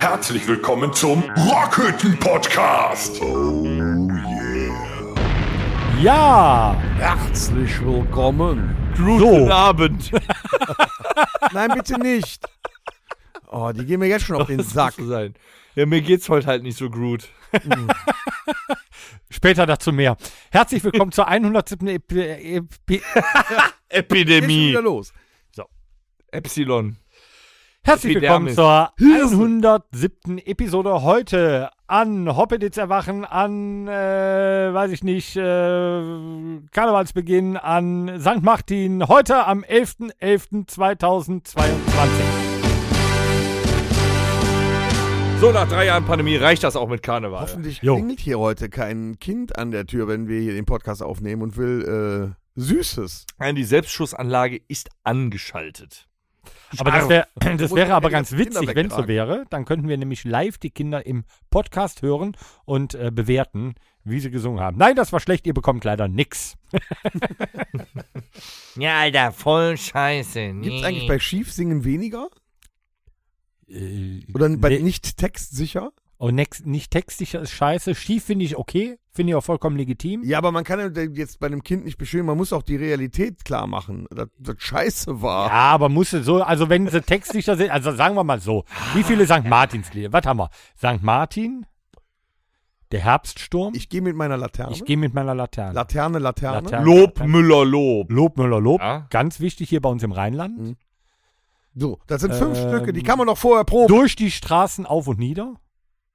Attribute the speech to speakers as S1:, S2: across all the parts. S1: Herzlich willkommen zum Rockhütten Podcast.
S2: Ja!
S3: Herzlich willkommen.
S4: Oh.
S2: So,
S4: Abend.
S3: Nein, bitte nicht. Oh, die gehen mir jetzt schon auf den Sack.
S4: Zu sein. Ja, mir geht's heute halt nicht so gut.
S2: später dazu mehr. Herzlich willkommen zur 107. Ep Ep
S3: Geht schon
S4: Epidemie.
S3: wieder los.
S4: Epsilon.
S2: Herzlich willkommen
S4: Epidermis.
S2: zur 107. Episode heute an Hoppeditz erwachen, an, äh, weiß ich nicht, äh, Karnevalsbeginn, an St. Martin, heute am 11.11.2022.
S4: So, nach drei Jahren Pandemie reicht das auch mit Karneval.
S3: Hoffentlich
S2: Jo.
S3: klingelt hier heute kein Kind an der Tür, wenn wir hier den Podcast aufnehmen und will äh, Süßes.
S4: Nein, die Selbstschussanlage ist angeschaltet.
S2: Aber das, wär, das
S3: Muss
S2: wäre
S3: man
S2: aber
S3: die
S2: ganz
S3: Kinder
S2: witzig, wenn es so
S3: wegtragen.
S2: wäre. Dann könnten wir nämlich live die Kinder im Podcast hören und äh, bewerten, wie sie gesungen haben. Nein, das war schlecht, ihr bekommt leider nix.
S4: Ja, Alter, voll scheiße.
S3: Gibt es eigentlich bei Schiefsingen weniger?
S2: Äh,
S3: Oder bei
S2: ne-
S3: nicht textsicher?
S2: Oh, next, nicht textsicher ist scheiße. Schief finde ich okay. Finde ich auch vollkommen legitim.
S3: Ja, aber man kann ja jetzt bei einem Kind nicht beschweren, man muss auch die Realität klar machen, dass das scheiße
S2: Ja,
S3: war.
S2: aber musst du so, also wenn sie textsicher sind, also sagen wir mal so, wie viele St. Martinslieder? Was haben wir? St. Martin, der Herbststurm, ich,
S3: Ich gehe mit meiner Laterne.
S2: gehe mit meiner Laterne.
S3: Laterne, Laterne.
S2: Laterne.
S4: Lob Müller Lob.
S2: Lobmüller Lob,
S4: Ja?
S2: ganz wichtig hier bei uns im Rheinland.
S3: Mhm. So, das sind fünf
S2: Ähm,
S3: Stücke, die kann man doch vorher proben.
S2: Durch die Straßen auf und nieder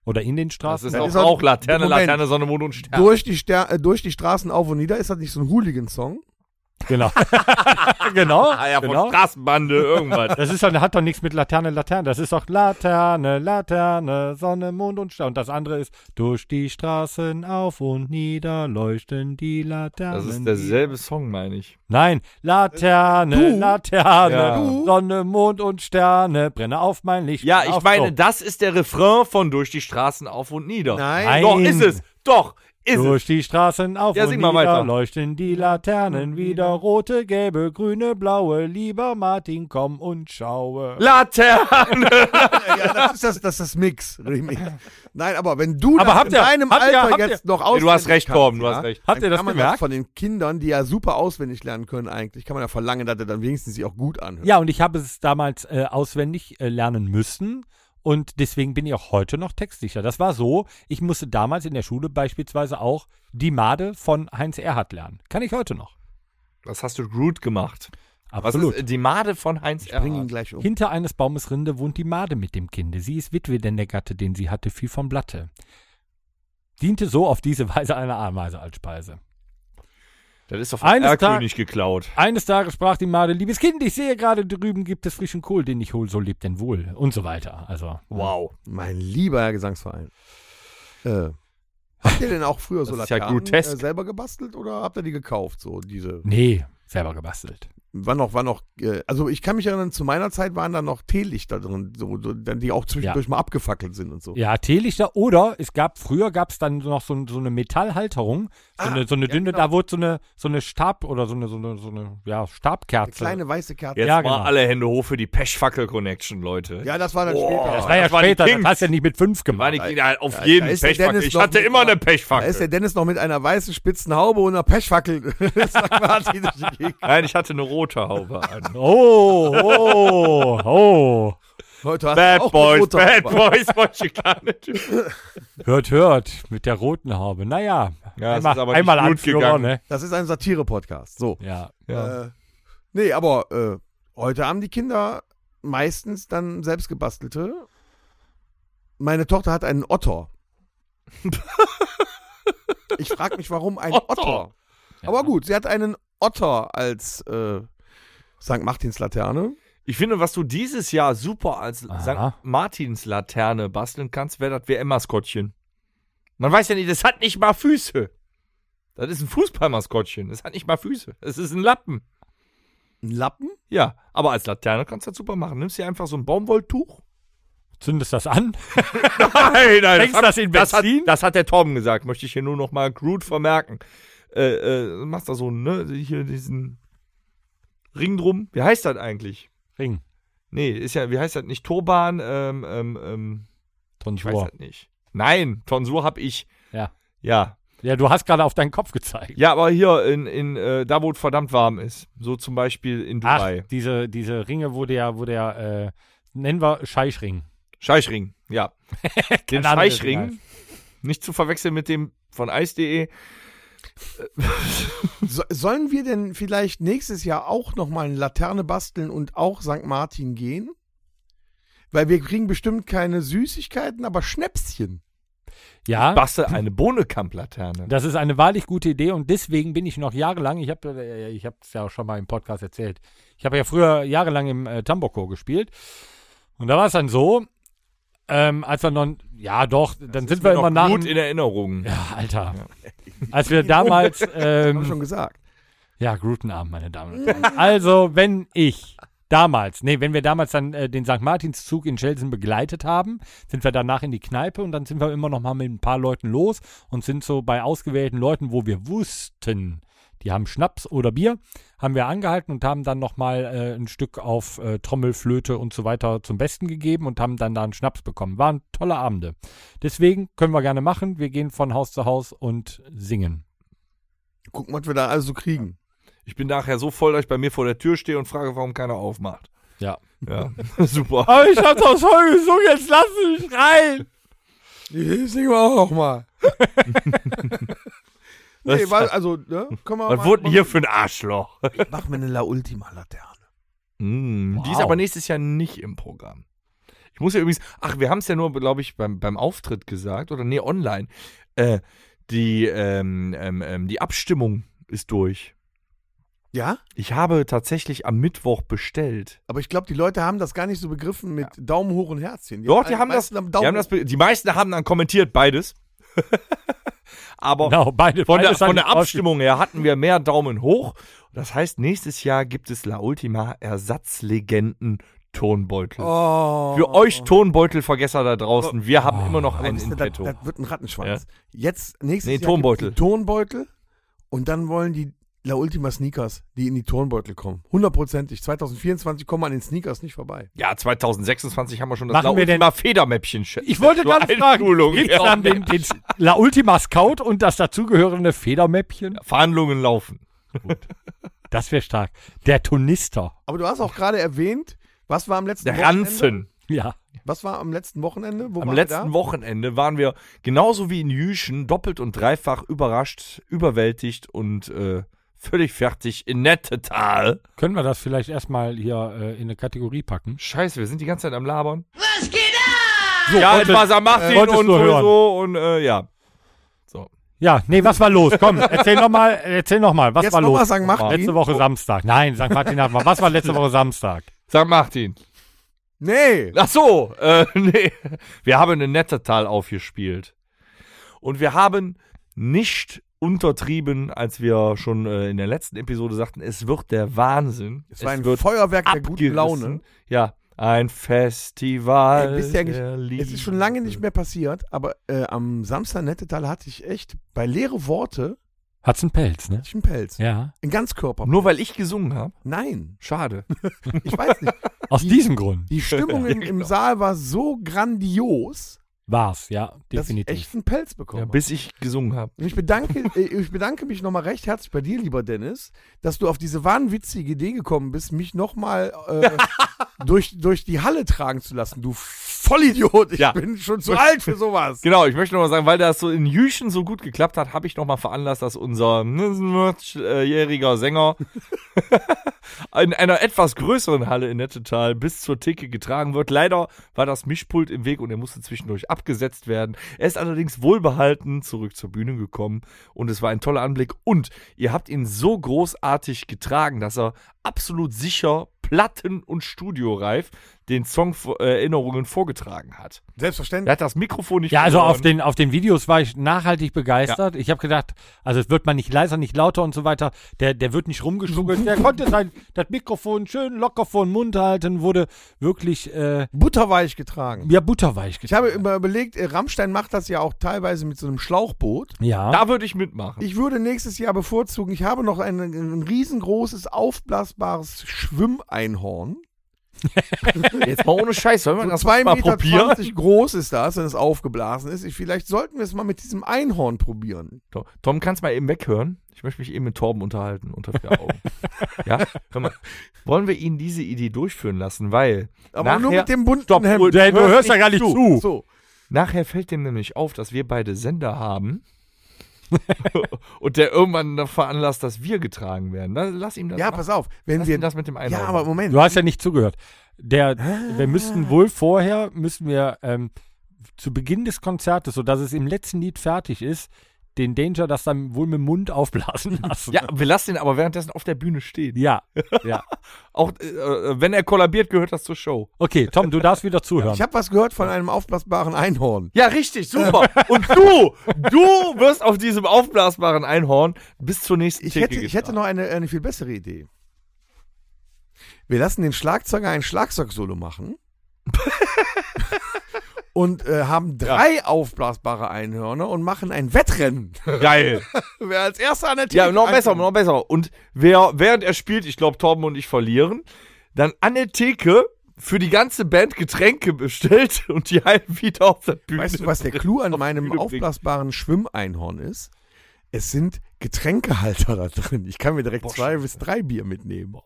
S2: oder in den
S4: Das
S2: Straßen.
S4: ist
S3: Das
S4: auch,
S3: ist auch-
S4: auch Laterne,
S3: Moment.
S4: Laterne, Sonne, Mond und Stern.
S3: Durch, die Ster äh, durch die Straßen auf und nieder ist das nicht so ein Hooligan-Song?
S2: genau. genau.
S4: Ah ja, von
S2: genau.
S4: Straßenbande, irgendwas.
S2: Das ist doch, hat doch nichts mit Laterne, Laterne. Das ist doch Laterne, Laterne, Sonne, Mond und Stern. Und das andere ist, durch die Straßen auf und nieder leuchten die Laternen.
S4: Das ist
S2: die-
S4: derselbe Song, meine ich.
S2: Nein, Laterne,
S3: Du?
S2: Laterne,
S4: Ja.
S3: Du?
S2: Sonne, Mond und Sterne, brenne auf mein Licht.
S4: Ja,
S2: brenne
S4: ich
S2: auf-
S4: meine,
S2: So.
S4: das ist der Refrain von Durch die Straßen auf und nieder.
S2: Nein.
S4: Doch, ist es. Doch, ist es.
S2: Durch die Straßen auf
S4: Ja,
S2: und
S4: sing mal
S2: nieder
S4: weiter.
S2: leuchten die Laternen wieder. Rote, gelbe, grüne, blaue. Lieber Martin, komm und schaue.
S4: Laterne.
S3: ja, das ist das, das, ist das Mix, Remix. Nein, aber wenn du
S2: Aber
S3: das
S2: habt
S3: in
S2: ihr-
S3: deinem
S2: habt ihr-
S3: Alter
S2: habt ihr-
S3: jetzt noch
S4: Nee,
S3: auswendig
S4: du hast recht,
S3: kannst,
S4: Torben, du
S3: ja,
S4: hast recht.
S2: Habt ihr
S3: dann
S2: das
S3: kann man
S2: gemerkt?
S3: Das von den Kindern, die ja super auswendig lernen können eigentlich, kann man ja verlangen, dass er dann wenigstens sie auch gut anhört.
S2: Ja, und ich habe es damals äh, auswendig äh, lernen müssen. Und deswegen bin ich auch heute noch textsicher. Das war so, ich musste damals in der Schule beispielsweise auch Die Made von Heinz Erhardt lernen. Kann ich heute noch.
S4: Was hast du Groot gemacht? Was
S2: Absolut.
S4: ist äh, die Made von Heinz
S3: Ich bring ihn
S4: Erhardt?
S3: gleich um.
S2: Hinter eines Baumes Rinde wohnt die Made mit dem Kinde. Sie ist Witwe, denn der Gatte, den sie hatte, fiel vom Blatte. Diente so auf diese Weise einer Ameise als Speise.
S4: Das ist doch
S2: von
S4: von
S2: Eines
S4: Erlkönig geklaut.
S2: Eines Tages sprach die Made, liebes Kind, ich sehe gerade drüben gibt es frischen Kohl, den ich hol, so lebt denn wohl. Und so weiter. Also,
S4: Wow.
S3: Mein lieber Herr Gesangsverein. Äh, habt ihr denn auch früher so
S4: Das ist ja
S3: Laternen äh,
S4: grotesk.
S3: selber gebastelt oder habt ihr die gekauft, so diese
S2: nee, selber gebastelt.
S3: War noch, war noch, äh, also ich kann mich erinnern, zu meiner Zeit waren da noch Teelichter drin, so, so, dann die auch zwischendurch mal abgefackelt sind und so.
S2: Ja, Teelichter oder es gab, früher gab es dann noch so, so eine Metallhalterung, so
S3: Ah,
S2: eine, so eine
S3: ja,
S2: dünne,
S3: genau.
S2: da wurde so eine, so eine Stab oder so eine, so eine, so eine ja,
S3: Eine
S2: Stabkerze.
S3: kleine weiße Kerze.
S4: Jetzt
S2: Ja,
S4: mal
S2: genau.
S4: alle Hände hoch für die Pechfackel-Connection, Leute.
S3: Ja, das war dann
S4: Boah.
S3: später.
S2: das war ja
S4: das waren die
S2: später, das
S4: Kings.
S2: hast du ja nicht mit fünf
S4: War
S2: gemacht.
S4: nicht jeder halt auf
S3: da
S4: jeden
S3: ist der
S4: Pechfackel.
S3: Dennis
S4: Ich
S3: noch
S4: hatte
S3: mit
S4: immer
S3: einer-
S4: eine
S3: Da ist der
S4: Pechfackel.
S3: Dennis noch mit einer weißen spitzen Haube und einer Pechfackel. St. Martin durch die Gegend.
S4: Nein, ich hatte eine rote Haube an.
S2: Oh, oh, oh.
S3: Leute, hast du
S4: Bad
S3: auch
S4: Boys,
S3: rote
S4: Bad
S3: Haube.
S4: Boys, wollte ich gar nicht. Ja,
S2: Hört, hört, mit der roten Haube. Naja,
S4: es
S2: einmal, einmal Anführer, ne?
S3: Das ist ein Satire-Podcast. So.
S2: Ja.
S4: Ja.
S3: Äh, nee, aber äh, heute haben die Kinder meistens dann selbst gebastelte. Meine Tochter hat einen Otter. ich frage mich, warum ein Otter? Aber gut, sie hat einen Otter als äh, St. Martins Laterne.
S4: Ich finde, was du dieses Jahr super als
S2: Aha.
S4: St. Martins Laterne basteln kannst, wäre das WM-Maskottchen. Man weiß ja nicht, das hat nicht mal Füße. Das ist ein Fußballmaskottchen. Das hat nicht mal Füße. Das ist ein Lappen.
S3: Ein Lappen?
S4: Ja, aber als Laterne kannst du das super machen. Nimmst dir einfach so ein Baumwolltuch.
S2: Zündest das an?
S4: Nein, nein.
S2: Fängst das in
S4: das, hat,
S2: Benzin?
S4: das hat der Tom gesagt. Möchte ich hier nur noch mal crude vermerken. Äh, äh, machst da so, ne, hier diesen Ring drum. Wie heißt das eigentlich?
S2: Ring.
S4: Nee, ist ja, wie heißt das nicht? Turban, ähm, ähm, ähm, ich weiß
S2: Tonsur.
S4: das nicht. Nein, Tonsur hab ich.
S2: Ja.
S4: Ja.
S2: Ja, du hast gerade auf deinen Kopf gezeigt.
S4: Ja, aber hier in, in äh, da wo es verdammt warm ist. So zum Beispiel in Dubai.
S2: Ach, diese, diese Ringe, wo der, wo der, äh, nennen wir Scheichring.
S4: Scheichring, ja. Den
S2: Ahnung, wie das
S4: Scheichring, nicht zu verwechseln mit dem von Eis.de.
S3: So, sollen wir denn vielleicht nächstes Jahr auch nochmal eine Laterne basteln und auch St. Martin gehen? Weil wir kriegen bestimmt keine Süßigkeiten, aber Schnäpschen.
S2: Ja,
S4: Bastel eine Bohnenkamp-Laterne.
S2: das ist eine wahrlich gute Idee und deswegen bin ich noch jahrelang, ich habe äh, ich es ja auch schon mal im Podcast erzählt, ich habe ja früher jahrelang im äh, Tambokor gespielt und da war es dann so, ähm, als wir noch, ja doch, dann sind wir
S4: Mir
S2: immer
S4: noch
S2: nach,
S4: gut in Erinnerung.
S2: ja, Alter, als wir damals,
S3: Haben wir
S2: ähm,
S3: schon gesagt.
S2: Ja, Grutenarm, meine Damen und Herren. Also, wenn ich damals, nee, wenn wir damals dann äh, den St. Martinszug in Schelsen begleitet haben, sind wir danach in die Kneipe und dann sind wir immer noch mal mit ein paar Leuten los und sind so bei ausgewählten Leuten, wo wir wussten, die haben Schnaps oder Bier, haben wir angehalten und haben dann noch mal äh, ein Stück auf äh, Trommel, Flöte und so weiter zum Besten gegeben und haben dann da einen Schnaps bekommen. Waren tolle Abende. Deswegen können wir gerne machen. Wir gehen von Haus zu Haus und singen.
S3: Gucken, was wir da also kriegen.
S4: Ich bin nachher so voll, dass ich bei mir vor der Tür stehe und frage, warum keiner aufmacht.
S2: Ja.
S4: Ja, super.
S2: Aber ich hab's auch voll gesungen, jetzt lass mich rein.
S3: Die singen wir auch nochmal. nee, war, also, ne? Können
S2: Oh,
S3: wir
S4: Was
S3: mal-
S4: wurden hier für ein Arschloch?
S3: Mach mir eine La Ultima-Laterne.
S4: Mm, Die ist
S2: Wow.
S4: aber nächstes Jahr nicht im Programm. Ich muss ja übrigens, ach, wir haben es ja nur, glaube ich, beim, beim Auftritt gesagt, oder nee, online. Äh, die, ähm, ähm, ähm, die Abstimmung ist durch.
S3: Ja?
S4: Ich habe tatsächlich am Mittwoch bestellt.
S3: Aber ich glaube, die Leute haben das gar nicht so begriffen mit Daumen hoch und Herzchen.
S4: Doch, die haben das,
S3: meisten am
S4: die,
S3: Daumen
S4: haben das be- die meisten haben dann kommentiert, beides. Aber
S2: Genau, beide.
S4: von,
S2: beide
S4: der, von der
S2: ausge-
S4: Abstimmung her hatten wir mehr Daumen hoch. Das heißt, nächstes Jahr gibt es La Ultima Ersatzlegenden Tonbeutel.
S3: Oh.
S4: Für euch Tonbeutelvergesser da draußen, wir haben immer noch einen
S3: Weißt
S4: in
S3: du, das,
S4: petto.
S3: das wird ein Rattenschwanz. Jetzt, nächstes
S4: Nee,
S3: Jahr
S4: Turnbeutel.
S3: gibt's die Turnbeutel. Und dann wollen die La Ultima Sneakers, die in die Turnbeutel kommen. Hundertprozentig. 2024 kommen wir an den Sneakers nicht vorbei.
S4: Ja, 2026 haben wir schon das
S2: Machen
S4: La
S2: wir
S4: Ultima Federmäppchen.
S2: Ich wollte
S4: Zur
S2: gerade fragen,
S4: Einschulung,
S2: gibt's
S4: ja.
S2: dann den, den La Ultima Scout und das dazugehörende Federmäppchen?
S4: Verhandlungen laufen.
S2: Das wäre stark. Der Tonister.
S3: Aber du hast auch gerade erwähnt, was war am letzten
S4: Der
S3: Wochenende?
S4: Ranzen.
S2: Ja.
S3: Was war am letzten Wochenende? Wo waren
S4: Am
S3: wir
S4: letzten Wochenende waren wir genauso wie in Jüschen doppelt und dreifach überrascht, überwältigt und äh, völlig fertig in Nettetal.
S2: Können wir das vielleicht erstmal hier äh, in eine Kategorie packen?
S4: Scheiße, wir sind die ganze Zeit am Labern.
S2: So,
S4: ja,
S2: wollte-
S4: jetzt war Martin
S2: wolltest
S4: und
S2: du hören.
S4: so und äh, ja.
S2: ja, nee, was war los? Komm, erzähl nochmal, erzähl nochmal, was
S3: Jetzt
S2: war
S3: noch
S2: los?
S3: mal St. Martin. Oh.
S2: Letzte Woche Samstag. Nein, St. Martin hat mal. Was war letzte Woche Samstag?
S4: Sag Martin.
S3: Nee.
S4: Ach so, äh, nee. Wir haben in Nettetal aufgespielt. Und wir haben nicht untertrieben, als wir schon äh, in der letzten Episode sagten, es wird der Wahnsinn.
S3: Es war ein
S4: wird
S3: Feuerwerk der guten
S4: abgerissen.
S3: Laune.
S4: Ja, ein Festival.
S3: Ey, wisst ihr eigentlich,
S4: der
S3: Es ist schon lange nicht mehr passiert, aber äh, am Samstag Nettetal hatte ich echt bei leere Worte
S2: Hat's einen Pelz, ne?
S3: hatte ich einen Pelz.
S2: Ja.
S3: Ein Ganzkörper.
S4: Nur weil ich gesungen habe?
S3: Nein,
S4: Schade.
S3: ich weiß nicht.
S2: Aus diesem Grund
S3: Die Stimmung im- im Saal war so grandios,
S2: war's, ja,
S3: dass ich
S2: definitiv.
S3: echt einen Pelz
S4: Ja,
S3: bekomme.
S4: bis ich gesungen habe.
S3: und ich bedanke, äh, ich bedanke mich nochmal recht herzlich bei dir, lieber Dennis, dass du auf diese wahnwitzige Idee gekommen bist, mich nochmal äh, durch, durch die Halle tragen zu lassen. Du Vollidiot, ich
S4: Ja.
S3: bin schon zu alt für sowas.
S4: Genau, ich möchte nochmal sagen, weil das so in Jüchen so gut geklappt hat, habe ich nochmal veranlasst, dass unser 19-jähriger Sänger in einer etwas größeren Halle in Nettetal bis zur Theke getragen wird. Leider war das Mischpult im Weg und er musste zwischendurch abgesetzt werden. Er ist allerdings wohlbehalten zurück zur Bühne gekommen und es war ein toller Anblick. Und ihr habt ihn so großartig getragen, dass er absolut sicher platten- und studioreif den Song vor- äh, Erinnerungen vorgetragen hat. Er
S3: Selbstverständlich.
S4: hat das Mikrofon nicht
S2: Ja, also
S4: verloren.
S2: auf den, auf den Videos war ich nachhaltig begeistert. Ich habe gedacht, also es wird man nicht leiser, nicht lauter und so weiter. Der, der wird nicht rumgeschmuggelt. Der konnte sein, das Mikrofon schön locker vor den Mund halten, wurde wirklich, äh,
S3: Butterweich getragen.
S2: ja, butterweich
S3: Ich habe immer überlegt, äh, Rammstein macht das ja auch teilweise mit so einem Schlauchboot.
S2: Ja.
S4: Da würde ich mitmachen.
S3: Ich würde nächstes Jahr bevorzugen, ich habe noch ein, ein riesengroßes, aufblasbares Schwimmeinhorn.
S4: Jetzt mal ohne Scheiß, sollen wir
S3: So
S4: das
S3: zwei
S4: mal
S3: Meter
S4: probieren?
S3: 20 groß ist das, wenn es aufgeblasen ist. Ich, vielleicht sollten wir es mal mit diesem Einhorn probieren.
S4: Tom, Tom, kannst mal eben weghören? Ich möchte mich eben mit Torben unterhalten, unter vier Augen. ja, hör mal. Wollen wir ihn diese Idee durchführen lassen? Weil
S3: Aber nur
S4: nachher-
S3: mit dem bunten
S4: Stopp,
S3: Hemd.
S2: Du, du hörst ja gar nicht zu.
S3: So.
S4: Nachher fällt dem nämlich auf, dass wir beide Sender haben. und der irgendwann noch veranlasst, dass wir getragen werden. Dann lass ihm das
S3: Ja,
S4: machen.
S3: pass auf. Wenn
S4: lass
S3: wir
S4: ihm das mit dem Einhorn.
S3: Ja, aber Moment.
S2: Du hast ja nicht zugehört. Der, wir müssten wohl vorher, müssen wir ähm, zu Beginn des Konzertes, sodass es im letzten Lied fertig ist, den Danger das dann wohl mit dem Mund aufblasen lassen.
S4: ja, wir lassen ihn aber währenddessen auf der Bühne stehen.
S2: Ja, ja.
S4: Auch äh, wenn er kollabiert, gehört das zur Show.
S2: Okay, Tom, du darfst wieder zuhören.
S3: Ich habe was gehört von einem aufblasbaren Einhorn.
S4: Ja, richtig, super.
S3: Ähm.
S4: Und du, du wirst auf diesem aufblasbaren Einhorn bis zur nächsten
S3: Ich
S4: Theke
S3: hätte, ich hätte
S4: getragen.
S3: noch eine, eine viel bessere Idee. Wir lassen den Schlagzeuger ein Schlagzeugsolo machen und äh, haben drei aufblasbare Einhörner und machen ein Wettrennen.
S4: Geil.
S3: Wer als erster an der Theke
S4: Ja, noch besser,
S3: ankommt.
S4: noch besser. Und wer, während er spielt, ich glaube, Torben und ich verlieren, dann an der Theke für die ganze Band Getränke bestellt und die halten wieder auf der Bühne.
S3: Weißt du, was der Clou an
S4: auf die
S3: meinem
S4: Bühne bringt.
S3: aufblasbaren Schwimmeinhorn ist? Es sind Getränkehalter da drin. Ich kann mir direkt zwei bis drei Bier mitnehmen.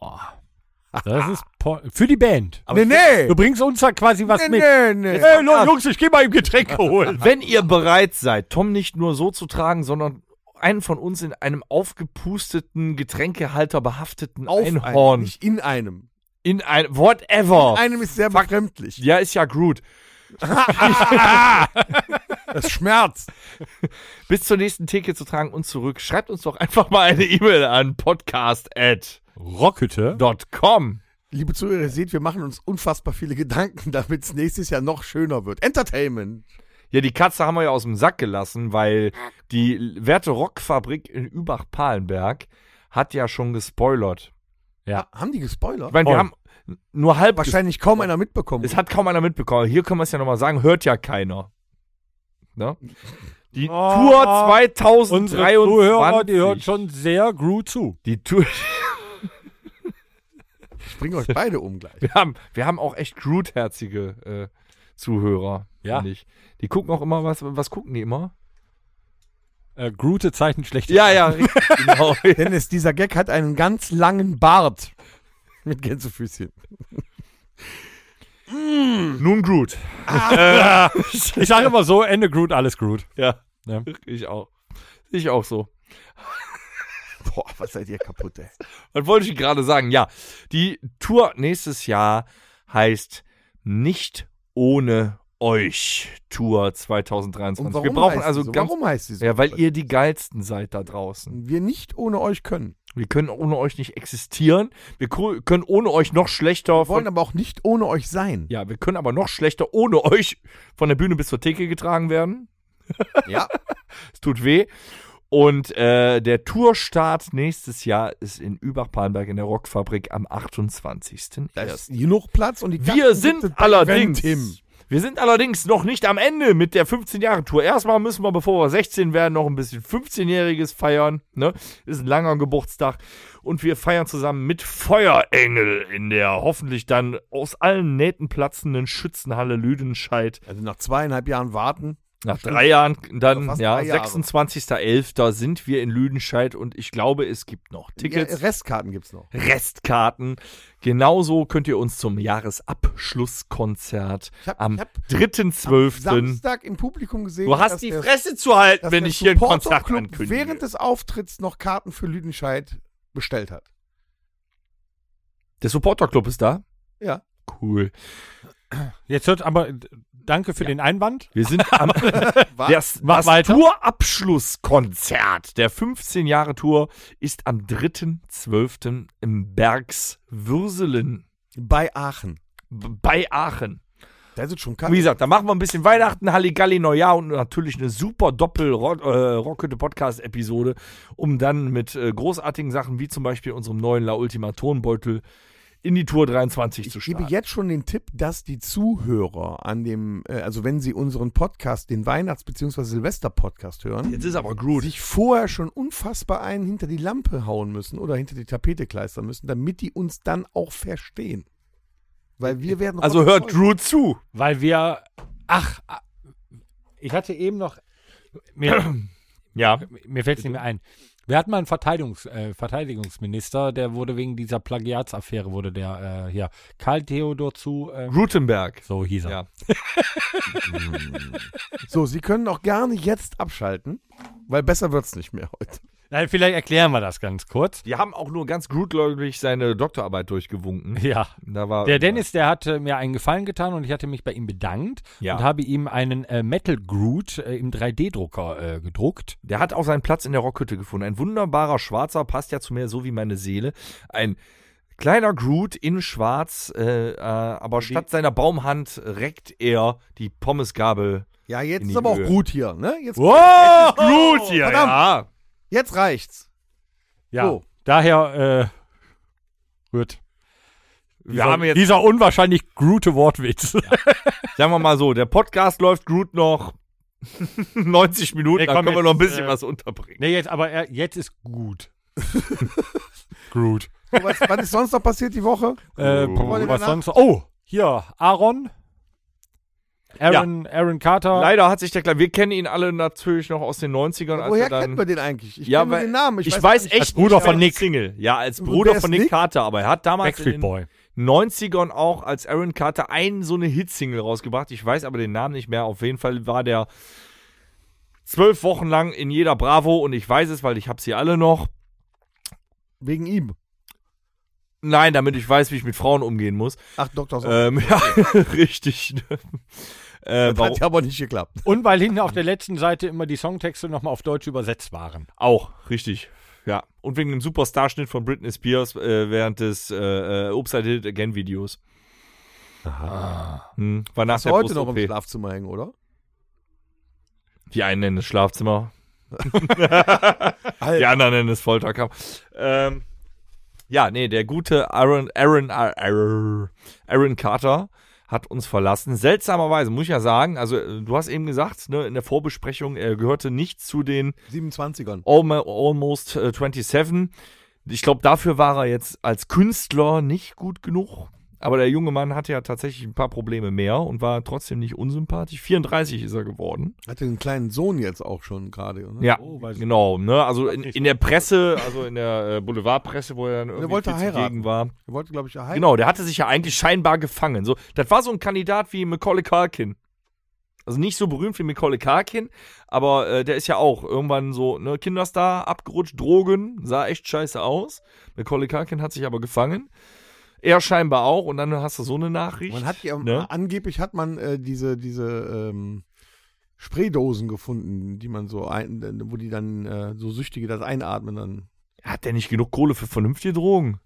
S2: Das ist po- für die Band.
S3: nee, nee.
S2: Du bringst uns da quasi was
S3: nee,
S2: mit.
S3: nee, nee.
S2: Ey, Leute, Jungs, ich gehe mal im Getränk holen.
S4: Wenn ihr bereit seid, Tom nicht nur so zu tragen, sondern einen von uns in einem aufgepusteten, Getränkehalter behafteten
S3: Auf Einem,
S4: Einhorn.
S3: nicht in einem.
S4: in ein, whatever.
S3: Einem ist sehr befremdlich.
S4: ja, ist ja Groot.
S3: Es schmerzt.
S4: Bis zur nächsten Theke zu tragen und zurück. Schreibt uns doch einfach mal eine E-Mail an podcast.com.
S2: Rockhütte.
S3: Liebe Zuhörer, ihr seht, wir machen uns unfassbar viele Gedanken, damit es nächstes Jahr noch schöner wird. Entertainment.
S4: Ja, die Katze haben wir ja aus dem Sack gelassen, weil die Werte Rockfabrik in Übach-Palenberg hat ja schon gespoilert.
S2: Ja.
S3: Haben die gespoilert?
S4: Ich meine, wir
S2: Voll.
S4: haben nur halb. ges-
S3: Wahrscheinlich kaum einer mitbekommen.
S4: Es hat kaum einer mitbekommen. Hier können wir es ja nochmal sagen: hört ja keiner. Ne? Die
S2: Oh,
S4: Tour
S2: Unsere
S4: 2023.
S2: Zuhörer, die hören schon sehr Gru zu.
S4: Die Tour.
S3: Ich bringe euch beide um gleich.
S4: Wir haben, wir haben auch echt Groot-herzige äh, Zuhörer.
S2: Ja.
S4: finde Ich. Die gucken auch immer, was, was gucken die immer?
S2: Äh, Grute Zeichen schlecht.
S4: Ja, ja, richtig, genau.
S3: Dennis, dieser Gag hat einen ganz langen Bart. Mit Gänsefüßchen.
S4: Nun Groot.
S2: Ich sage immer so, Ende Groot, alles Groot.
S4: Ja.
S2: Ja.
S4: Ich auch. Ich auch so.
S3: Boah, was seid ihr kaputt, ey.
S4: Was wollte ich gerade sagen? Ja, die Tour nächstes Jahr heißt Nicht ohne euch Tour 2023.
S3: Und warum
S4: Wir brauchen
S3: heißt
S4: also
S3: die so?
S4: ganz
S3: Warum heißt sie so?
S4: ja, weil ihr die Mhm. geilsten seid da draußen.
S3: wir nicht ohne euch können.
S4: Wir können ohne euch nicht existieren. Wir ko- können ohne euch noch schlechter
S3: Wir wollen aber auch nicht ohne euch sein.
S4: Ja, wir können aber noch schlechter ohne euch von der Bühne bis zur Theke getragen werden.
S3: Ja.
S4: Es tut weh. Und äh, der Tourstart nächstes Jahr ist in Übach-Palenberg in der Rockfabrik am 28.
S3: Da ist genug Platz und die
S4: Wir
S3: Katzen
S4: sind
S3: bei
S4: allerdings.
S3: Eventim.
S4: Wir sind allerdings noch nicht am Ende mit der 15-Jahre-Tour. Erstmal müssen wir, bevor wir 16 werden, noch ein bisschen 15-Jähriges feiern. Ne? Ist ein langer Geburtstag. Und wir feiern zusammen mit Feuerengel in der hoffentlich dann aus allen Nähten platzenden Schützenhalle Lüdenscheid.
S3: Also nach zweieinhalb Jahren warten.
S4: Nach drei Jahren, dann,
S3: fast
S4: ja,
S3: drei Jahre.
S4: 26.11. sind wir in Lüdenscheid und ich glaube, es gibt noch Tickets.
S3: Ja, Restkarten gibt's noch.
S4: Restkarten. Genauso könnt ihr uns zum Jahresabschlusskonzert
S3: Ich hab-
S4: am
S3: ich hab- Am
S4: 3.12.
S3: Samstag im Publikum gesehen.
S4: Du
S3: dass
S4: hast die
S3: der-
S4: Fresse zu halten,
S3: dass
S4: wenn
S3: der
S4: ich hier ein
S3: Supporter
S4: Konzert
S3: Club
S4: ankündige.
S3: während des Auftritts noch Karten für Lüdenscheid bestellt hat.
S4: der Supporter Club ist da.
S3: Ja.
S4: Cool.
S2: Jetzt hört aber, äh, danke für den Einwand.
S4: Wir sind am das,
S2: Mach
S4: das
S2: weiter.
S4: Tourabschlusskonzert der 15 Jahre Tour ist am 3.12. im Bergs Würselen
S3: Bei Aachen.
S4: b- bei Aachen.
S3: Das ist schon
S4: Wie
S3: kalt.
S4: gesagt, da machen wir ein bisschen Weihnachten, Halligalli, Neujahr und natürlich eine super Doppel-Rockhütte-Podcast-Episode, um dann mit äh, großartigen Sachen wie zum Beispiel unserem neuen La Ultima Tonbeutel in die Tour 23 zu
S3: Ich gebe
S4: starten.
S3: jetzt schon den Tipp, dass die Zuhörer an dem, äh, also wenn sie unseren Podcast, den Weihnachts- bzw. Silvester-Podcast hören,
S4: Jetzt ist aber gut.
S3: sich vorher schon unfassbar einen hinter die Lampe hauen müssen oder hinter die Tapete kleistern müssen, damit die uns dann auch verstehen. Weil wir werden.
S4: Also hört
S3: Drew.
S4: Drew zu.
S2: Weil wir. Ach, ah, ich hatte eben noch. Mir,
S4: Ja.
S2: mir fällt es nicht mehr ein. Wir hatten mal einen Verteidigungs, äh, Verteidigungsminister, der wurde wegen dieser Plagiatsaffäre, wurde der äh, hier. Karl Theodor zu. ähm,
S4: Gutenberg.
S2: so hieß er.
S4: Ja.
S3: So, Sie können auch gerne jetzt abschalten, weil besser wird's nicht mehr heute.
S2: Nein, vielleicht erklären wir das ganz kurz.
S4: Die haben auch nur ganz gutgläubig seine Doktorarbeit durchgewunken.
S2: Ja.
S4: Da war
S2: Der Dennis, der hat äh, mir einen Gefallen getan und ich hatte mich bei ihm bedankt
S4: Ja.
S2: und habe ihm einen äh, Metal Groot äh, im 3D-Drucker äh, gedruckt.
S4: Der hat auch seinen Platz in der Rockhütte gefunden. Ein wunderbarer Schwarzer, passt ja zu mir so wie meine Seele. Ein kleiner Groot in Schwarz, äh, äh, aber statt seiner Baumhand reckt er die Pommesgabel.
S3: Ja,
S4: In
S3: jetzt
S4: die
S3: ist aber auch
S4: Höhe.
S3: gut hier, ne? Jetzt,
S2: Wow!
S4: Groot hier,
S3: verdammt.
S4: ja.
S3: jetzt reicht's.
S2: Ja,
S3: So.
S2: daher äh, rührt
S4: Wir
S2: dieser,
S4: haben jetzt,
S2: dieser unwahrscheinlich Groot Wortwitz.
S4: sagen wir mal so, der Podcast läuft Groot noch 90 Minuten,
S2: Nee,
S4: da
S2: komm,
S4: können wir noch ein
S2: jetzt,
S4: bisschen
S2: äh,
S4: was unterbringen.
S2: nee, jetzt, aber er, jetzt ist gut. Groot.
S3: So, was, was ist sonst noch passiert die Woche?
S2: Äh,
S4: Groot.
S2: boah,
S3: Wollen wir
S2: was
S3: danach?
S2: sonst? noch? Oh, hier, Aaron. Aaron, Aaron Carter.
S4: Leider hat sich der Kleine, wir kennen ihn alle natürlich noch aus den 90ern. als
S3: Woher
S4: er Also dann,
S3: kennt man den eigentlich? Ich
S4: Ja,
S3: kenne nur
S4: weil-
S3: den Namen.
S4: Ich,
S3: Ich,
S4: weiß,
S3: weiß
S4: echt
S2: Als Bruder
S4: nicht,
S2: von
S4: wer
S2: Nick.
S4: Single. Ja, als
S3: Und
S4: Bruder
S3: wer ist
S4: von Nick,
S3: Nick?
S4: Carter, aber er hat damals
S2: Backstreet
S4: in den
S2: Boy.
S4: 90ern auch als Aaron Carter einen so eine Hitsingle rausgebracht. Ich weiß aber den Namen nicht mehr. Auf jeden Fall war der zwölf Wochen lang in jeder Bravo und ich weiß es, weil ich hab sie alle noch.
S3: wegen ihm.
S4: Nein, damit ich weiß, wie ich mit Frauen umgehen muss.
S3: Ach, Dr. Sommer.
S4: Ähm, ja, richtig. ne? Äh,
S3: das
S4: warum?
S3: hat ja aber nicht geklappt.
S2: Und weil hinten auf der letzten Seite immer die Songtexte nochmal auf Deutsch übersetzt waren.
S4: Auch, richtig. Ja. Und wegen dem Superstarschnitt von Britney Spears äh, während des äh, äh, Upside Hit Again Videos. Aha. Hm, war nach
S3: Ist
S4: der
S3: heute noch
S4: Brust-OP.
S3: im Schlafzimmer hängen, oder?
S4: Die einen nennen es Schlafzimmer, die
S3: Alter.
S4: anderen nennen es Folterkammer. Ähm, ja, nee, der gute Aaron, Aaron, Aaron, Aaron Carter hat uns verlassen. Seltsamerweise, muss ich ja sagen, also äh, du hast eben gesagt, ne, in der Vorbesprechung, er gehörte nicht zu den
S3: 27ern.
S4: Almo- Almost äh, 27. Ich glaube, dafür war er jetzt als Künstler nicht gut genug. Aber der junge Mann hatte ja tatsächlich ein paar Probleme mehr und war trotzdem nicht unsympathisch. 34 ist er geworden.
S3: Hatte den kleinen Sohn jetzt auch schon gerade, oder?
S4: Ja,
S2: Oh, weiß ich
S4: genau. Ne? Also in,
S2: nicht
S4: in der Presse, also in der äh, Boulevardpresse, wo er dann irgendwie
S3: wollte
S4: viel
S3: heiraten.
S4: zugegen war.
S3: Er wollte, glaube ich, ja heiraten.
S4: Genau, der hatte sich ja eigentlich scheinbar gefangen. So, das war so ein Kandidat wie Macaulay Culkin. Also nicht so berühmt wie Macaulay Culkin, aber äh, der ist ja auch irgendwann so ne, Kinderstar, abgerutscht, Drogen, sah echt scheiße aus. Macaulay Culkin hat sich aber gefangen. Er scheinbar auch und dann hast du so eine Nachricht.
S3: Man hat ja,
S4: ne?
S3: angeblich hat man äh, diese, diese ähm, Spraydosen gefunden, die man so, ein, wo die dann äh, so Süchtige das einatmen dann.
S4: hat der nicht genug Kohle für vernünftige Drogen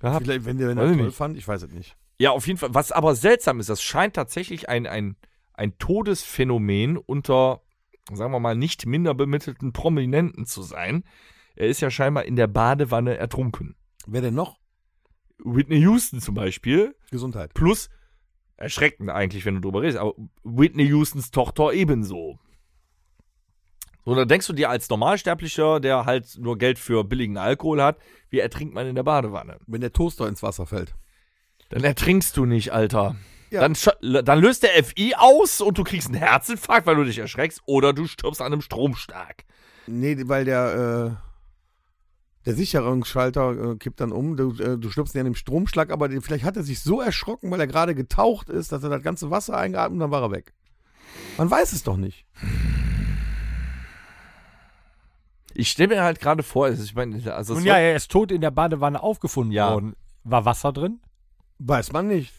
S4: gehabt?
S3: Vielleicht, wenn der wenn
S4: Weiß
S3: er
S4: ich
S3: toll
S4: nicht.
S3: fand, ich weiß es nicht.
S4: Ja, auf jeden Fall. Was aber seltsam ist, das scheint tatsächlich ein, ein, ein Todesphänomen unter, sagen wir mal, nicht minder bemittelten Prominenten zu sein. Er ist ja scheinbar in der Badewanne ertrunken.
S3: Wer denn noch?
S4: Whitney Houston zum Beispiel,
S3: Gesundheit.
S4: plus, erschreckend eigentlich, wenn du drüber redest, aber Whitney Houstons Tochter ebenso. So, da denkst du dir als Normalsterblicher, der halt nur Geld für billigen Alkohol hat, wie ertrinkt man in der Badewanne?
S3: Wenn der Toaster ins Wasser fällt.
S4: Dann ertrinkst du nicht, Alter.
S3: Ja.
S4: Dann, sch- dann löst der FI aus und du kriegst einen Herzinfarkt, weil du dich erschreckst, oder du stirbst an einem Stromschlag.
S3: Nee, weil der, äh, der Sicherungsschalter äh, kippt dann um. Du, äh, du stirbst nicht an dem Stromschlag, aber den, vielleicht hat er sich so erschrocken, weil er gerade getaucht ist, dass er das ganze Wasser eingeatmet und dann war er weg. Man weiß es doch nicht.
S4: Ich stelle mir halt gerade vor, also ich meine, also
S2: Nun
S4: es
S2: ja,
S4: war-
S2: er ist tot in der Badewanne aufgefunden
S4: Ja.
S2: worden. War Wasser drin?
S3: Weiß man nicht.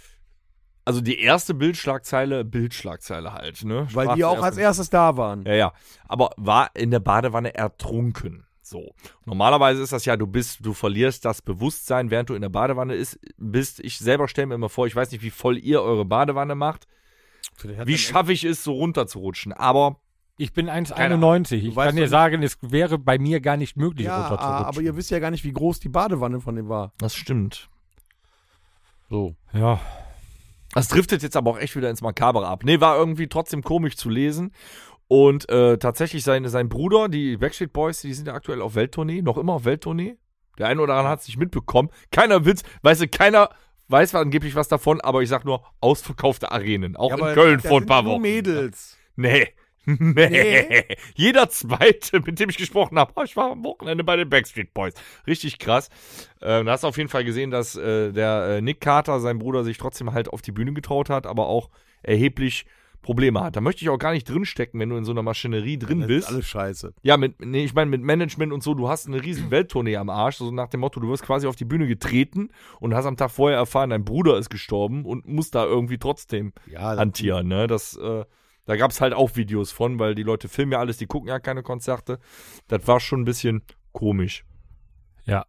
S4: also die erste Bildschlagzeile, Bildschlagzeile halt, ne?
S3: Weil die
S4: Sprach
S3: auch als
S4: zuerst-
S3: erstes da waren.
S4: Ja, ja. Aber war in der Badewanne ertrunken. So. Normalerweise ist das ja, du bist, du verlierst das Bewusstsein, während du in der Badewanne ist, bist. Ich selber stelle mir immer vor, ich weiß nicht, wie voll ihr eure Badewanne macht.
S3: Vielleicht hat
S4: Wie
S3: er-
S4: schaffe ich es, so runterzurutschen? Aber
S2: Ich bin
S4: Keine
S2: 1,91. Ich
S3: Du weißt
S2: kann dir
S3: doch-
S2: sagen, es wäre bei mir gar nicht möglich,
S3: ja,
S2: runterzurutschen.
S3: aber ihr wisst ja gar nicht, wie groß die Badewanne von dem war.
S4: das stimmt.
S3: So.
S2: ja.
S4: Das driftet jetzt aber auch echt wieder ins Makabre ab. Nee, war irgendwie trotzdem komisch zu lesen. Und äh, tatsächlich sein, sein Bruder, die Backstreet Boys, die sind ja aktuell auf Welttournee, noch immer auf Welttournee. Der eine oder andere hat es nicht mitbekommen. Keiner Witz, weißt du, keiner weiß zwar angeblich was davon, aber ich sag nur, ausverkaufte Arenen. Auch
S3: Ja,
S4: in
S3: aber
S4: Köln
S3: da
S4: vor ein
S3: sind
S4: paar
S3: nur
S4: Wochen.
S3: Mädels.
S4: Nee. Nee. Jeder zweite, mit dem ich gesprochen habe, "Oh, ich war am Wochenende bei den Backstreet Boys. Richtig krass. Ähm, da hast du auf jeden Fall gesehen, dass äh, der äh, Nick Carter, sein Bruder, sich trotzdem halt auf die Bühne getraut hat, aber auch erheblich Probleme hat. Da möchte ich auch gar nicht drinstecken, wenn du in so einer Maschinerie drin
S3: Das ist
S4: bist.
S3: alles scheiße.
S4: Ja, mit, nee, ich meine, mit Management und so, du hast eine riesen Welttournee am Arsch, so nach dem Motto, du wirst quasi auf die Bühne getreten und hast am Tag vorher erfahren, dein Bruder ist gestorben und musst da irgendwie trotzdem
S3: Ja, das-
S4: hantieren. Ne? Das, äh, da gab es halt auch Videos von, weil die Leute filmen ja alles, die gucken ja keine Konzerte. Das war schon ein bisschen komisch.
S2: Ja.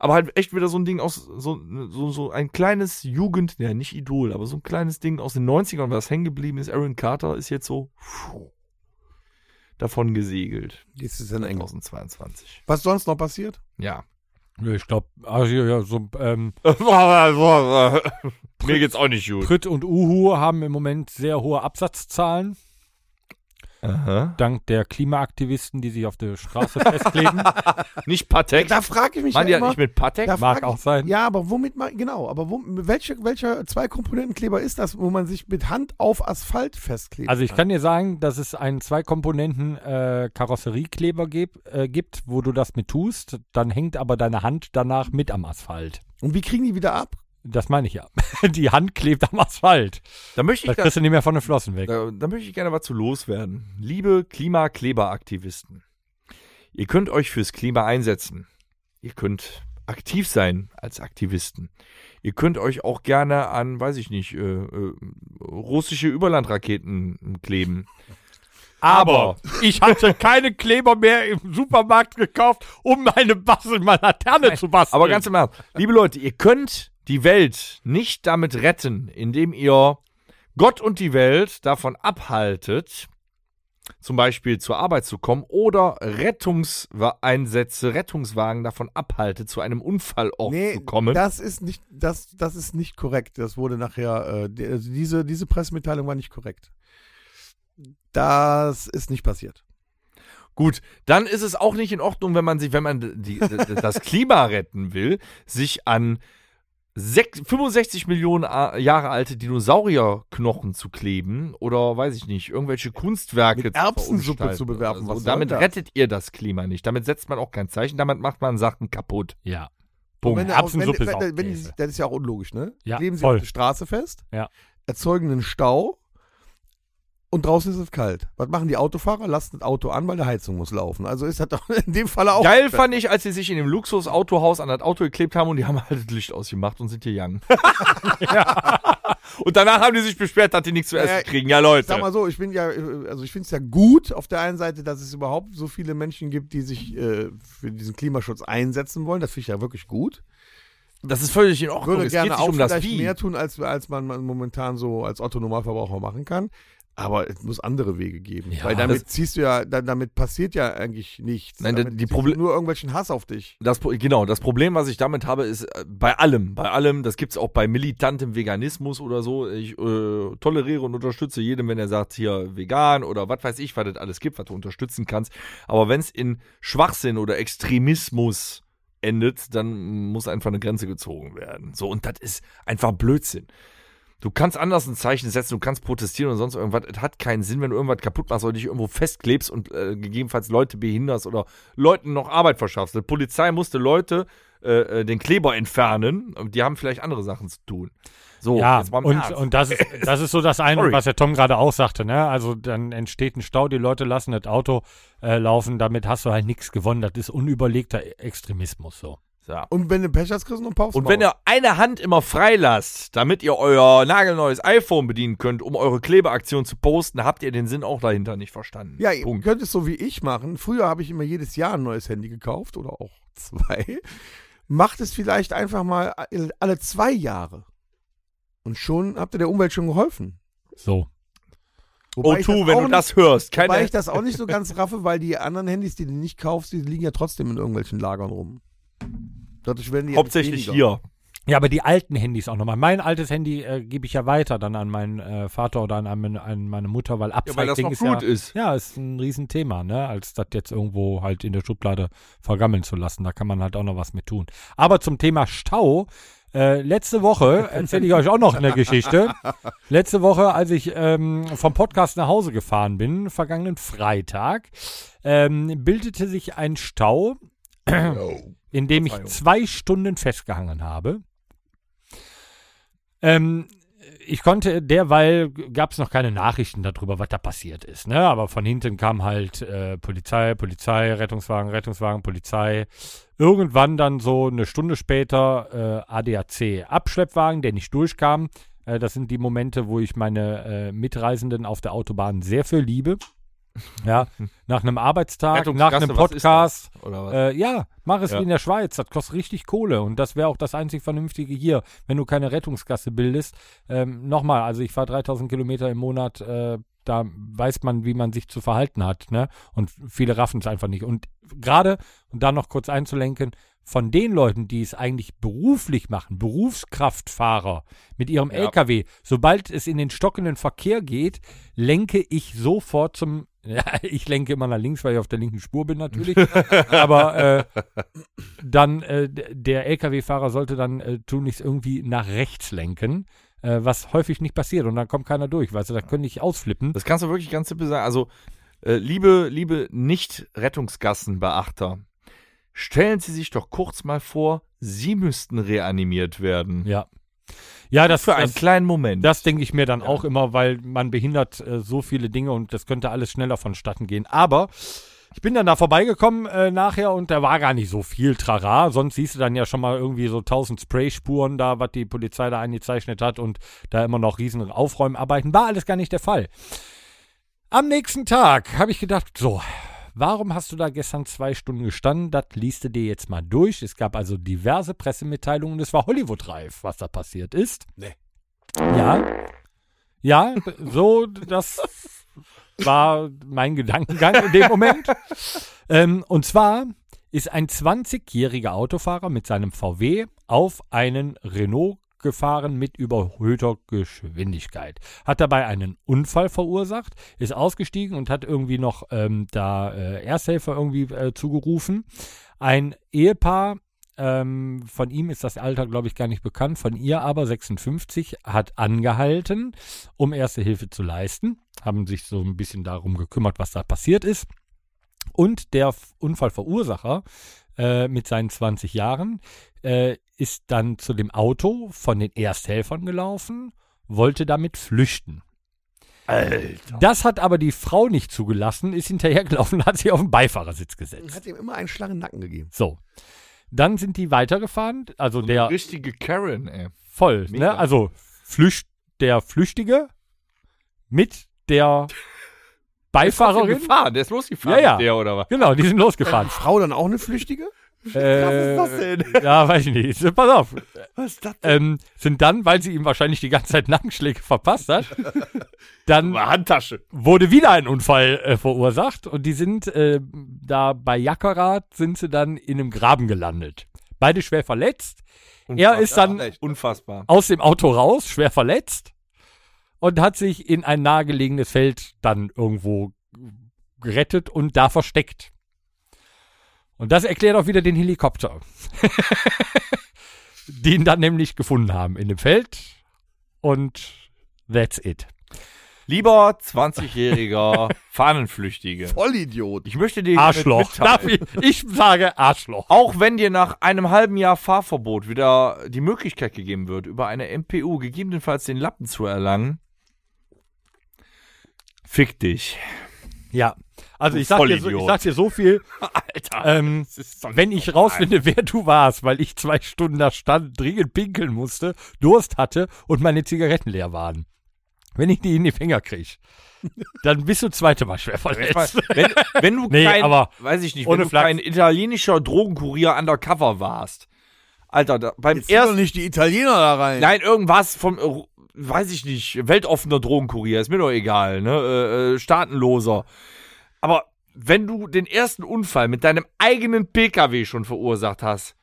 S4: Aber halt echt wieder so ein Ding aus, so, so, so ein kleines Jugend, ja, nicht Idol, aber so ein kleines Ding aus den 90ern, was hängen geblieben ist. Aaron Carter ist jetzt so pfuh, davon gesegelt.
S3: Jetzt ist es ein Engel.
S4: 2022.
S3: Was sonst noch passiert?
S4: Ja.
S2: Ich glaube, also, ja, ja, so, ähm,
S4: Mir geht's auch nicht gut.
S2: Pritt und Uhu haben im Moment sehr hohe Absatzzahlen,
S4: Aha.
S2: dank der Klimaaktivisten, die sich auf der Straße festkleben.
S4: Nicht Patek.
S3: Da frage ich mich
S4: Meint
S3: ja
S4: ihr
S3: immer.
S4: nicht mit Patek?
S3: da
S2: Mag
S3: frag ich-
S2: auch sein.
S3: Ja, aber womit man, genau, aber wo, welche, welcher Zwei-Komponenten-Kleber ist das, wo man sich mit Hand auf Asphalt festklebt?
S2: Also ich kann dir sagen, dass es einen Zwei-Komponenten-Karosseriekleber geb- äh, gibt, wo du das mit tust, dann hängt aber deine Hand danach mit am Asphalt.
S3: Und wie kriegen die wieder ab?
S2: Das meine ich ja. Die Hand klebt am Asphalt.
S4: Da möchte
S2: Da
S4: ich, da,
S2: kriegst du nicht mehr von den Flossen weg.
S4: Äh, da, da möchte ich gerne was zu loswerden. Liebe Klimakleberaktivisten, ihr könnt euch fürs Klima einsetzen. Ihr könnt aktiv sein als Aktivisten. Ihr könnt euch auch gerne an, weiß ich nicht, äh, äh, russische Überlandraketen kleben.
S2: Aber ich hatte keine Kleber mehr im Supermarkt gekauft, um meine Bastel, meine Laterne zu basteln.
S4: Aber ganz im Ernst, liebe Leute, ihr könnt die Welt nicht damit retten, indem ihr Gott und die Welt davon abhaltet, zum Beispiel zur Arbeit zu kommen oder Rettungseinsätze, Rettungswagen davon abhaltet, zu einem Unfallort zu kommen.
S3: das ist nicht, das, das ist nicht korrekt. Das wurde nachher, äh, die- also diese, diese Pressemitteilung war nicht korrekt. Das ist nicht passiert.
S4: Gut, dann ist es auch nicht in Ordnung, wenn man sich, wenn man die, die, das Klima retten will, sich an sech- 65 Millionen A- Jahre alte Dinosaurierknochen zu kleben oder weiß ich nicht, irgendwelche Kunstwerke
S3: Mit Erbsensuppe
S4: verunstalten
S3: zu bewerfen,
S4: oder
S3: was
S4: So.
S3: soll
S4: Damit
S3: das?
S4: rettet ihr das Klima nicht. Damit setzt man auch kein Zeichen, damit macht man Sachen kaputt.
S2: Ja.
S3: Und
S2: Punkt.
S3: wenn-
S2: Erbsensuppe
S3: wenn,
S2: ist auch
S3: wenn, wenn, die
S2: Käse.
S3: sich- Das ist ja auch unlogisch, ne?
S2: Ja,
S3: Kleben sie
S2: voll.
S3: auf der Straße fest,
S2: Ja.
S3: erzeugen einen Stau und draußen ist es kalt. Was machen die Autofahrer? Lassen das Auto an, weil die Heizung muss laufen. Also ist das doch in dem Fall auch.
S4: Geil fand ich, als sie sich in dem Luxusautohaus an das Auto geklebt haben und die haben halt das Licht ausgemacht und sind gegangen. Und danach haben die sich beschwert, dass die nichts zu essen
S3: Äh,
S4: kriegen. Ja, Leute.
S3: Ich sag mal so, ich bin ja, äh, also ich finde es ja gut auf der einen Seite, dass es überhaupt so viele Menschen gibt, die sich äh, für diesen Klimaschutz einsetzen wollen. Das finde ich ja wirklich gut.
S4: Das ist völlig in
S3: Ich
S4: Ordnung.
S3: würde
S4: es
S3: gerne
S4: geht
S3: auch
S4: nicht um das
S3: vielleicht
S4: Vieh.
S3: mehr tun, als, als man man momentan so als Otto-Normalverbraucher machen kann. Aber es muss andere Wege geben.
S2: Ja,
S3: Weil damit ziehst du ja, da, damit passiert ja eigentlich nichts.
S4: Nein,
S3: damit
S4: die
S3: ziehst du
S4: Proble-
S3: nur irgendwelchen Hass auf dich.
S4: Das, Pro- genau, das Problem, was ich damit habe, ist äh, bei allem, bei allem, das gibt's auch bei militantem Veganismus oder so. Ich äh, toleriere und unterstütze jedem, wenn er sagt, hier vegan oder was weiß ich, was das alles gibt, was du unterstützen kannst. Aber wenn es in Schwachsinn oder Extremismus endet, dann muss einfach eine Grenze gezogen werden. So, und das ist einfach Blödsinn. Du kannst anders ein Zeichen setzen, du kannst protestieren und sonst irgendwas. Es hat keinen Sinn, wenn du irgendwas kaputt machst oder dich irgendwo festklebst und äh, gegebenenfalls Leute behinderst oder Leuten noch Arbeit verschaffst. Die Polizei musste Leute äh, äh, den Kleber entfernen und die haben vielleicht andere Sachen zu tun. So,
S2: ja,
S4: jetzt mal im
S2: und,
S4: Ernst.
S2: und das, ist, das ist so das eine,
S4: Sorry.
S2: was der Tom gerade auch sagte. Ne? Also dann entsteht ein Stau, die Leute lassen das Auto äh, laufen, damit hast du halt nichts gewonnen. Das ist unüberlegter Extremismus so.
S4: So.
S3: Und wenn du Pech hast, kriegst du noch einen Paus.
S4: Und wenn ihr eine Hand immer frei lasst, damit ihr euer nagelneues iPhone bedienen könnt, um eure Klebeaktion zu posten, habt ihr den Sinn auch dahinter nicht verstanden.
S3: Ja, ihr
S4: Punkt.
S3: könnt es so wie ich machen. Früher habe ich immer jedes Jahr ein neues Handy gekauft oder auch zwei. Macht es vielleicht einfach mal alle zwei Jahre. Und schon habt ihr der Umwelt schon geholfen.
S2: So.
S4: Oh,
S3: Wobei ich
S4: tu, wenn
S3: auch
S4: du
S3: nicht-
S4: das hörst.
S3: Wobei
S4: Keine,
S3: ich das auch nicht so ganz raffe, weil die anderen Handys, die du nicht kaufst, die liegen ja trotzdem in irgendwelchen Lagern rum. Dadurch werden die ja nicht
S4: hauptsächlich
S3: weniger.
S4: hier.
S2: Ja, aber die alten Handys auch nochmal. Mein altes Handy äh, gebe ich ja weiter dann an meinen äh, Vater oder an, an, an meine Mutter, weil
S4: Ja, weil das
S2: Upcycling
S4: noch
S2: ist
S4: gut
S2: ja,
S4: ist.
S2: ja, ist ein Riesenthema, ne? Als das jetzt irgendwo halt in der Schublade vergammeln zu lassen. Da kann man halt auch noch was mit tun. Aber zum Thema Stau. Äh, letzte Woche erzähle ich euch auch noch eine Geschichte. Letzte Woche, als ich ähm, vom Podcast nach Hause gefahren bin, vergangenen Freitag, ähm, bildete sich ein Stau
S1: No.
S2: in dem ich zwei Stunden festgehangen habe. Ähm, ich konnte derweil, gab es noch keine Nachrichten darüber, was da passiert ist. Ne? Aber von hinten kam halt äh, Polizei, Polizei, Rettungswagen, Rettungswagen, Polizei. Irgendwann dann so eine Stunde später äh, ADAC-Abschleppwagen, der nicht durchkam. Äh, das sind die Momente, wo ich meine äh, Mitreisenden auf der Autobahn sehr für liebe. Ja, nach einem Arbeitstag, nach
S4: Rettungsgasse,
S2: einem
S4: was ist
S2: Podcast.
S4: das? Oder was?
S2: Äh, ja, mach es
S4: Ja.
S2: wie in der Schweiz. Das kostet richtig Kohle. Und das wäre auch das einzig Vernünftige hier, wenn du keine Rettungsgasse bildest. Ähm, Nochmal, also ich fahre 3000 Kilometer im Monat. Äh, da weiß man, wie man sich zu verhalten hat. Ne? Und viele raffen es einfach nicht. Und gerade, und da noch kurz einzulenken, von den Leuten, die es eigentlich beruflich machen, Berufskraftfahrer mit ihrem
S4: Ja.
S2: LKW, sobald es in den stockenden Verkehr geht, lenke ich sofort zum. Ja, ich lenke immer nach links, weil ich auf der linken Spur bin natürlich. aber äh, dann äh, d- der LKW-Fahrer sollte dann äh, tunlichst irgendwie nach rechts lenken, äh, was häufig nicht passiert und dann kommt keiner durch, weißt du, da könnte ich ausflippen.
S4: Das kannst du wirklich ganz simpel sagen. Also, äh, liebe, liebe Nicht-Rettungsgassenbeachter, stellen Sie sich doch kurz mal vor, Sie müssten reanimiert werden.
S2: ja. Ja, das,
S4: Für einen
S2: das,
S4: kleinen Moment.
S2: das denke ich mir dann auch immer, weil man behindert äh, so viele Dinge und das könnte alles schneller vonstatten gehen. Aber ich bin dann da vorbeigekommen äh, nachher und da war gar nicht so viel Trara. Sonst siehst du dann ja schon mal irgendwie so 1000 Sprayspuren da, was die Polizei da eingezeichnet hat und da immer noch riesen Aufräumarbeiten. War alles gar nicht der Fall. Am nächsten Tag habe ich gedacht, so, warum hast du da gestern zwei Stunden gestanden? Das liest du dir jetzt mal durch. Es gab also diverse Pressemitteilungen. Es war Hollywood-reif, was da passiert ist.
S3: Nee.
S2: Ja. Ja, d- so, das war mein Gedankengang in dem Moment. ähm, und zwar ist ein 20-jähriger Autofahrer mit seinem VW auf einen Renault gefahren mit überhöhter Geschwindigkeit. Hat dabei einen Unfall verursacht, ist ausgestiegen und hat irgendwie noch ähm, da äh, Ersthelfer irgendwie äh, zugerufen. Ein Ehepaar, ähm, von ihm ist das Alter, glaube ich, gar nicht bekannt, von ihr aber 56, hat angehalten, um erste Hilfe zu leisten, haben sich so ein bisschen darum gekümmert, was da passiert ist. Und der F- Unfallverursacher äh, mit seinen 20 Jahren äh, ist dann zu dem Auto von den Ersthelfern gelaufen, wollte damit flüchten.
S4: Alter.
S2: Das hat aber die Frau nicht zugelassen, ist hinterhergelaufen und hat sich auf den Beifahrersitz gesetzt.
S3: Hat ihm immer einen Schlag in den Nacken gegeben.
S2: So. Dann sind die weitergefahren, also der
S4: Richtige Karen, ey.
S2: voll,
S4: Mega.
S2: ne? Also flücht, der Flüchtige mit der Beifahrerin.
S4: gefahren, der ist losgefahren,
S2: Ja, ja.
S4: der oder was?
S2: Genau, die sind losgefahren.
S3: Frau dann auch eine Flüchtige?
S2: äh,
S4: Was ist das denn?
S2: Ja, weiß ich nicht. Pass auf.
S4: Was ist das
S2: Ähm, sind dann, weil sie ihm wahrscheinlich die ganze Zeit Nackenschläge verpasst hat, dann
S4: Handtasche.
S2: wurde wieder ein Unfall äh, verursacht und die sind äh, da bei Jackerat sind sie dann in einem Graben gelandet. Beide schwer verletzt. er Äh, ist dann
S4: Unfassbar.
S2: aus dem Auto raus, schwer verletzt und hat sich in ein nahegelegenes Feld dann irgendwo gerettet und da versteckt. Und das erklärt auch wieder den Helikopter, die ihn dann nämlich gefunden haben in dem Feld und that's it.
S4: Lieber 20-jähriger Fahnenflüchtige.
S3: Vollidiot.
S4: Ich möchte dir hiermit
S2: Arschloch.
S4: mitteilen.
S2: Darf ich, ich sage Arschloch.
S4: Auch wenn dir nach einem halben Jahr Fahrverbot wieder die Möglichkeit gegeben wird, über eine MPU gegebenenfalls den Lappen zu erlangen, fick dich.
S2: Ja, also
S4: Du
S2: ich sag, dir so,
S4: Vollidiot.
S2: ich sag dir so viel,
S4: Alter.
S2: ähm,
S4: das ist doch
S2: wenn
S4: nicht
S2: ich
S4: normal.
S2: rausfinde, wer du warst, weil ich zwei Stunden da stand, dringend pinkeln musste, Durst hatte und meine Zigaretten leer waren. Wenn ich die in die Finger kriege, dann bist du zweite Mal schwer
S4: Jetzt mal,
S2: verletzt.
S4: Wenn, wenn du
S2: Nee,
S4: kein,
S2: aber
S4: weiß ich nicht,
S2: ohne
S4: wenn du
S2: Flachs.
S4: kein italienischer Drogenkurier undercover warst. Alter, da, beim ersten
S3: nicht die Italiener da rein.
S4: Nein, irgendwas vom, äh, weiß ich nicht, weltoffener Drogenkurier, ist mir doch egal, ne? Äh, äh, staatenloser. Aber wenn du den ersten Unfall mit deinem eigenen Pkw schon verursacht hast,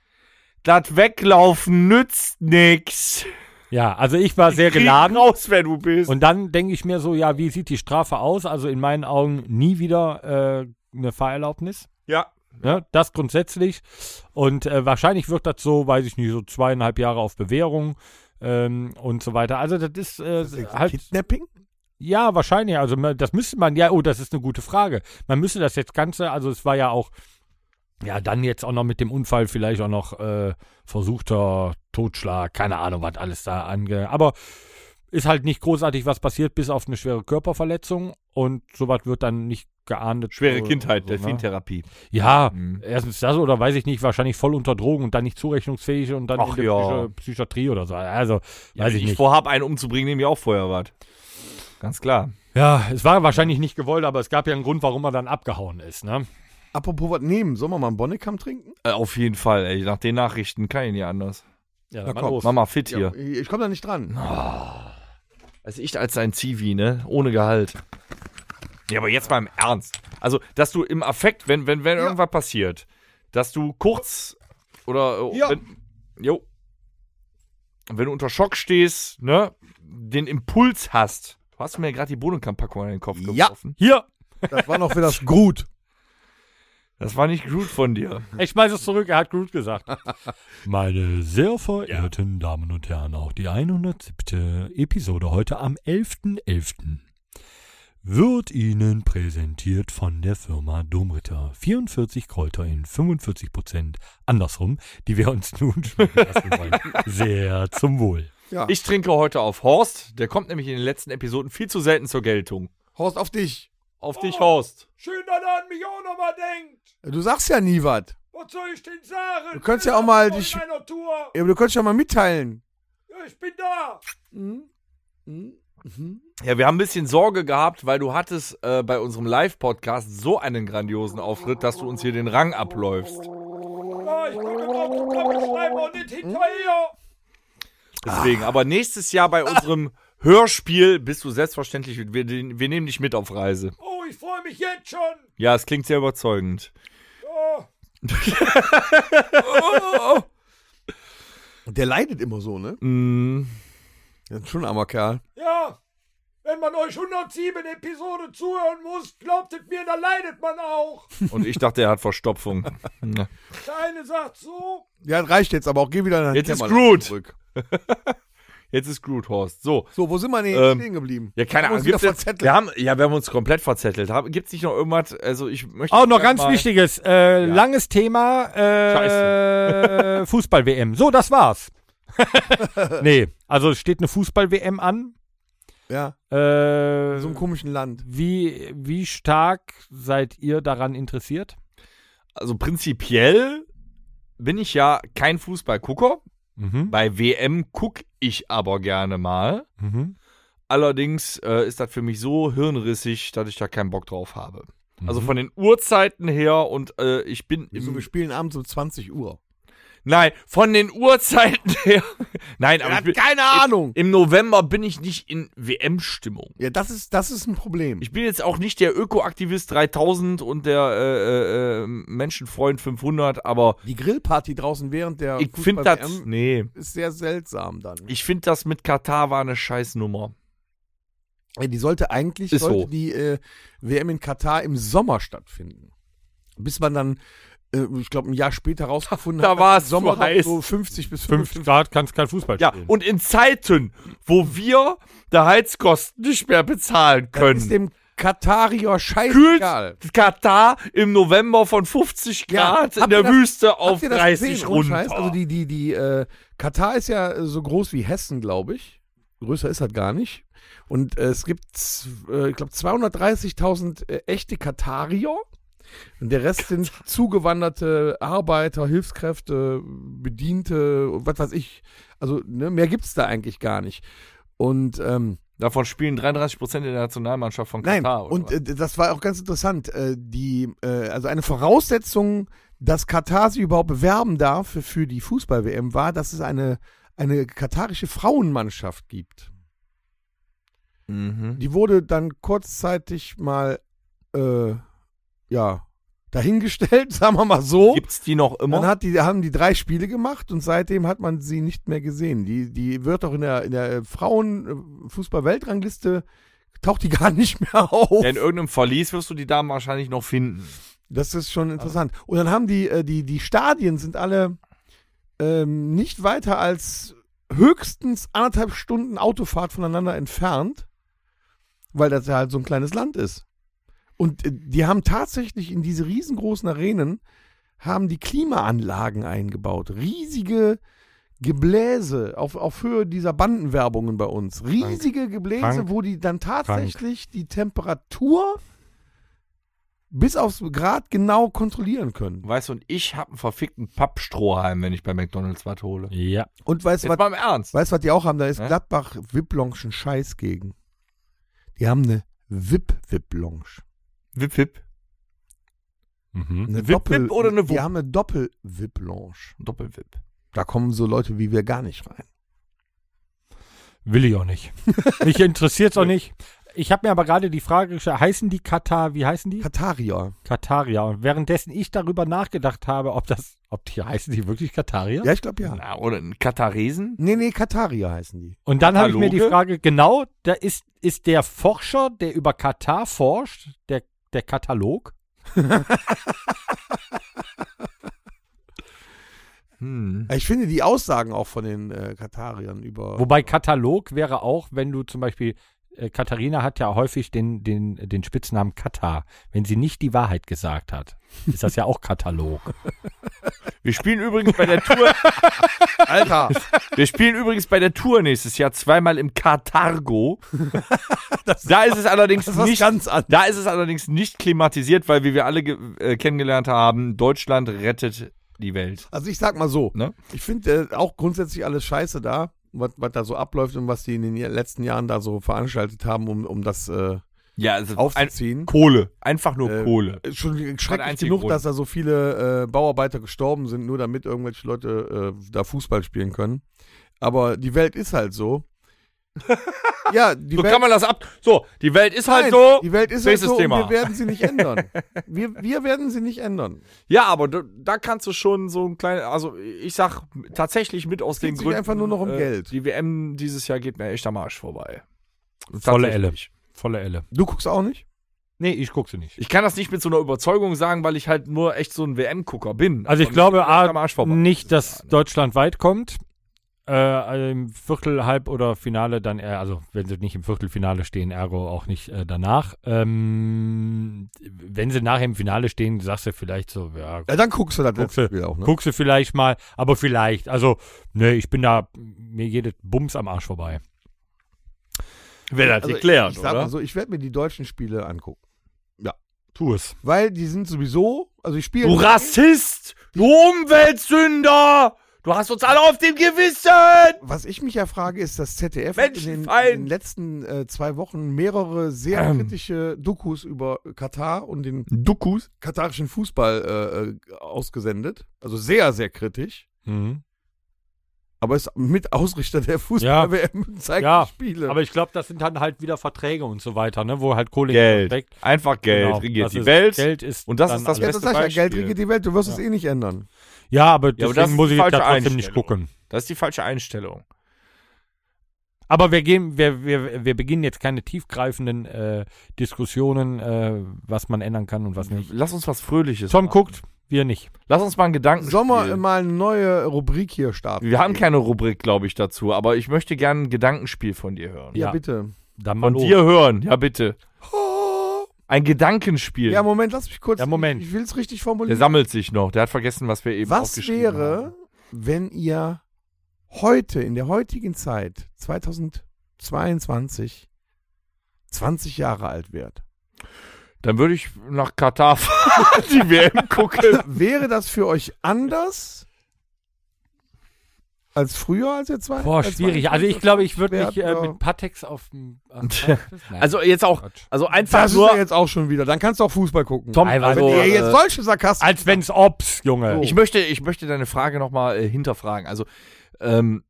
S4: das Weglaufen nützt nix.
S2: Ja, also ich war sehr
S4: Krieg
S2: geladen.
S4: raus, wer du bist.
S2: Und dann denke ich mir so, ja, wie sieht die Strafe aus? Also in meinen Augen nie wieder äh, eine Fahrerlaubnis.
S4: ja.
S2: Ne? Das grundsätzlich. Und äh, wahrscheinlich wird das so, weiß ich nicht, so zweieinhalb Jahre auf Bewährung ähm, und so weiter. Also das ist, äh, halt,
S3: Kidnapping?
S2: ja, wahrscheinlich. Also man- das müsste man, ja, oh, das ist eine gute Frage. Man müsste das jetzt Ganze, also es war ja auch, ja, dann jetzt auch noch mit dem Unfall vielleicht auch noch äh, versuchter Totschlag, keine Ahnung, was alles da ange... Aber ist halt nicht großartig was passiert, bis auf eine schwere Körperverletzung und sowas wird dann nicht geahndet.
S4: Schwere
S2: So-
S4: Kindheit,
S2: so, ne?
S4: Delfintherapie.
S2: Ja,
S4: Mhm.
S2: erstens das oder weiß ich nicht, wahrscheinlich voll unter Drogen und dann nicht zurechnungsfähig und dann
S4: Ach
S2: in der
S4: ja.
S2: Psychi- Psychiatrie oder so. Also,
S4: Ja,
S2: weiß
S4: wenn
S2: ich nicht.
S4: vorhab, einen umzubringen, nehme ich auch vorher was. Ganz klar.
S2: Ja, es war wahrscheinlich nicht gewollt, aber es gab ja einen Grund, warum er dann abgehauen ist, ne?
S3: Apropos was nehmen, sollen wir mal einen Bonnekamp trinken?
S4: Äh, auf jeden Fall, ey. Nach den Nachrichten kann ich nicht anders.
S2: Ja,
S3: Na
S2: dann mal
S3: komm,
S2: los.
S4: Mach mal fit hier.
S3: Ja, ich komme da nicht dran.
S4: Also ich als ein Zivi, ne? Ohne Gehalt. Ja, aber jetzt mal im Ernst. Also, dass du im Affekt, wenn, wenn, wenn irgendwas passiert, dass du kurz oder äh,
S3: Ja.
S4: wenn, jo, wenn du unter Schock stehst, ne, den Impuls hast. Du hast mir ja gerade die Bohnenkamp-Packung in den Kopf
S3: Ja.
S4: geworfen.
S2: Hier,
S3: Das war noch für das Gut.
S4: Das war nicht gut von dir.
S2: ich schmeiß es zurück, er hat gut gesagt. Meine sehr verehrten Damen und Herren, auch die 107. Episode heute am 11.11. wird Ihnen präsentiert von der Firma Domritter. 44 Kräuter in 45 Prozent andersrum, die wir uns nun schmecken lassen wollen. Sehr zum Wohl.
S3: Ja.
S4: Ich trinke heute auf Horst. Der kommt nämlich in den letzten Episoden viel zu selten zur Geltung.
S3: Horst, auf dich.
S4: Auf dich, Horst.
S2: Schön, dass er an mich auch nochmal denkt.
S3: Du sagst ja nie was.
S2: Was soll ich denn sagen?
S3: Du könntest ja auch mal dich.
S2: meiner Tour.
S3: Ja, aber du könntest ja mal mitteilen.
S2: Ich bin da.
S4: Ja, wir haben ein bisschen Sorge gehabt, weil du hattest äh, bei unserem Live-Podcast so einen grandiosen Auftritt, dass du uns hier den Rang abläufst.
S2: Ja, ich komme drauf zu kommen, schreibe auch nicht hinterher.
S4: Deswegen, aber nächstes Jahr bei unserem Hörspiel bist du selbstverständlich, wir, wir nehmen dich mit auf Reise.
S2: Oh, ich freue mich jetzt schon.
S4: Ja, es klingt sehr überzeugend.
S3: Und der leidet immer so, ne?
S4: Mm,
S3: Das ist schon ein armer Kerl.
S2: Ja, wenn man euch 107 Episoden zuhören muss, glaubt es mir, da leidet man auch.
S4: und ich dachte, er hat Verstopfung. Ja.
S2: Der eine sagt so.
S3: Ja, das reicht jetzt, aber auch geh wieder in dein
S4: Jetzt ist
S3: Kämmerlein
S4: Groot.
S3: zurück.
S4: Jetzt ist Groot Horst. So.
S3: So, wo sind wir denn
S4: Ähm,
S3: stehen geblieben?
S4: Ja,
S3: Haben
S4: keine
S3: wir
S4: Ahnung.
S3: uns wieder
S4: Gibt's jetzt,
S3: verzettelt?
S4: wir haben, ja, wir haben uns komplett verzettelt. Gibt es nicht noch irgendwas? Also ich möchte.
S2: Auch noch
S4: gerne
S2: ganz
S4: mal-
S2: wichtiges, äh, langes Thema, äh, Fußball-WM. So, das war's. nee, also es steht eine Fußball-WM an.
S3: Ja,
S2: Äh,
S3: in so einem komischen Land.
S2: wie, wie stark seid ihr daran interessiert?
S4: Also prinzipiell bin ich ja kein Fußballgucker.
S2: Mhm.
S4: Bei WM gucke ich aber gerne mal.
S2: Mhm.
S4: Allerdings äh, ist das für mich so hirnrissig, dass ich da keinen Bock drauf habe. Also
S2: Mhm.
S4: von den Uhrzeiten her und äh, ich bin
S3: So,
S4: im,
S3: wir spielen abends um 20 Uhr.
S4: Nein, von den Uhrzeiten her. Nein, aber
S3: Er
S4: ich
S3: hat
S4: bin,
S3: keine Ahnung.
S4: im November bin ich nicht in WM-Stimmung.
S3: Ja, das ist, das ist ein Problem.
S4: Ich bin jetzt auch nicht der Ökoaktivist 3000 und der äh, äh, äh, Menschenfreund 500, aber
S3: Die Grillparty draußen während der
S4: ich finde das.
S3: Fußball-WM
S4: Nee.
S3: ist sehr seltsam dann.
S4: Ich finde das mit Katar war eine Scheißnummer.
S3: Ey, die sollte eigentlich
S4: Ist
S3: sollte
S4: so.
S3: die äh, WM in Katar im Sommer stattfinden. Bis man dann, äh, ich glaube, ein Jahr später rausgefunden
S4: Da
S3: hat,
S4: war
S3: dass im
S4: es
S3: Sommer
S4: zu
S3: doch
S4: heiß.
S3: so 50 bis
S2: 5
S3: 55
S2: Grad kannst kein Fußball
S4: Ja,
S2: spielen.
S4: und in Zeiten, wo wir der Heizkosten nicht mehr bezahlen
S3: Dann Ist
S4: können,
S3: dem Katarier
S4: kühlt
S3: scheißegal.
S4: Katar im November von 50
S3: Ja,
S4: Grad in
S3: habt ihr
S4: der
S3: das-
S4: Wüste
S3: Habt
S4: auf
S3: ihr das
S4: 30
S3: gesehen, ohne Also
S4: runter.
S3: Scheiß? Also die, die, die, äh, Katar ist ja äh, so groß wie Hessen, glaube ich. Größer ist das gar nicht. Und äh, es gibt, äh, ich glaube, 230.000 äh, echte Katarier. Und der Rest sind zugewanderte Arbeiter, Hilfskräfte, Bediente, was weiß ich. Also ne, mehr gibt es da eigentlich gar nicht. Und ähm,
S4: Davon spielen 33% in der Nationalmannschaft von Katar.
S3: Nein,
S4: oder
S3: und
S4: was?
S3: äh, das war auch ganz interessant. Äh, die, äh, also eine Voraussetzung, dass Katar sich überhaupt bewerben darf für, für die Fußball-WM, war, dass es eine, eine katarische Frauenmannschaft gibt.
S4: mhm.
S3: Die wurde dann kurzzeitig mal, äh, ja, dahingestellt, sagen wir mal so.
S4: Gibt's die noch immer?
S3: Oh. Dann hat die, haben die drei Spiele gemacht und seitdem hat man sie nicht mehr gesehen. Die, die wird auch in der, in der Frauen-Fußball-Weltrangliste, taucht die gar nicht mehr auf.
S4: ja, in irgendeinem Verlies wirst du die Damen wahrscheinlich noch finden.
S3: Das ist schon interessant. Und dann haben die, äh, die, die Stadien sind alle ähm, nicht weiter als höchstens anderthalb Stunden Autofahrt voneinander entfernt, weil das ja halt so ein kleines Land ist. Und äh, die haben tatsächlich in diese riesengroßen Arenen haben die Klimaanlagen eingebaut. Riesige Gebläse auf, auf Höhe dieser Bandenwerbungen bei uns. Riesige Gebläse,
S2: Frank.
S3: wo die dann tatsächlich die Temperatur bis aufs Grad genau kontrollieren können.
S4: Weißt du, und ich hab einen verfickten Pappstrohhalm, wenn ich bei McDonalds was hole.
S2: Ja.
S3: Und weißt du, was
S4: Jetzt mal im Ernst.
S3: Weißt du, was die auch haben? Da ist
S4: Ja?
S3: Gladbach Wipplongschen Scheiß gegen. Die haben eine Wip-Wip-Longe.
S4: Wip, wip.
S2: Mhm.
S3: Eine
S4: Wip-Wip oder eine Wupp?
S3: Die haben eine Doppel-Wip-Longe.
S4: Doppelwip.
S3: Da kommen so Leute wie wir gar nicht rein.
S2: Will ich auch nicht. Mich interessiert's auch nicht. Ich habe mir aber gerade die Frage gestellt, heißen die Katar, wie heißen die?
S3: Katarier.
S2: Kataria. Und währenddessen ich darüber nachgedacht habe, ob das, ob die heißen die wirklich Kataria?
S3: Ja, ich glaube ja.
S4: Na, oder ein Kataresen?
S3: Nee, nee, Katarier heißen die.
S2: Und dann habe ich mir die
S4: Kataloge?
S2: Frage, genau, da ist, ist der Forscher, der über Katar forscht, der, der Katalog?
S4: Hm.
S3: Ich finde die Aussagen auch von den äh, Katariern über.
S2: Wobei Katalog wäre auch, wenn du zum Beispiel, äh, Katharina hat ja häufig den, den, den Spitznamen Katar, wenn sie nicht die Wahrheit gesagt hat. Ist das ja auch Katalog.
S4: Wir spielen übrigens bei der Tour,
S3: Alter,
S4: wir spielen übrigens bei der Tour nächstes Jahr zweimal im Katargo. da ist es allerdings
S3: das ist was
S4: nicht,
S3: ganz anderes.
S4: da ist es allerdings nicht klimatisiert, weil wie wir alle ge- äh, kennengelernt haben, Deutschland rettet die Welt.
S3: Also ich sag mal so,
S4: Ne?
S3: ich finde äh, auch grundsätzlich alles scheiße da, was was da so abläuft und was die in den letzten Jahren da so veranstaltet haben, um, um das äh,
S4: Ja, also ein,
S3: aufzuziehen.
S4: Kohle, einfach nur
S3: Äh,
S4: Kohle.
S3: Ist schon schrecklich
S4: einzigen
S3: genug,
S4: Grund.
S3: dass da so viele äh, Bauarbeiter gestorben sind, nur damit irgendwelche Leute äh, da Fußball spielen können. Aber die Welt ist halt so. ja, die
S4: So
S3: Welt,
S4: kann man das ab. So, die Welt ist
S3: Nein,
S4: halt so.
S3: Die Welt ist halt
S4: Nächstes
S3: so
S4: Thema.
S3: und wir werden sie nicht ändern. Wir, wir werden sie nicht ändern.
S4: Ja, aber da, da kannst du schon so ein kleines, also ich sag tatsächlich mit aus den
S3: geht sich
S4: Gründen. äh,
S3: einfach nur noch um Geld.
S4: Die WM dieses Jahr geht mir echt am Arsch vorbei.
S2: Volle Elle.
S4: Tatsächlich.
S2: Volle Elle.
S3: Du guckst auch nicht?
S2: Nee, ich gucke sie nicht.
S4: Ich kann das nicht mit so einer Überzeugung sagen, weil ich halt nur echt so ein WM-Gucker bin.
S2: Also ich
S4: Aber
S2: glaube
S4: mir geht's echt
S2: A, nicht, dass Deutschland weit kommt. Äh, also Im Viertel, Halb oder Finale dann eher, also wenn sie nicht im Viertelfinale stehen, ergo auch nicht äh, danach. Ähm, wenn sie nachher im Finale stehen, sagst du vielleicht so, ja,
S3: Ja, dann guckst du das
S2: Guckst
S3: letzte
S2: du.
S3: Spiel auch, ne?
S2: guckst du vielleicht mal, aber vielleicht. Also, nee, ich bin da, mir jedes Bums am Arsch vorbei.
S4: Wäre das
S3: Also
S4: geklärt,
S3: ich, ich sag
S4: oder?
S3: mal so, ich werde mir die deutschen Spiele angucken.
S2: Tu es.
S3: Weil die sind sowieso, also ich spiele.
S4: du Rassist! Du Umweltsünder! Du hast uns alle auf dem Gewissen!
S3: Was ich mich ja frage, ist, dass ZDF in den, in
S4: Menschenfeind.
S3: den letzten äh, zwei Wochen mehrere sehr
S4: Ähm.
S3: kritische Dokus über Katar und den
S4: Dukus?
S3: katarischen Fußball äh, äh, ausgesendet. Also sehr, sehr kritisch.
S2: Mhm.
S3: Aber ist mit Ausrichter der Fußball-WM und zeigt
S2: Ja,
S3: die Spiele.
S2: Aber ich glaube, das sind dann halt wieder Verträge und so weiter, ne, wo halt Kohle
S4: Geld.
S2: steckt.
S4: Einfach Geld.
S2: Genau,
S4: Regiert
S2: das
S4: die
S2: ist-
S4: Welt.
S2: Geld ist
S4: Und das
S2: dann
S4: ist das
S2: alles.
S3: ja,
S4: beste
S3: das sag ich ja, Geld
S4: Beispiel.
S3: regelt die Welt, du wirst es eh nicht ändern.
S2: Ja, aber
S4: Ja, aber
S2: deswegen
S4: das ist
S2: muss ich da
S4: die falsche
S2: trotzdem nicht
S4: Einstellung.
S2: gucken.
S4: Das ist die falsche Einstellung.
S2: Aber wir, gehen, wir, wir, wir beginnen jetzt keine tiefgreifenden äh, Diskussionen, äh, was man ändern kann und was nicht.
S4: Lass uns was Fröhliches
S2: Tom
S4: machen.
S2: guckt, wir nicht.
S4: Lass uns mal einen Gedanken.
S3: Sollen wir mal eine neue Rubrik hier starten?
S4: Wir haben keine Rubrik, glaube ich, dazu, aber ich möchte gerne ein Gedankenspiel von dir hören.
S3: Ja,
S2: Ja.
S3: bitte.
S2: Dann mal
S4: Von
S2: los.
S4: dir hören, ja bitte. Ein Gedankenspiel.
S3: Ja, Moment, lass mich kurz.
S2: Ja, Moment.
S3: Ich, ich will es richtig
S4: der
S3: formulieren.
S4: sammelt sich noch. Der hat vergessen, was wir eben
S3: Was
S4: aufgeschrieben
S3: wäre,
S4: haben.
S3: wenn ihr heute, in der heutigen Zeit, 2024, 22 20 Jahre alt wird,
S5: Dann würde ich nach Katar fahren, die WM gucken.
S3: wäre das für euch anders als früher, als ihr zwei?
S2: Boah,
S3: als
S2: schwierig.
S3: 22
S2: Also ich glaube, ich würde
S3: wert,
S2: mich äh,
S3: ja.
S2: mit Patex auf dem... auf dem- Nein.
S4: Also jetzt auch,
S2: Quatsch.
S4: also einfach
S3: Das ist ja
S4: nur,
S3: jetzt auch schon wieder. Dann kannst du auch Fußball gucken.
S2: Tom,
S4: Nein,
S2: also,
S3: Wenn ihr
S4: äh,
S3: jetzt solche Sarkasmus.
S2: als wenn's ob's, Junge.
S3: So.
S4: ich möchte, ich möchte deine Frage nochmal äh, hinterfragen. Also ähm,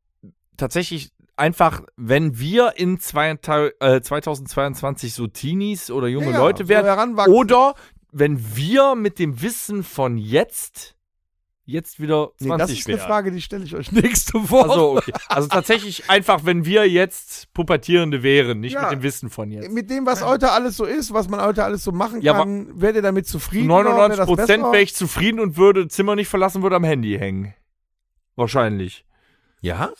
S4: tatsächlich einfach, wenn wir in zwei, äh, 2022 so Teenies oder junge
S3: Ja,
S4: Leute
S3: so
S4: werden,
S3: heranwachsen.
S4: Oder wenn wir mit dem Wissen von jetzt jetzt wieder 20
S3: nee, das ist eine
S4: wären.
S3: Frage, die stelle ich euch nächste Woche.
S4: Also, okay. also tatsächlich einfach, wenn wir jetzt Pubertierende wären, nicht
S3: Ja.
S4: mit dem Wissen von jetzt.
S3: mit dem, was heute alles so ist, was man heute alles so machen
S4: Ja,
S3: kann, wärt ihr damit zufrieden? genau Wäre das
S4: 99 Prozent
S3: besser?
S4: wäre ich zufrieden und würde Zimmer nicht verlassen, würde am Handy hängen. Wahrscheinlich.
S3: Ja?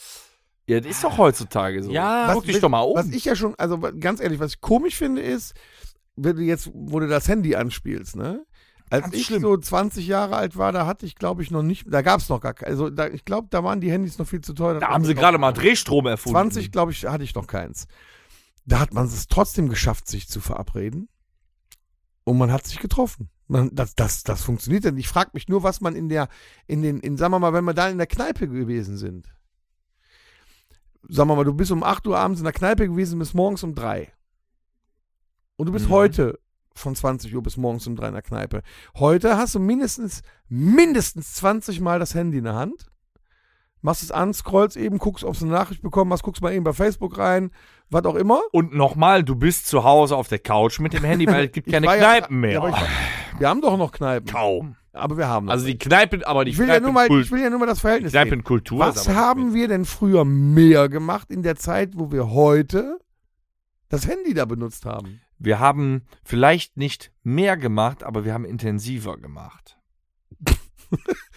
S4: Ja, das ist doch heutzutage so.
S2: Ja,
S4: guck dich doch mal
S3: Was
S4: um.
S3: ich ja schon, also wa- ganz ehrlich, was ich komisch finde, ist, wenn du jetzt, wo du das Handy anspielst, ne? Als
S4: Ganz
S3: ich
S4: schlimm.
S3: so 20 Jahre alt war, da hatte ich, glaube ich, noch nicht, da gab es noch gar keine, also da, ich glaube, da waren die Handys noch viel zu teuer.
S4: Da haben sie gerade mal Drehstrom erfunden.
S3: 20, glaube ich, hatte ich noch keins. Da hat man es trotzdem geschafft, sich zu verabreden. Und man hat sich getroffen. Man, das, das, das funktioniert denn. Ich frage mich nur, was man in der, in den, in, sagen wir mal, wenn wir da in der Kneipe gewesen sind. Sagen wir mal, du bist um 8 Uhr abends in der Kneipe gewesen, bis morgens um 3. Und du bist
S4: Mhm.
S3: heute von 20 Uhr bis morgens um 3 in der Kneipe. Heute hast du mindestens, mindestens 20 Mal das Handy in der Hand machst es an, scrollst eben, guckst, ob du eine Nachricht bekommen hast, guckst mal eben bei Facebook rein, was auch immer.
S4: Und nochmal, du bist zu Hause auf der Couch mit dem Handy, weil es gibt
S3: Ich
S4: keine
S3: war ja-
S4: Kneipen mehr.
S3: Ja, aber ich, wir haben doch noch Kneipen,
S4: Kaum.
S3: aber wir haben noch.
S4: Also die Kneipen, aber die
S3: ich, will ja nur mal,
S4: Kneipenkult-
S3: ich will ja nur mal das Verhältnis sehen.
S4: Kneipenkultur.
S3: Was
S4: ist aber-
S3: haben wir denn früher mehr gemacht in der Zeit, wo wir heute das Handy da benutzt haben?
S4: Wir haben vielleicht nicht mehr gemacht, aber wir haben intensiver gemacht.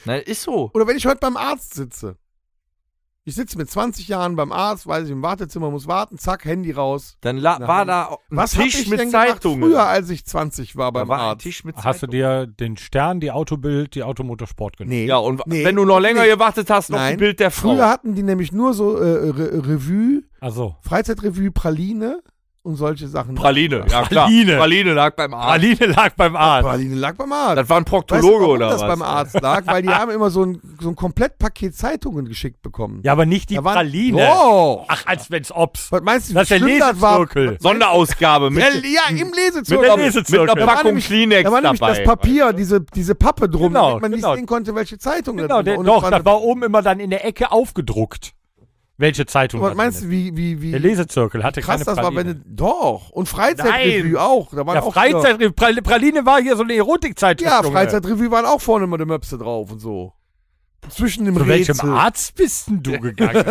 S4: Nein, ist so.
S3: Oder wenn ich heute beim Arzt sitze. Ich sitze mit 20 Jahren beim Arzt, weiß ich, im Wartezimmer muss warten, zack, Handy raus.
S4: Dann la
S3: Na,
S4: war da ein
S3: Was hab
S4: Tisch
S3: ich
S4: mit
S3: denn gemacht
S4: Zeitungen.
S3: früher, als ich 20 war
S4: da
S3: beim
S4: war ein
S3: Arzt?
S4: Tisch mit
S2: Hast du
S4: Zeitungen.
S2: dir den Stern, die Autobild, die Automotorsport genommen?
S3: Nee.
S4: Ja, und
S3: Nee.
S4: wenn du noch länger
S3: Nee.
S4: gewartet hast, noch
S3: Nein.
S4: ein Bild der Frau.
S3: Früher hatten die nämlich nur so äh, Re Revue,
S2: Also,
S3: Freizeitrevue, Praline und solche Sachen.
S4: Praline, ja klar.
S2: Praline.
S4: lag beim Arzt.
S2: Aline lag beim Arzt.
S3: Ah. Praline lag beim Arzt.
S4: Das war ein
S3: Weißt du,
S4: Proktologe
S3: warum
S4: oder
S3: das
S4: was?
S3: beim Arzt lag, weil die haben immer so ein, so ein Komplettpaket Zeitungen geschickt bekommen.
S2: Ja, aber nicht die
S3: Da waren-
S2: Praline.
S3: Doch.
S2: Ach, als wenn's ob's.
S3: Was meinst du,
S2: Das ist der Lesezirkel.
S4: Sonderausgabe mit,
S3: Der, ja, im
S4: mit,
S3: Lesezirkel.
S4: einer, mit
S2: Lesezirkel.
S4: einer
S2: Da war
S4: Packung
S3: nämlich-
S4: Kleenex
S3: Da war nämlich
S4: dabei.
S3: das Papier, diese, diese Pappe drum,
S2: Genau,
S3: damit man
S2: genau.
S3: nicht sehen konnte, welche Zeitung
S2: Genau,
S3: drin
S2: der,
S3: Und
S2: doch,
S3: es
S2: das
S3: war
S2: war oben immer dann in der Ecke aufgedruckt. Welche Zeitung?
S3: eine, Was
S2: das
S3: meinst
S2: denn
S3: du, wie, wie,
S2: ist. ne? Der
S3: wie
S2: Lesezirkel hatte keine
S3: krass das war, wenn
S2: Praline.
S3: du, doch. Und Freizeitrevue
S4: Nein.
S3: auch. Da waren
S2: ja,
S3: auch
S2: Freizeit, Pra- Praline war hier so eine Erotikzeitung.
S3: Ja,
S2: Junge.
S3: Freizeitrevue waren auch vorne immer die Möpse drauf und so. Zwischen dem
S2: Zu welchem
S3: Rätsel.
S2: Arzt bist denn du gegangen?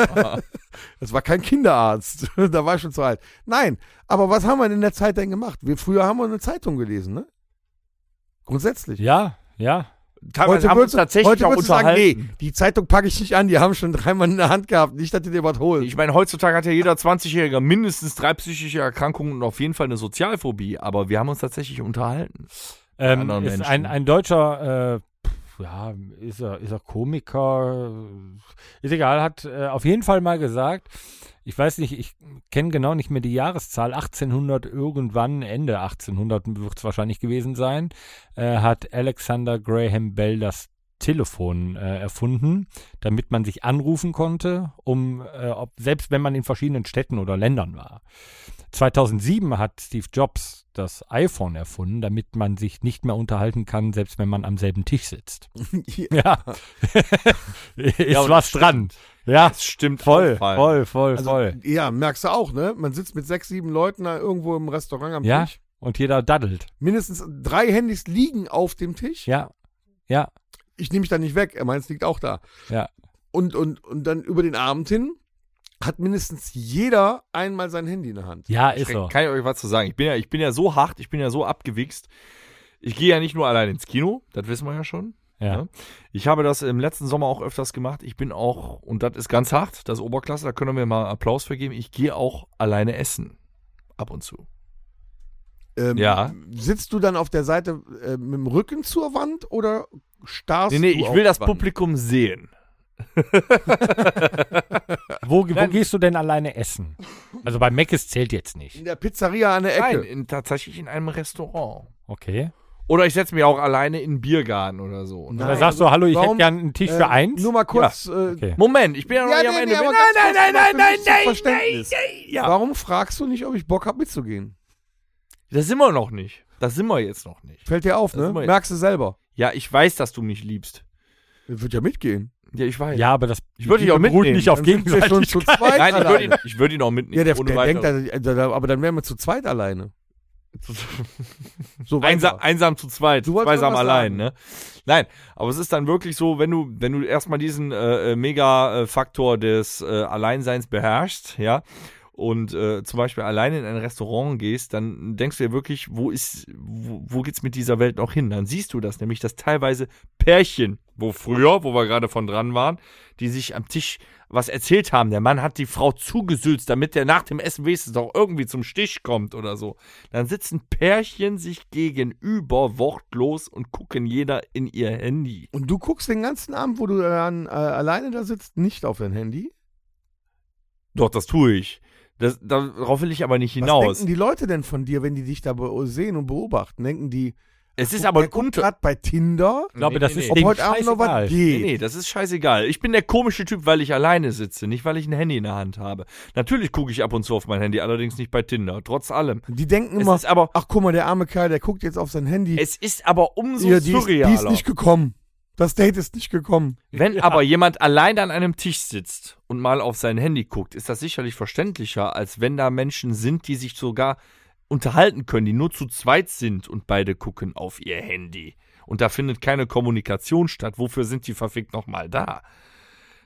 S3: Das war kein Kinderarzt. da war ich schon zu alt. Nein, aber was haben wir denn in der Zeit denn gemacht? Wir früher haben wir eine Zeitung gelesen, ne? Grundsätzlich.
S2: ja, ja.
S4: Teilweise haben wir
S3: würdest
S4: uns
S3: du-
S4: tatsächlich
S3: heute
S4: auch
S3: würdest du
S4: unterhalten.
S3: Sagen, nee, die Zeitung packe ich nicht an, die haben schon dreimal in der Hand gehabt. Nicht, dass die dir was holen.
S4: Ich meine, heutzutage hat ja jeder 20-Jährige mindestens drei psychische Erkrankungen und auf jeden Fall eine Sozialphobie, aber wir haben uns tatsächlich unterhalten.
S2: Ähm,
S4: anderen
S2: ist
S4: Menschen.
S2: ein, ein deutscher, äh, pf, ja, ist er, ist er Komiker, äh, ist egal, hat äh, auf jeden Fall mal gesagt, ich weiß nicht, ich kenne genau nicht mehr die Jahreszahl, 1800 irgendwann, Ende 1800 wird es wahrscheinlich gewesen sein, äh, hat Alexander Graham Bell das Telefon äh, erfunden, damit man sich anrufen konnte, um äh, ob, selbst wenn man in verschiedenen Städten oder Ländern war. 2007 hat Steve Jobs das iPhone erfunden, damit man sich nicht mehr unterhalten kann, selbst wenn man am selben Tisch sitzt. Ja. Ist was dran. Ja.
S4: Das stimmt
S2: Voll,
S4: auffallend.
S2: voll, voll,
S3: Also,
S2: voll.
S3: ja, merkst du auch, ne? Man sitzt mit sechs, sieben Leuten da irgendwo im Restaurant am
S2: Ja.
S3: Tisch.
S2: Und jeder daddelt.
S3: Mindestens drei Handys liegen auf dem Tisch.
S2: Ja. Ja.
S3: ich nehme mich da nicht weg, meins liegt auch da.
S2: Ja.
S3: Und, und, und dann über den Abend hin hat mindestens jeder einmal sein Handy in der Hand.
S2: Ja, ist
S4: Kann-
S2: so.
S4: Kann ich euch was zu sagen? Ich bin ja, ich bin ja so hart, ich bin ja so abgewichst. Ich gehe ja nicht nur allein ins Kino, das wissen wir ja schon.
S2: Ja.
S4: ne? Ich habe das im letzten Sommer auch öfters gemacht. Ich bin auch, und das ist ganz hart, das Oberklasse, da können wir mal Applaus für geben. Ich gehe auch alleine essen. Ab und zu.
S3: Ähm,
S4: Ja.
S3: Sitzt du dann auf der Seite äh, mit dem Rücken zur Wand oder starrst
S4: Nee, nee,
S3: du
S4: ich
S3: auf
S4: will das
S3: die Wand?
S4: Publikum sehen.
S2: Wo, ge- wo gehst du denn alleine essen? Also bei Meckes zählt jetzt
S3: In
S2: nicht.
S3: der Pizzeria an der Ecke.
S4: Nein, in, tatsächlich in einem Restaurant.
S2: Okay.
S4: Oder ich setze mich auch alleine in einen Biergarten oder so.
S2: Und dann sagst du, hallo, ich hätte
S3: warum- äh,
S2: gern einen Tisch für eins.
S3: Ähm, Nur mal kurz. Äh,
S2: Okay.
S4: Moment, ich bin ja noch nicht am Ende.
S3: aber
S4: nein,
S3: ganz
S4: nein,
S3: kurz
S4: nein,
S3: mal für
S4: nein, nein,
S3: mich zum
S4: nein, nein,
S3: Verständnis.
S4: nein, ja.
S3: Warum fragst du nicht, ob ich Bock habe mitzugehen?
S4: Das sind wir noch nicht. Das sind wir jetzt noch nicht.
S3: Fällt dir auf,
S4: Das
S3: ne?
S4: ist mal-
S3: Merkst du selber.
S4: Ja, ich weiß, dass du mich liebst.
S3: Ich würde ja mitgehen.
S4: Ja, ich weiß.
S2: Ja, aber das
S4: Ich würde dich auch
S2: beruht
S4: mitnehmen.
S2: nicht auf
S3: Dann sind wir
S2: Gegenseitigkeit.
S3: schon zu zweit
S4: Nein, ich würde
S3: alleine.
S4: ihn, ich würd ihn auch mitnehmen.
S3: Ja, der,
S4: ohne
S3: der denkt,
S4: weiteres.
S3: dass- da- da- aber dann wären wir zu zweit alleine. So
S4: Einsa
S3: weiter.
S4: einsam zu zweit,
S3: Du wolltest
S4: zweisam
S3: irgendwas
S4: allein,
S3: sagen.
S4: ne? Nein, aber es ist dann wirklich so, wenn du, wenn du erstmal diesen äh, äh, Mega-Faktor des äh, Alleinseins beherrschst, ja, und äh, zum Beispiel alleine in ein Restaurant gehst, dann denkst du dir wirklich, wo ist, wo, wo geht's mit dieser Welt noch hin? Dann siehst du das, nämlich dass teilweise Pärchen, wo früher, wo wir gerade von dran waren, die sich am Tisch was erzählt haben. Der Mann hat die Frau zugesülzt, damit der nach dem Essen wenigstens auch irgendwie zum Stich kommt oder so. Dann sitzen Pärchen sich gegenüber wortlos und gucken jeder in ihr Handy.
S3: Und du guckst den ganzen Abend, wo du dann äh, alleine da sitzt, nicht auf dein Handy.
S4: Doch, das tue ich. Das, darauf will ich aber nicht
S3: Was
S4: hinaus.
S3: denken die Leute denn von dir, wenn die dich da be- sehen und beobachten? Denken die,
S4: Es ist
S3: guck,
S4: aber
S3: der
S4: ein
S3: guckt
S4: Unter...
S3: gerade bei Tinder,
S2: Ich glaube,
S4: Nee,
S2: das
S4: nee,
S2: ist
S4: nee.
S3: ob
S2: denen
S3: heute Abend noch
S2: scheißegal.
S3: was geht.
S4: Nee, das ist scheißegal. Ich bin der komische Typ, weil ich alleine sitze, nicht weil ich ein Handy in der Hand habe. Natürlich gucke ich ab und zu auf mein Handy, allerdings nicht bei Tinder, trotz allem.
S3: Die denken
S4: Es
S3: immer,
S4: ist aber,
S3: ach guck mal, der arme Kerl, der guckt jetzt auf sein Handy.
S4: es ist aber umso
S3: Ja, die, ist, die
S4: surrealer.
S3: ist nicht gekommen. Das Date ist nicht gekommen.
S4: Wenn aber jemand allein an einem Tisch sitzt und mal auf sein Handy guckt, ist das sicherlich verständlicher, als wenn da Menschen sind, die sich sogar unterhalten können, die nur zu zweit sind und beide gucken auf ihr Handy. Und da findet keine Kommunikation statt. Wofür sind die verfickt nochmal da?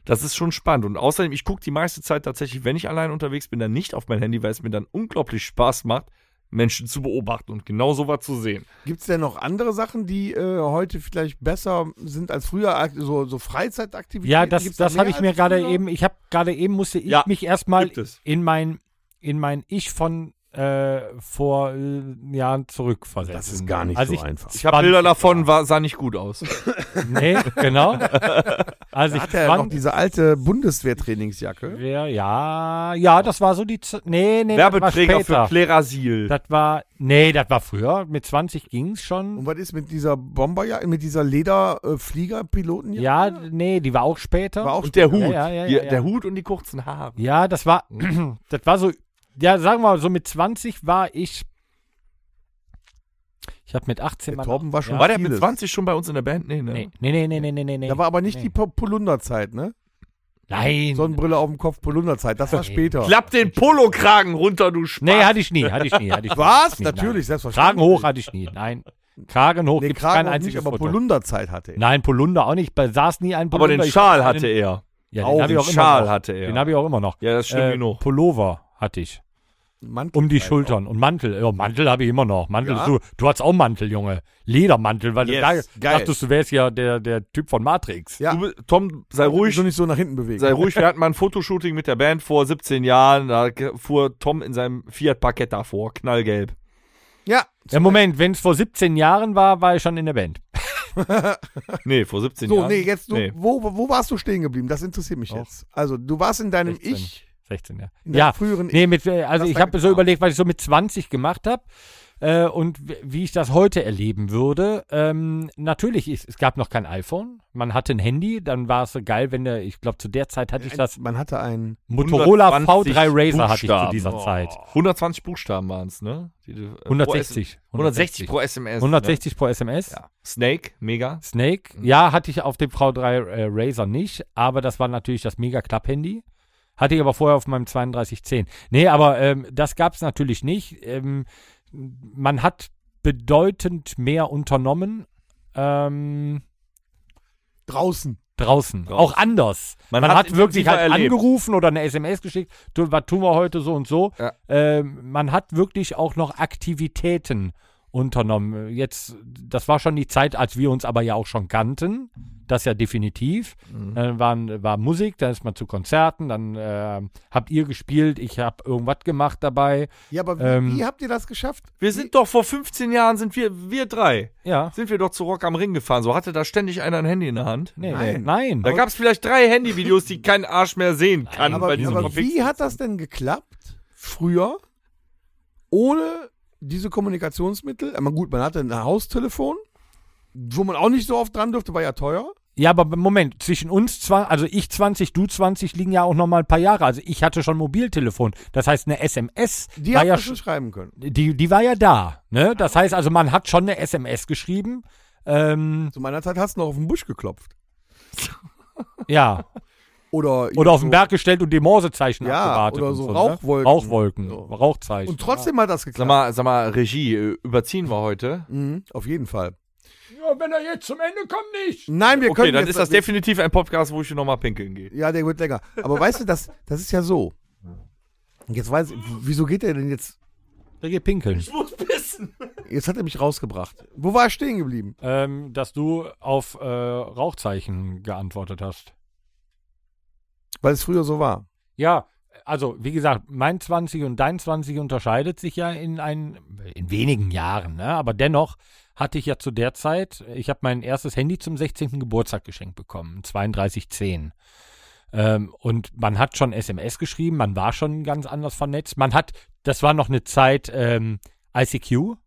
S4: Das ist schon spannend. Und außerdem, ich gucke die meiste Zeit tatsächlich, wenn ich allein unterwegs bin, dann nicht auf mein Handy, weil es mir dann unglaublich Spaß macht, Menschen zu beobachten und genau sowas zu sehen.
S3: Gibt es denn noch andere Sachen, die äh, heute vielleicht besser sind als früher? Ak- So, so Freizeitaktivitäten?
S2: Ja, das,
S3: Gibt's da
S2: das
S3: mehr
S2: habe ich mir
S3: als
S2: gerade
S3: früher?
S2: eben, ich habe gerade eben musste ich
S4: Ja,
S2: mich erstmal
S4: gibt es.
S2: in mein, in mein Ich von äh, vor äh, Jahren zurückversetzen.
S3: Das ist gar nicht
S2: also
S3: so
S2: ich,
S3: einfach.
S4: Ich habe Bilder davon, war, sah nicht gut aus.
S2: Nee, genau. Als
S3: Da
S2: ich
S3: hat er ja noch
S2: 20
S3: diese alte Bundeswehrtrainingsjacke.
S2: wäre, ja, ja, das war so die Z Nee, nee,
S4: Werbeträger
S2: das war
S4: für
S2: später.
S4: Klerasil.
S2: Das war, nee, das war früher. Mit 20 ging's schon.
S4: Um
S3: Und was ist mit dieser Bomberjacke, mit dieser äh, Lederfliegerpilotenjacke?
S2: Ja, nee, die war auch später.
S3: War auch
S4: Und der Hut.
S2: Ja, ja, ja,
S4: Die-
S2: ja, ja.
S4: Der Hut und die kurzen Haare.
S2: Ja, das war,
S3: Hm.
S2: das war so, ja, sagen wir mal, so mit 20 war ich, ich habe mit 18
S3: der
S2: mal.
S3: Torben war schon
S4: War der mit
S3: vieles.
S4: 20 schon bei uns in der Band? Nee, ne?
S2: Nee, nee, nee, nee, nee, nee, nee, nee.
S3: Da war aber nicht
S2: Nee.
S3: die Po- Polunderzeit, ne?
S2: Nein.
S3: Sonnenbrille auf dem Kopf, Polunderzeit, das war
S2: Nee.
S3: später.
S4: Klapp den Polokragen runter, du Spaß.
S2: nee, hatte ich nie, hatte ich nie, hatte ich nie.
S3: Was?
S2: Nee,
S3: Natürlich,
S2: Nein.
S3: selbstverständlich.
S2: Kragen hoch hatte ich nie, nein. Kragen hoch
S3: Den
S2: gibt's
S3: Kragen
S2: kein
S3: auch nicht,
S2: einziges
S3: aber
S2: Foto.
S3: Polunderzeit hatte er.
S2: nein, Polunder auch nicht, besaß nie einen
S4: Aber
S2: Polunder.
S4: den
S2: Ich-
S4: Schal hatte er.
S2: ja,
S4: auch
S2: den hab ich
S4: den
S2: auch immer
S4: Schal
S2: noch.
S4: hatte er.
S2: Den habe ich auch immer noch.
S4: Ja, das stimmt
S2: Äh,
S4: genug.
S2: Pullover hatte ich.
S3: Mantel
S2: Um die Schultern und Mantel. Ja, Mantel habe ich immer noch. Mantel,
S3: Ja?
S2: ist du, du hattest auch Mantel, Junge. Ledermantel, weil
S4: Yes,
S2: du da
S3: geil.
S2: dachtest, du wärst ja der, der Typ von Matrix.
S3: Ja.
S4: Du, bist- Tom, sei ruhig.
S3: So nicht so nach hinten bewegen.
S4: Sei ruhig, wir hatten mal ein Fotoshooting mit der Band vor 17 Jahren. Da ge- fuhr Tom in seinem Fiat Parketta vor, knallgelb.
S3: Ja,
S2: Ja, Moment, wenn es vor 17 Jahren war, war ich schon in der Band.
S4: Nee, vor 17
S3: so,
S4: Jahren.
S3: nee, jetzt, du,
S4: Nee.
S3: Wo, wo wo warst du stehen geblieben? Das interessiert mich
S2: Auch.
S3: jetzt. Also, du warst in deinem
S2: 16.
S3: Ich,
S2: 16, ja.
S3: in deinem
S2: Ja,
S3: früheren
S2: nee, mit, äh, also
S3: Was
S2: ich
S3: da
S2: habe so
S3: getan?
S2: überlegt, was ich so mit 20 gemacht habe. Äh, und w- wie ich das heute erleben würde. Ähm, natürlich, es, es gab noch kein iPhone. Man hatte ein Handy, dann war es so geil, wenn der, ich glaube, zu der Zeit hatte ich
S3: Ich.
S2: das
S3: Man hatte einen.
S2: Motorola V3 Razer hatte ich zu
S4: Buchstaben.
S2: dieser Zeit.
S4: 120 Buchstaben waren es, ne? Die du- äh, pro
S2: 160.
S4: 160 pro SMS.
S2: 160 pro SMS.
S4: Ne? Ja. Mhm. Snake, mega.
S2: Snake, ja, hatte ich auf dem V3 äh, Razer nicht, aber das war natürlich das mega Club-Handy. Hatte ich aber vorher auf meinem 3210. Nee, aber ähm, das gab es natürlich nicht. Ähm, man hat bedeutend mehr unternommen ähm,
S3: Draußen.
S2: draußen.
S4: Draußen.
S2: Auch anders. Man,
S4: Man
S2: hat,
S4: hat
S2: wirklich
S4: intensiver
S2: halt
S4: erlebt.
S2: angerufen oder eine SMS geschickt. Du, was tun wir heute so und so?
S4: Ja.
S2: Ähm, man hat wirklich auch noch Aktivitäten unternommen. Jetzt, das war schon die Zeit, als wir uns aber ja auch schon kannten. Das ja definitiv. Dann waren, war Musik, dann ist man zu Konzerten, dann äh, habt ihr gespielt, ich habe irgendwas gemacht dabei.
S3: Ja, aber wie,
S2: Ähm,
S3: wie habt ihr das geschafft?
S6: Wir sind doch vor 15 Jahren, sind wir, wir drei,
S2: Ja.
S6: sind wir doch zu Rock am Ring gefahren. So hatte da ständig einer ein Handy in der Hand.
S2: Nee, nein.
S3: Nein.
S2: nein.
S6: Da gab es vielleicht drei Handyvideos, die kein Arsch mehr sehen kann
S3: Aber,
S6: bei diesem
S3: aber wie hat das denn geklappt früher ohne diese Kommunikationsmittel? Aber gut, man hatte ein Haustelefon, wo man auch nicht so oft dran durfte, war ja teuer.
S2: Ja, aber Moment, zwischen uns, zwei, also ich 20, du 20, liegen ja auch noch mal ein paar Jahre. Also ich hatte schon Mobiltelefon. Das heißt, eine SMS
S3: Die
S2: war
S3: hat
S2: ja
S3: man schon schreiben können.
S2: die, die war ja da. Ne? Das heißt also, man hat schon eine SMS geschrieben. Ähm,
S3: Zu meiner Zeit hast du noch auf den Busch geklopft.
S2: ja.
S3: Oder,
S2: Oder auf den
S3: so.
S2: Berg gestellt und die Morsezeichen
S3: Ja,
S2: abgewartet.
S3: oder
S2: und
S3: so
S2: ne?
S3: Rauchwolken.
S2: Rauchwolken,
S3: So.
S2: Rauchzeichen.
S3: Und trotzdem hat das
S6: Sag
S3: geklappt.
S6: mal, sag mal, Regie, äh, überziehen wir heute?
S3: Mhm, auf jeden Fall.
S2: ja, wenn er jetzt zum Ende kommt, nicht.
S3: Nein, wir
S6: Okay,
S3: können
S6: dann
S3: jetzt-
S6: ist das definitiv ein Podcast, wo ich nochmal pinkeln gehe.
S3: Ja, der wird länger. Aber weißt du, das, das ist ja so. Jetzt weiß ich, w- wieso geht er denn jetzt?
S2: Der geht pinkeln.
S3: Jetzt hat er mich rausgebracht. Wo war er stehen geblieben?
S2: Ähm, dass du auf äh, Rauchzeichen geantwortet hast.
S3: Weil es früher so war.
S2: Ja, also wie gesagt, mein 20 und dein 20 unterscheidet sich ja in ein, in wenigen Jahren, ne? aber dennoch hatte ich ja zu der Zeit, ich habe mein erstes Handy zum 16. Geburtstag geschenkt bekommen, ein 3210. Ähm, und man hat schon SMS geschrieben, man war schon ganz anders vernetzt. Man hat, das war noch eine Zeit ähm, ICQ.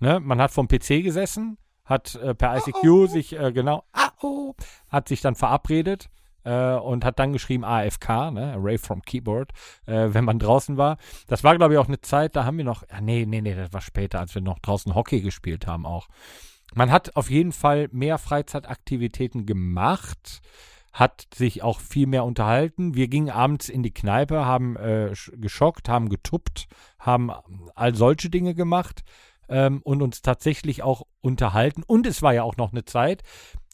S2: Ne? Man hat vom PC gesessen, hat äh, per ICQ sich äh, genau, ah, oh, hat sich dann verabredet äh, und hat dann geschrieben AFK, ne? Array from Keyboard, äh, wenn man draußen war. Das war, glaube ich, auch eine Zeit, da haben wir noch, ah, nee, nee, nee, das war später, als wir noch draußen Hockey gespielt haben auch. Man hat auf jeden Fall mehr Freizeitaktivitäten gemacht, hat sich auch viel mehr unterhalten. Wir gingen abends in die Kneipe, haben äh, sch- geschockt, haben getuppt, haben all solche Dinge gemacht ähm, und uns tatsächlich auch unterhalten. Und es war ja auch noch eine Zeit,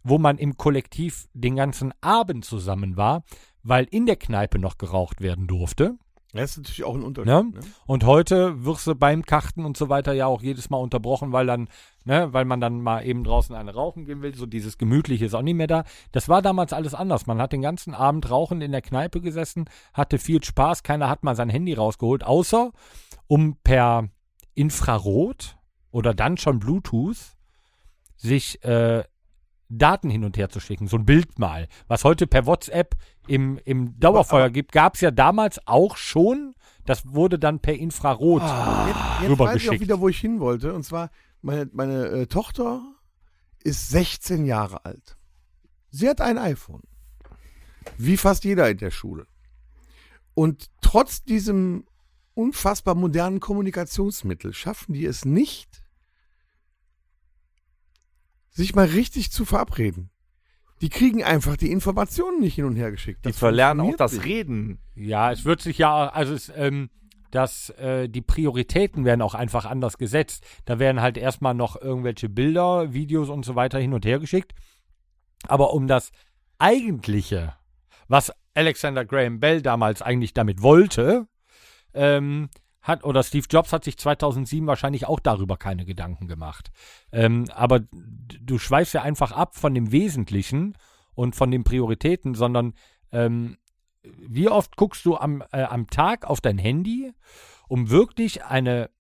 S2: wo man im Kollektiv den ganzen Abend zusammen war, weil in der Kneipe noch geraucht werden durfte.
S3: Das ist natürlich auch ein Unterschied.
S2: Ne?
S3: Ne?
S2: Und heute wirst du beim Karten und so weiter ja auch jedes Mal unterbrochen, weil dann, ne, weil man dann mal eben draußen eine rauchen gehen will. So dieses Gemütliche ist auch nicht mehr da. Das war damals alles anders. Man hat den ganzen Abend rauchend in der Kneipe gesessen, hatte viel Spaß. Keiner hat mal sein Handy rausgeholt, außer um per Infrarot oder dann schon Bluetooth sich äh, Daten hin und her zu schicken, so ein Bild mal. Was heute per WhatsApp im, im Dauerfeuer gibt, gab es ja damals auch schon. Das wurde dann per Infrarot.
S3: Ah. Jetzt, jetzt weiß ich auch
S2: Ah, rübergeschickt.
S3: wieder, wo ich hin wollte. Und zwar, meine, meine äh, Tochter ist 16 Jahre alt. Sie hat ein iPhone. Wie fast jeder in der Schule. Und trotz diesem unfassbar modernen Kommunikationsmittel schaffen die es nicht, sich mal richtig zu verabreden. Die kriegen einfach die Informationen nicht hin und her geschickt.
S6: Die
S3: Das
S6: verlernen auch
S3: funktioniert
S6: das
S3: nicht.
S6: Reden.
S2: Ja, es wird sich ja, also es, ähm, dass äh, die Prioritäten werden auch einfach anders gesetzt. Da werden halt erstmal noch irgendwelche Bilder, Videos und so weiter hin und her geschickt. Aber um das eigentliche, was Alexander Graham Bell damals eigentlich damit wollte, ähm, hat, oder Steve Jobs hat sich 2007 wahrscheinlich auch darüber keine Gedanken gemacht. Ähm, aber d- du schweifst ja einfach ab von dem Wesentlichen und von den Prioritäten, sondern ähm, wie oft guckst du am, äh, am Tag auf dein Handy, um wirklich eine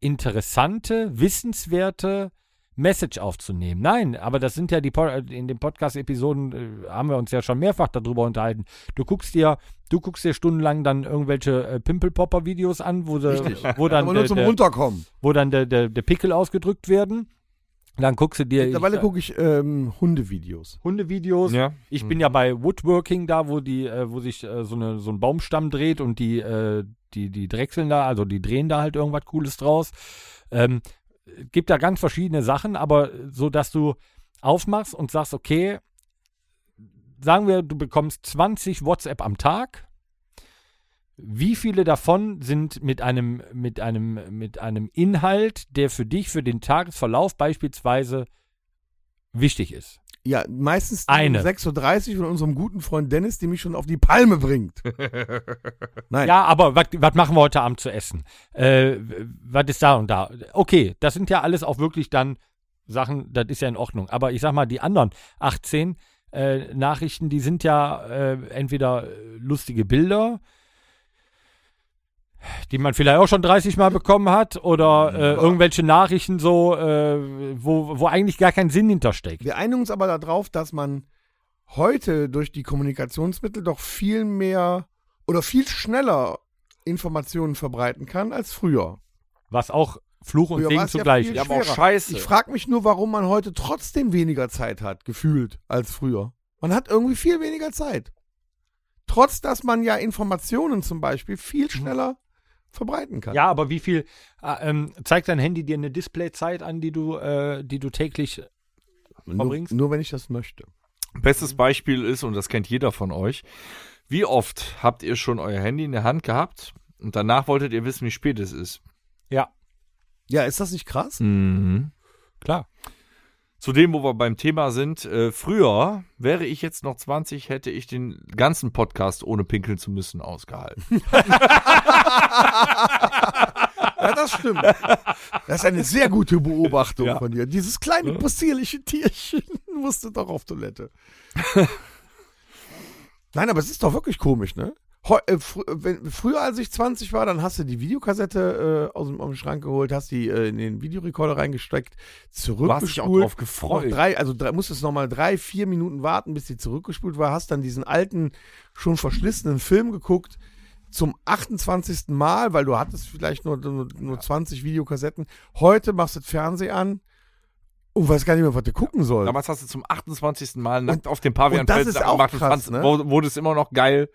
S2: interessante, wissenswerte Message aufzunehmen? Nein, aber das sind ja die Pod- äh, in den Podcast-Episoden äh, haben wir uns ja schon mehrfach darüber unterhalten. Du guckst dir, du guckst dir stundenlang dann irgendwelche äh, Pimpelpopper-Videos an, wo, de, wo dann
S3: Aber nur
S2: der,
S3: zum
S2: der,
S3: Runterkommen.
S2: wo dann der, der, der Pickel ausgedrückt werden. Dann guckst du dir
S3: Mittlerweile
S2: ich- äh,
S3: gucke ich ähm, Hundevideos.
S2: Hundevideos.
S6: Ja.
S2: Ich bin ja bei Woodworking da, wo die, äh, wo sich äh, so, eine, so ein Baumstamm dreht und die, äh, die, die drechseln da, also die drehen da halt irgendwas Cooles draus. Ähm, gibt da ganz verschiedene Sachen, aber so, dass du aufmachst und sagst, okay, sagen wir, du bekommst 20 WhatsApp am Tag. Wie viele davon sind mit einem, mit einem, mit einem Inhalt, der für dich, für den Tagesverlauf beispielsweise wichtig ist?
S3: Ja, meistens
S2: Eine.
S3: um 6.30 Uhr von unserem guten Freund Dennis, die mich schon auf die Palme bringt. Nein.
S2: Ja, aber was machen wir heute Abend zu essen? Äh, was ist da und da? Okay, das sind ja alles auch wirklich dann Sachen, das ist ja in Ordnung. Aber ich sag mal, die anderen 18 äh, Nachrichten, die sind ja äh, entweder lustige Bilder, die man vielleicht auch schon 30 Mal bekommen hat, oder äh, irgendwelche Nachrichten so, äh, wo, wo eigentlich gar kein Sinn hintersteckt.
S3: Wir einigen uns aber darauf, dass man heute durch die Kommunikationsmittel doch viel mehr oder viel schneller Informationen verbreiten kann als früher.
S2: Was auch Fluch und
S3: Früher
S2: Segen
S3: war's ja
S2: zugleich
S3: viel
S2: ist.
S7: aber auch
S3: schwerer.
S7: scheiße.
S3: Ich frage mich nur, warum man heute trotzdem weniger Zeit hat, gefühlt, als früher. Man hat irgendwie viel weniger Zeit. Trotz, dass man ja Informationen zum Beispiel viel schneller verbreiten kann.
S2: Mhm. Ja, aber wie viel äh, ähm, zeigt dein Handy dir eine Displayzeit an, die du, äh, die du täglich?
S3: nur,
S2: verbringst-
S3: nur wenn ich das möchte.
S4: Bestes Beispiel ist, und das kennt jeder von euch, wie oft habt ihr schon euer Handy in der Hand gehabt und danach wolltet ihr wissen, wie spät es ist?
S2: Ja,
S3: Ja, ist das nicht krass?
S4: Mhm.
S2: klar.
S4: Zu dem, wo wir beim Thema sind, äh, früher wäre ich jetzt noch 20, hätte ich den ganzen Podcast ohne pinkeln zu müssen ausgehalten.
S3: Ja, das stimmt. Das ist eine sehr gute Beobachtung von dir. Dieses kleine possierliche Tierchen musste doch auf Toilette. Nein, aber es ist doch wirklich komisch, ne? Heu, äh, frü äh, wenn, früher, als ich 20 war, dann hast du die Videokassette äh, aus, dem, aus dem Schrank geholt, hast die äh, in den Videorekorder reingesteckt, zurückgespult. Noch
S4: gefreut.
S3: drei, also drei, musstest nochmal drei, vier Minuten warten, bis die zurückgespult war, hast dann diesen alten, schon verschlissenen Film geguckt zum 28. Mal, weil du hattest vielleicht nur, nur, nur 20 Videokassetten. Heute machst du das Fernsehen an und weißt gar nicht mehr, was du gucken sollst.
S4: Damals hast du zum 28. Mal nackt auf dem Pavian
S3: und das ist auch krass, ne?
S4: wurde es immer noch geil.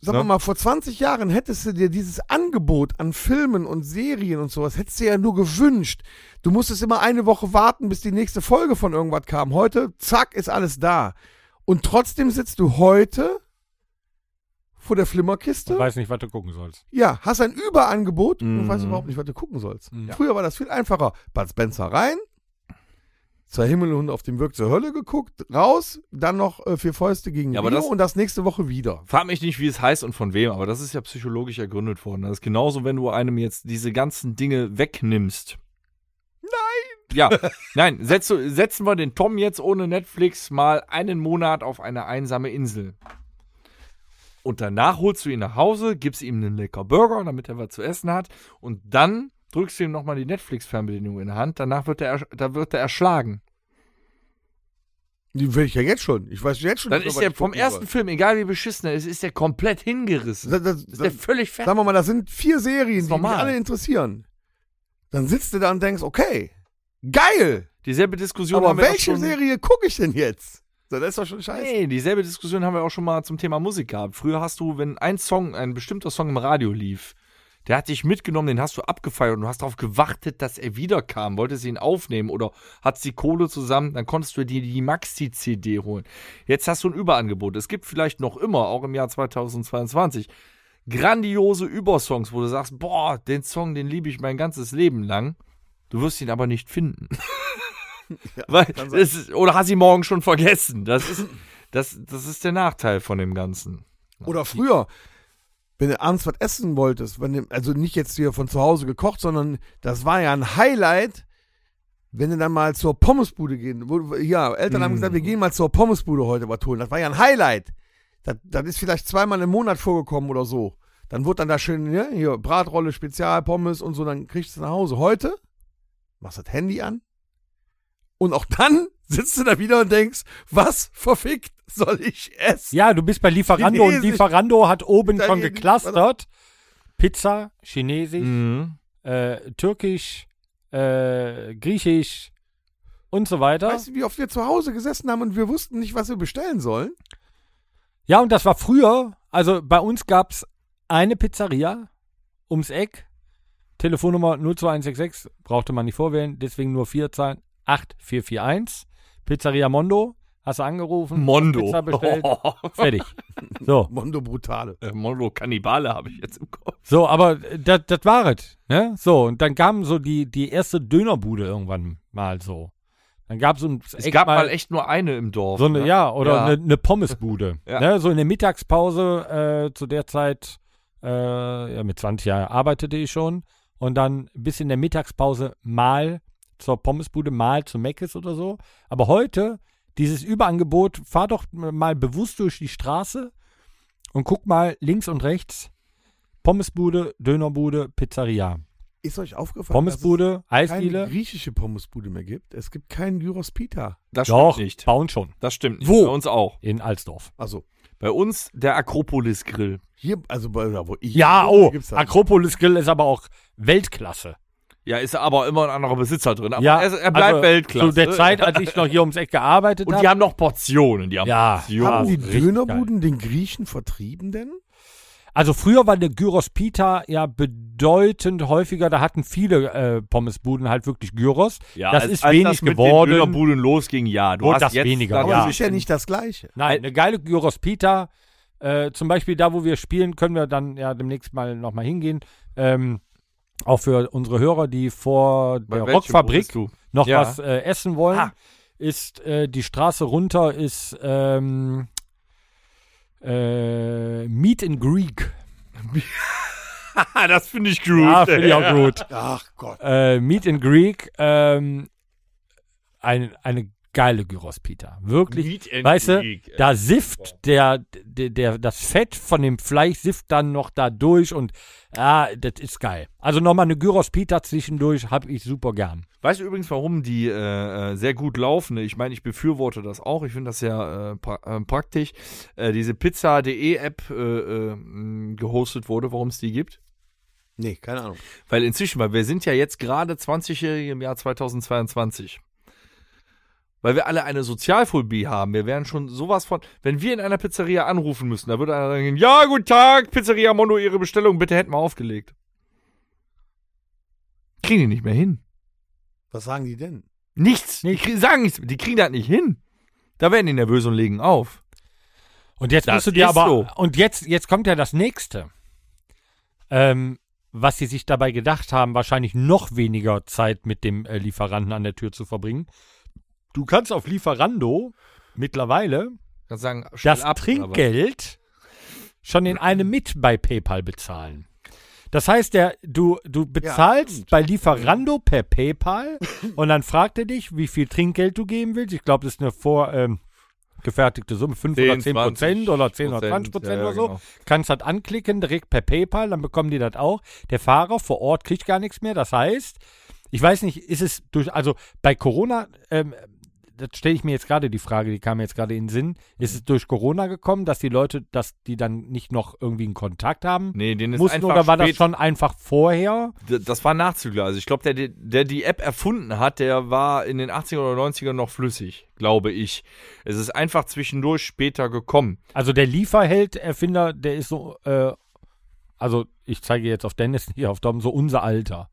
S3: Sag wir
S4: ne?
S3: mal, vor 20 Jahren hättest du dir dieses Angebot an Filmen und Serien und sowas, hättest du ja nur gewünscht. Du musstest immer eine Woche warten, bis die nächste Folge von irgendwas kam. Heute, zack, ist alles da. Und trotzdem sitzt du heute vor der
S2: Ich
S3: Flimmerkiste.
S2: weiß nicht, was du gucken sollst.
S3: Ja, hast ein Überangebot und
S4: Mhm.
S3: weißt überhaupt nicht, was du gucken sollst.
S2: Ja.
S3: Früher war das viel einfacher. Bad Spencer rein, zwei Himmelhunde auf dem Weg zur Hölle geguckt, raus, dann noch äh, vier Fäuste gegen
S4: Ja, aber
S3: Rio
S4: das-
S3: und das nächste Woche wieder.
S4: Frag mich nicht, wie es heißt und von wem, aber das ist ja psychologisch ergründet worden. Das ist genauso, wenn du einem jetzt diese ganzen Dinge wegnimmst. Nein! Ja, nein, setz, du- setzen wir den Tom jetzt ohne Netflix mal einen Monat auf eine einsame Insel. Und danach holst du ihn nach Hause, gibst ihm einen lecker Burger, damit er was zu essen hat. Und dann drückst du ihm nochmal die Netflix-Fernbedienung in die Hand. Danach wird er, ersch- da wird er erschlagen.
S3: Die will ich ja jetzt schon. Ich weiß jetzt schon.
S4: Dann
S3: nicht mehr,
S4: ist
S3: was
S4: er
S3: ich
S4: vom
S3: gucken
S4: ersten
S3: soll.
S4: Film, egal wie beschissen er ist, ist er komplett hingerissen.
S3: Da- da-
S4: Ist
S3: da-
S4: der völlig fertig?
S3: sagen wir mal, das sind vier Serien, die mich
S4: normal.
S3: alle interessieren. Dann sitzt du da und denkst, okay, geil,
S4: Dieselbe Diskussion
S3: aber
S4: haben wir auch
S3: welche
S4: schon,
S3: Serie gucke ich denn jetzt? So, das ist doch schon scheiße.
S4: Nee, dieselbe Diskussion haben wir auch schon mal zum Thema Musik gehabt. Früher hast du, wenn ein Song, ein bestimmter Song im Radio lief, der hat dich mitgenommen, den hast du abgefeiert und du hast darauf gewartet, dass er wiederkam, wolltest ihn aufnehmen oder hattest die Kohle zusammen, dann konntest du dir die Maxi-CD holen. Jetzt hast du ein Überangebot. Es gibt vielleicht noch immer, auch im Jahr 2022, grandiose Übersongs, wo du sagst, boah, den Song, den liebe ich mein ganzes Leben lang. Du wirst ihn aber nicht finden. Weil, es ist, oder hast ihn morgen schon vergessen. Das ist, das, das ist der Nachteil von dem Ganzen.
S3: Oder früher, wenn du abends was essen wolltest, wenn du, also nicht jetzt hier von zu Hause gekocht, sondern das war ja ein Highlight, wenn du dann mal zur Pommesbude gehen. Wo, ja, Eltern haben gesagt, wir gehen mal zur Pommesbude heute was holen. Das war ja ein Highlight. Das, das ist vielleicht zweimal im Monat vorgekommen oder so. Dann wurde dann da schön, ne, hier, Bratrolle, Spezial, Pommes und so, dann kriegst du es nach Hause. Heute machst das Handy an und auch dann sitzt du da wieder und denkst, was verfickt soll ich essen?
S2: Ja, du bist bei Lieferando und
S3: Chinesisch.
S2: Lieferando hat oben schon
S3: Italienisch,
S2: geklustert. Pizza, Chinesisch,
S4: Mhm.
S2: äh, Türkisch, äh, Griechisch und so weiter.
S3: Weißt du, wie oft wir zu Hause gesessen haben und wir wussten nicht, was wir bestellen sollen?
S2: Ja, und das war früher. Also bei uns gab es eine Pizzeria ums Eck. Telefonnummer 02166, brauchte man nicht vorwählen, deswegen nur vier Zahlen. 8441. Pizzeria Mondo, hast du angerufen?
S4: Mondo.
S2: Pizza bestellt. Fertig. So,
S3: Mondo Brutale.
S4: Äh, Mondo Kannibale habe ich jetzt im Kopf.
S2: so aber äh, das war es. Ne? So, und dann kam so die, die erste Dönerbude irgendwann mal so. Dann gab so ein
S4: Es gab mal echt nur eine im Dorf.
S2: so eine, ja,
S4: ne?
S2: oder
S4: Ja.
S2: Eine, eine Pommesbude.
S4: Ja.
S2: ne? So in der Mittagspause äh, zu der Zeit, äh, ja, mit 20 Jahren arbeitete ich schon. Und dann bis in der Mittagspause mal zur Pommesbude, mal zu Meckes oder so. Aber heute, dieses Überangebot, fahr doch mal bewusst durch die Straße und guck mal links und rechts. Pommesbude, Dönerbude, Pizzeria.
S3: Ist euch aufgefallen,
S2: Pommesbude,
S3: dass es keine
S2: Eisdiele.
S3: griechische Pommesbude mehr gibt? Es gibt keinen Gyros Pita.
S4: Das stimmt
S2: Doch,
S4: nicht.
S2: bauen schon.
S4: Das stimmt nicht.
S2: Wo?
S4: Bei uns auch.
S2: In Alsdorf.
S3: Also,
S4: Bei uns der Akropolis Grill.
S3: hier, also bei, da wo ich
S2: Ja,
S3: wohne,
S2: oh,
S3: gibt's das.
S2: Akropolis Grill ist aber auch Weltklasse.
S4: Ja, ist aber immer ein anderer Besitzer drin. Aber
S2: ja,
S4: er, er bleibt
S2: also
S4: Weltklasse.
S2: Zu der Zeit, als ich noch hier ums Eck gearbeitet
S4: Und die
S2: habe.
S4: haben noch Portionen. Die haben
S2: Ja,
S3: Haben
S4: Portionen.
S3: die
S2: richtig
S3: Dönerbuden den Griechen vertrieben denn?
S2: Also früher war der Gyros Pita ja bedeutend häufiger. Da hatten viele äh, Pommesbuden halt wirklich Gyros.
S4: Ja,
S2: das
S4: als,
S2: ist
S4: als
S2: wenig
S4: das mit
S2: geworden.
S4: Den Dönerbuden losging, ja. Du
S2: Wurde
S4: hast
S2: das
S4: jetzt
S2: weniger,
S4: dann-
S3: Aber
S2: Ja.
S3: das ist ja nicht das Gleiche.
S2: Nein, eine geile Gyros Pita. Äh, zum Beispiel da, wo wir spielen, können wir dann ja demnächst mal nochmal hingehen. Ähm, auch für unsere Hörer, die vor
S4: Bei
S2: der
S4: welchem
S2: Rockfabrik
S4: bist du?
S2: noch
S4: Ja.
S2: was äh, essen wollen,
S4: Ha.
S2: ist äh, die Straße runter ist ähm, äh, Meet in Greek.
S4: Ah, das finde ich gut.
S2: Ah, finde ich auch gut.
S3: Ach Gott.
S2: Äh, Meet in Greek, ähm, ein, eine geile Gyros Pita. Wirklich.
S4: Meat and
S2: weißt du,
S4: Greek.
S2: da sifft der, der, der, das Fett von dem Fleisch sifft dann noch da durch und ah, das ist geil. Also nochmal eine Gyros Pita zwischendurch habe ich super gern.
S4: Weißt du übrigens, warum die äh, äh, sehr gut laufen? Ich meine, ich befürworte das auch. Ich finde das sehr äh, pra äh, praktisch. Äh, diese Pizza.de-App äh, äh, mh, gehostet wurde, warum es die gibt.
S3: Nee, keine Ahnung.
S4: Weil inzwischen, weil wir sind ja jetzt gerade 20-Jährige im Jahr 2022. Weil wir alle eine Sozialphobie haben. Wir wären schon sowas von. Wenn wir in einer Pizzeria anrufen müssen, da würde einer sagen: Ja, guten Tag, Pizzeria Mondo, Ihre Bestellung, bitte hätten wir aufgelegt. Kriegen die nicht mehr hin.
S3: Was sagen die denn?
S4: Nichts. Die krie- sagen nichts. Die kriegen das nicht hin. Da werden die nervös und legen auf.
S2: Und jetzt
S4: Das
S2: musst du dir
S4: ist
S2: aber
S4: so.
S2: und jetzt jetzt kommt ja das nächste. Ähm, was sie sich dabei gedacht haben, wahrscheinlich noch weniger Zeit mit dem äh, Lieferanten an der Tür zu verbringen. Du kannst auf Lieferando mittlerweile
S4: Kannst sagen, schnell
S2: das
S4: ab,
S2: Trinkgeld schon in einem mit bei PayPal bezahlen. Das heißt, der, du, du bezahlst bei Lieferando per PayPal und dann fragt er dich, wie viel Trinkgeld du geben willst. Ich glaube, das ist eine vorgefertigte Summe, 5 oder 10 Prozent oder 10 oder 20 Prozent
S4: ja,
S2: oder so.
S4: genau.
S2: Kannst das anklicken, direkt per PayPal, dann bekommen die das auch. Der Fahrer vor Ort kriegt gar nichts mehr. Das heißt, ich weiß nicht, ist es durch, also bei Corona, ähm, das stelle ich mir jetzt gerade die Frage, die kam mir jetzt gerade in den Sinn, ist es durch Corona gekommen, dass die Leute, dass die dann nicht noch irgendwie einen Kontakt haben?
S4: Nee, den ist
S2: mussten
S4: einfach
S2: oder war das
S4: spät.
S2: schon einfach vorher?
S4: D- Das war ein Nachzügler. Also ich glaube, der, der die App erfunden hat, der war in den 80ern oder 90ern noch flüssig, glaube ich. Es ist einfach zwischendurch später gekommen.
S2: Also der Lieferheld-Erfinder, der ist so, äh, also ich zeige jetzt auf Dennis, hier auf Dom, so unser Alter.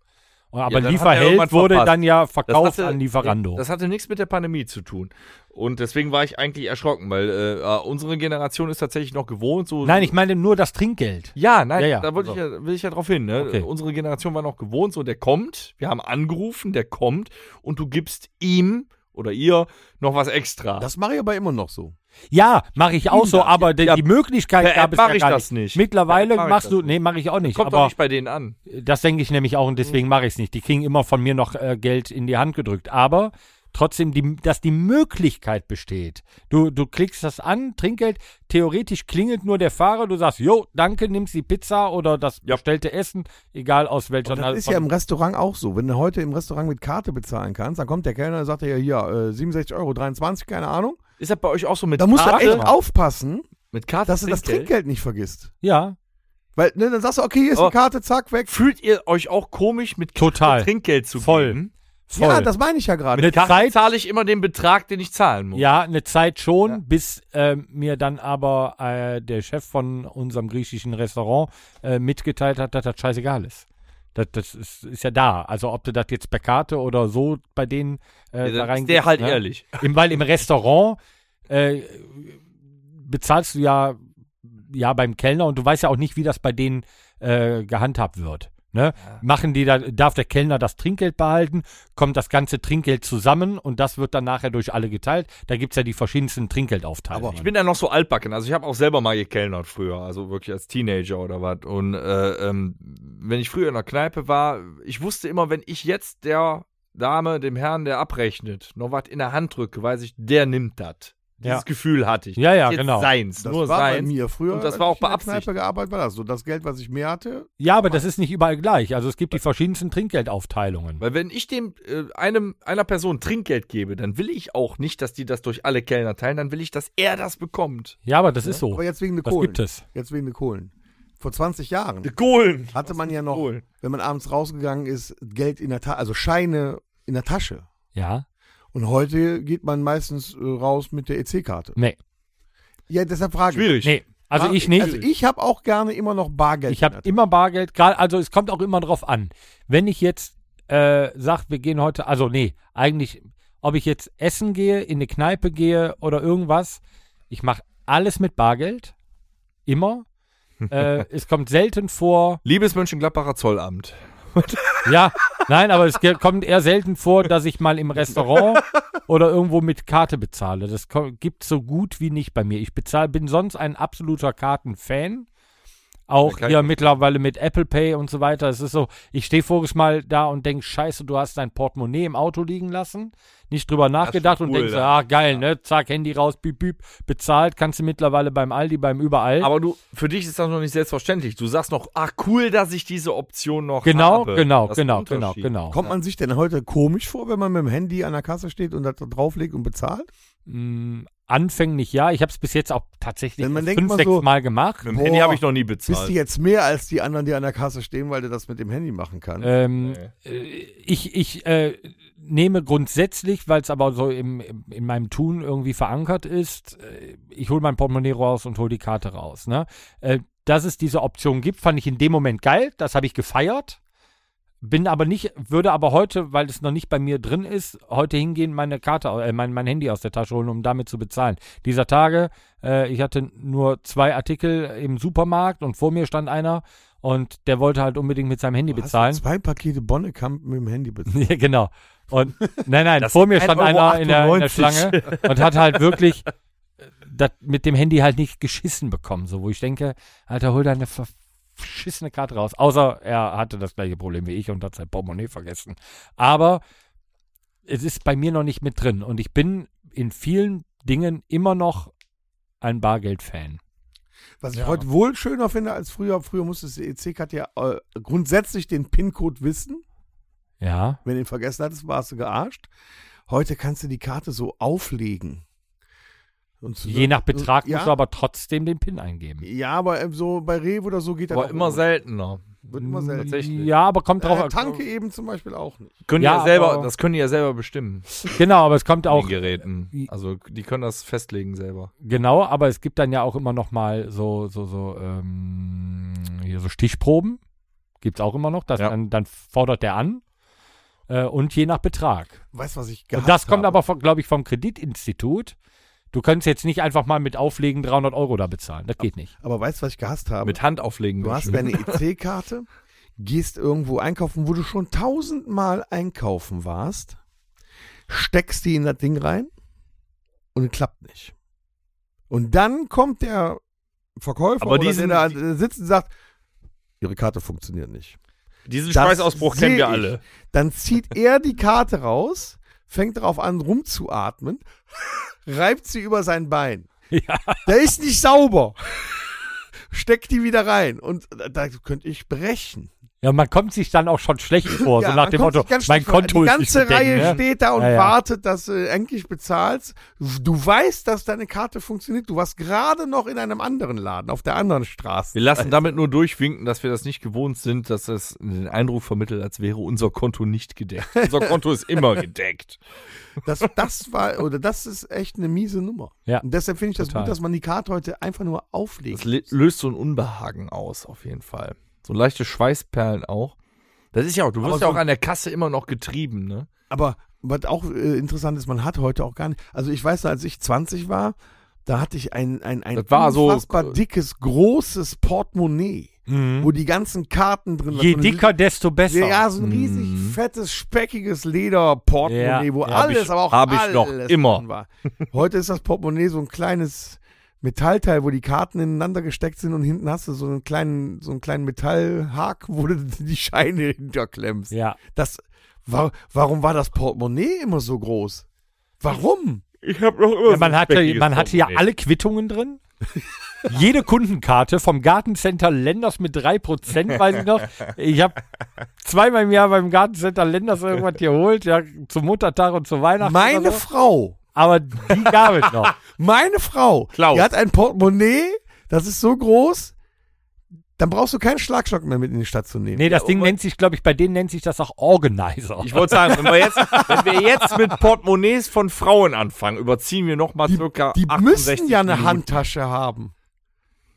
S2: Aber
S4: dann hat er
S2: Lieferheld
S4: irgendwann
S2: wurde
S4: verpasst.
S2: dann ja verkauft
S4: hatte-
S2: an Lieferando.
S4: Das hatte nichts mit der Pandemie zu tun. Und deswegen war ich eigentlich erschrocken, weil äh, unsere Generation ist tatsächlich noch gewohnt, so
S2: Nein, ich meine nur das Trinkgeld.
S4: Ja, nein,
S2: Ja, ja,
S4: da wollte ich ja, will ich ja drauf hin. Ne?
S2: Okay.
S4: Unsere Generation war noch gewohnt, so der kommt, wir haben angerufen, der kommt und du gibst ihm oder ihr noch was extra.
S3: Das mache ich aber immer noch so.
S2: Ja, mache ich auch so, aber die,
S4: Ja,
S2: die Möglichkeit
S4: per
S2: gab
S4: App
S2: es
S4: mach
S2: ja
S4: ich
S2: gar
S4: das nicht.
S2: nicht. Mittlerweile
S4: Per App mach ich
S2: machst
S4: das
S2: du,
S4: nicht.
S2: nee, mache ich auch nicht.
S4: kommt
S2: aber
S4: doch nicht bei denen an.
S2: das denke ich nämlich auch und deswegen mache ich es nicht. Die kriegen immer von mir noch äh, Geld in die Hand gedrückt. Aber trotzdem, die, dass die Möglichkeit besteht. Du, du klickst das an, Trinkgeld, theoretisch klingelt nur der Fahrer, du sagst, jo, danke, nimmst die Pizza oder das bestellte Essen, egal aus welcher
S3: Das ist
S2: von-
S3: ja im Restaurant auch so. Wenn du heute im Restaurant mit Karte bezahlen kannst, dann kommt der Kellner und sagt dir ja hier äh, 67,23 Euro, keine Ahnung.
S4: Ist das bei euch auch so mit
S3: Da musst du
S4: Karte?
S3: echt aufpassen,
S4: mit Karte
S3: dass du das Trinkgeld nicht vergisst.
S2: ja,
S3: Weil ne, dann sagst du, okay, hier ist
S4: Aber-
S3: die Karte, zack, weg.
S4: Fühlt ihr euch auch komisch mit Karte
S2: Total.
S4: Trinkgeld zu
S2: Voll.
S4: geben?
S2: voll.
S3: Ja, das meine ich ja gerade.
S2: eine
S4: Karte
S2: Zeit,
S4: zahle ich immer den Betrag, den ich zahlen muss.
S2: ja, eine Zeit schon,
S4: Ja.
S2: bis ähm, mir dann aber äh, der Chef von unserem griechischen Restaurant äh, mitgeteilt hat, dass das scheißegal ist. Das, das ist, ist ja da. Also ob du das jetzt per Karte oder so bei denen äh, da
S4: Ja, dann ist
S2: reingehst.
S4: der halt
S2: ne?
S4: ehrlich.
S2: Im, weil im Restaurant äh, bezahlst du ja, ja beim Kellner und du weißt ja auch nicht, wie das bei denen äh, gehandhabt wird. Ne? Machen die da, darf der Kellner das Trinkgeld behalten, kommt das ganze Trinkgeld zusammen und das wird dann nachher durch alle geteilt. Da gibt es ja die verschiedensten Trinkgeldaufteilungen.
S8: Ich
S4: Ich bin da noch so altbacken. Also ich habe auch selber mal gekellnert früher, also wirklich als Teenager oder was. Und äh, ähm, wenn ich früher in der Kneipe war, ich wusste immer, wenn ich jetzt der Dame, dem Herrn, der abrechnet, noch was in der Hand drücke, weiß ich, der nimmt das. Dieses
S2: Ja.
S4: Gefühl hatte ich.
S2: Ja, ja,
S4: Das ist jetzt
S2: genau.
S4: Seins,
S3: Das
S4: nur
S3: war bei
S4: seins.
S3: mir früher.
S4: Und das war
S3: als ich in
S4: auch
S3: der
S4: beabsichtigt.
S3: Kneipe gearbeitet war das so. Das Geld, was ich mehr hatte,
S2: ja, aber das ist nicht überall gleich. Also es gibt die verschiedensten Trinkgeldaufteilungen.
S4: Weil wenn ich dem äh, einem einer Person Trinkgeld gebe, dann will ich auch nicht, dass die das durch alle Kellner teilen, dann will ich, dass er das bekommt.
S2: Ja, aber das ist so.
S3: ne? aber jetzt wegen der
S2: Das
S3: Kohlen.
S2: gibt es.
S3: Jetzt wegen der Kohlen. Vor 20 Jahren
S4: Kohlen.
S3: hatte man ja noch,
S4: Kohlen?
S3: wenn man abends rausgegangen ist, Geld in der Tasche, also Scheine in der Tasche.
S2: Ja,
S3: Und heute geht man meistens äh, raus mit der EC-Karte.
S2: nee,
S3: Ja, deshalb frage ich.
S4: Schwierig.
S2: nee. Also ich nicht.
S3: Also ich habe auch gerne immer noch Bargeld.
S2: Ich habe
S3: in der
S2: immer Bargeld, gerade, also es kommt auch immer drauf an. Wenn ich jetzt äh, sage, wir gehen heute, also nee, eigentlich, ob ich jetzt essen gehe, in eine Kneipe gehe oder irgendwas, ich mache alles mit Bargeld. Immer. äh, es kommt selten vor,
S4: Liebes Mönchengladbacher Zollamt.
S2: ja, nein, aber es ge- kommt eher selten vor, dass ich mal im Restaurant oder irgendwo mit Karte bezahle. Das ko- gibt so gut wie nicht bei mir. Ich bezahl, bin sonst ein absoluter Kartenfan. Auch
S4: kann ich
S2: hier mittlerweile mit Apple Pay und so weiter. Es ist so, ich stehe voriges Mal da und denke, scheiße, du hast dein Portemonnaie im Auto liegen lassen. Nicht drüber nachgedacht und
S4: cool,
S2: denkst,
S4: ja.
S2: ah, geil, ne? Zack, Handy raus, büb, büb, bezahlt. Kannst du mittlerweile beim Aldi, beim überall.
S4: Aber du, für dich ist das noch nicht selbstverständlich. Du sagst noch, ah cool, dass ich diese Option noch
S2: genau,
S4: habe.
S2: genau,
S4: Das ist ein
S2: genau, genau,
S4: Unterschied.
S2: genau.
S3: Kommt man sich denn heute komisch vor, wenn man mit dem Handy an der Kasse steht und das da drauflegt und bezahlt?
S2: Mm, Anfänglich ja. Ich habe es bis jetzt auch tatsächlich
S3: Wenn man
S2: erst
S3: denkt
S2: fünf,
S3: mal
S2: sechs
S3: so,
S2: Mal gemacht.
S4: Mit dem Handy
S3: Boah.
S4: habe ich noch nie
S3: Bist du
S4: bezahlt.
S3: jetzt mehr als die anderen, die an der Kasse stehen, weil du das mit dem Handy machen kannst?
S2: Ähm, äh, Ich, ich äh, nehme grundsätzlich, weil es aber so im, im- in meinem Tun irgendwie verankert ist, äh, ich hole mein Portemonnaie raus und hole die Karte raus. Ne? Äh, dass es diese Option gibt, fand ich in dem Moment geil. Das habe ich gefeiert. Bin aber nicht, würde aber heute, weil es noch nicht bei mir drin ist, heute hingehen, meine Karte, äh, mein, mein Handy aus der Tasche holen, um damit zu bezahlen. Dieser Tage, äh, ich hatte nur zwei Artikel im Supermarkt und vor mir stand einer und der wollte halt unbedingt mit seinem Handy
S3: Oh, Hast du
S2: bezahlen.
S3: Zwei Pakete Bonnekamp mit dem Handy bezahlt.
S2: Ja, genau. Und nein, nein, vor mir stand
S4: 1,98
S2: einer in der, in der Schlange und hat halt wirklich äh, das mit dem Handy halt nicht geschissen bekommen, so wo ich denke, Alter, hol deine verschissene Karte raus. Außer er hatte das gleiche Problem wie ich und hat sein Portemonnaie vergessen. Aber es ist bei mir noch nicht mit drin und ich bin in vielen Dingen immer noch ein Bargeld-Fan.
S3: Was ich heute wohl schöner finde als früher. Früher musste die EC-Karte ja äh, grundsätzlich den PIN-Code wissen.
S2: Ja.
S3: Wenn du ihn vergessen hattest, warst du gearscht. Heute kannst du die Karte so auflegen. Und so-
S2: Je nach Betrag
S3: äh, ja,
S2: musst du aber trotzdem den PIN eingeben.
S3: Ja, aber äh, so bei Rewe oder so geht das
S4: Aber
S3: auch
S4: immer seltener.
S3: Wird immer selten.
S4: Tatsächlich.
S2: Hm, Ja, aber kommt Mhm, drauf
S3: Äh, Tanke eben zum Beispiel auch nicht.
S4: Können
S2: Ja,
S4: ja, selber,
S2: aber-
S4: das können die ja selber bestimmen.
S2: Genau, aber es kommt auch
S4: Auch Geräten.
S2: wie-
S4: Also die können das festlegen selber.
S2: Genau, aber es gibt dann ja auch immer noch mal so so so ähm, hier so Stichproben gibt's auch immer noch. Das
S4: Ja.
S2: dann, dann fordert der an äh, und je nach Betrag.
S3: Weißt du, was ich
S2: Und
S3: gehabt
S2: das kommt
S3: habe?
S2: aber, glaube ich, vom Kreditinstitut. Du kannst jetzt nicht einfach mal mit Auflegen 300 Euro da bezahlen. Das geht nicht.
S3: Aber weißt du, was ich gehasst habe?
S4: Mit Hand auflegen.
S3: Du hast deine EC-Karte, gehst irgendwo einkaufen, wo du schon tausendmal einkaufen warst, steckst die in das Ding rein und es klappt nicht. Und dann kommt der Verkäufer
S4: Aber
S3: oder
S4: diesen-
S3: der da sitzt und sagt, ihre Karte funktioniert nicht.
S4: Diesen
S3: Das
S4: Schweißausbruch
S3: sehe
S4: kennen wir
S3: ich.
S4: alle.
S3: Dann zieht er die Karte raus, fängt darauf an rumzuatmen, reibt sie über sein Bein.
S2: Ja.
S3: Der ist nicht sauber. Steckt die wieder rein und da- da könnte ich brechen.
S2: Ja, man kommt sich dann auch schon schlecht vor,
S3: Ja,
S2: so nach
S3: man
S2: dem
S3: kommt
S2: Motto,
S3: sich ganz
S2: mein
S3: schnell vor.
S2: Konto
S3: Die
S2: ist nicht
S3: ganze
S2: gedeckt,
S3: Reihe
S2: ne?
S3: steht da und
S2: Ja, ja.
S3: wartet, dass du endlich bezahlst. Du weißt, dass deine Karte funktioniert. Du warst gerade noch in einem anderen Laden, auf der anderen Straße.
S4: Wir lassen damit nur durchwinken, dass wir das nicht gewohnt sind, dass das den Eindruck vermittelt, als wäre unser Konto nicht gedeckt. Unser Konto ist immer gedeckt.
S3: Das, das war, oder das ist echt eine miese Nummer.
S2: Ja,
S3: und deshalb finde ich das
S2: total.
S3: gut, dass man die Karte heute einfach nur
S4: Das
S3: auflegt.
S4: lö- löst so ein Unbehagen aus, auf jeden Fall. So leichte Schweißperlen auch. Das ist ja auch, du wirst
S3: Aber
S4: ja
S3: so-
S4: auch an der Kasse immer noch getrieben, ne?
S3: Aber was auch äh, interessant ist, man hat heute auch gar nicht. Also ich weiß, noch, als ich 20 war, da hatte ich ein, ein, ein
S4: Das war so-
S3: unfassbar dickes, großes Portemonnaie. wo die ganzen Karten drin
S2: Mhm. Je
S3: so eine-
S2: dicker, desto besser.
S3: Ja, so ein riesig fettes, speckiges Lederportemonnaie,
S2: Ja,
S3: wo
S2: ja, hab
S3: alles,
S4: ich-
S3: aber auch
S4: Mhm. hab
S3: alles
S4: ich noch immer.
S3: drin war. Heute ist das Portemonnaie so ein kleines Metallteil, wo die Karten ineinander gesteckt sind und hinten hast du so einen kleinen, so einen kleinen Metallhaken, wo du die Scheine hinterklemmst.
S2: Ja.
S3: Das, wa warum war das Portemonnaie immer so groß? Warum?
S4: Ich habe noch immer.
S2: Ja, man hatte, man hatte ja alle Quittungen drin. Jede Kundenkarte vom Gartencenter Lenders mit 3%, weiß ich noch. Ich habe zweimal im Jahr beim Gartencenter Lenders irgendwas geholt, ja, zum Muttertag und zu Weihnachten.
S3: Meine
S2: oder so.
S3: Frau,
S2: Aber die gab es noch.
S3: meine Frau,
S4: Klaus.
S3: die hat ein Portemonnaie, das ist so groß, dann brauchst du keinen Schlagstock mehr mit in die Stadt zu nehmen.
S2: Nee, das Ding nennt sich, glaube ich, bei denen nennt sich das auch Organizer.
S4: Ich wollte sagen, wenn wir, jetzt, wenn wir jetzt mit Portemonnaies von Frauen anfangen, überziehen wir nochmal
S3: Die,
S4: circa
S3: die
S4: 68
S3: müssen ja eine
S4: Minuten.
S3: Handtasche haben.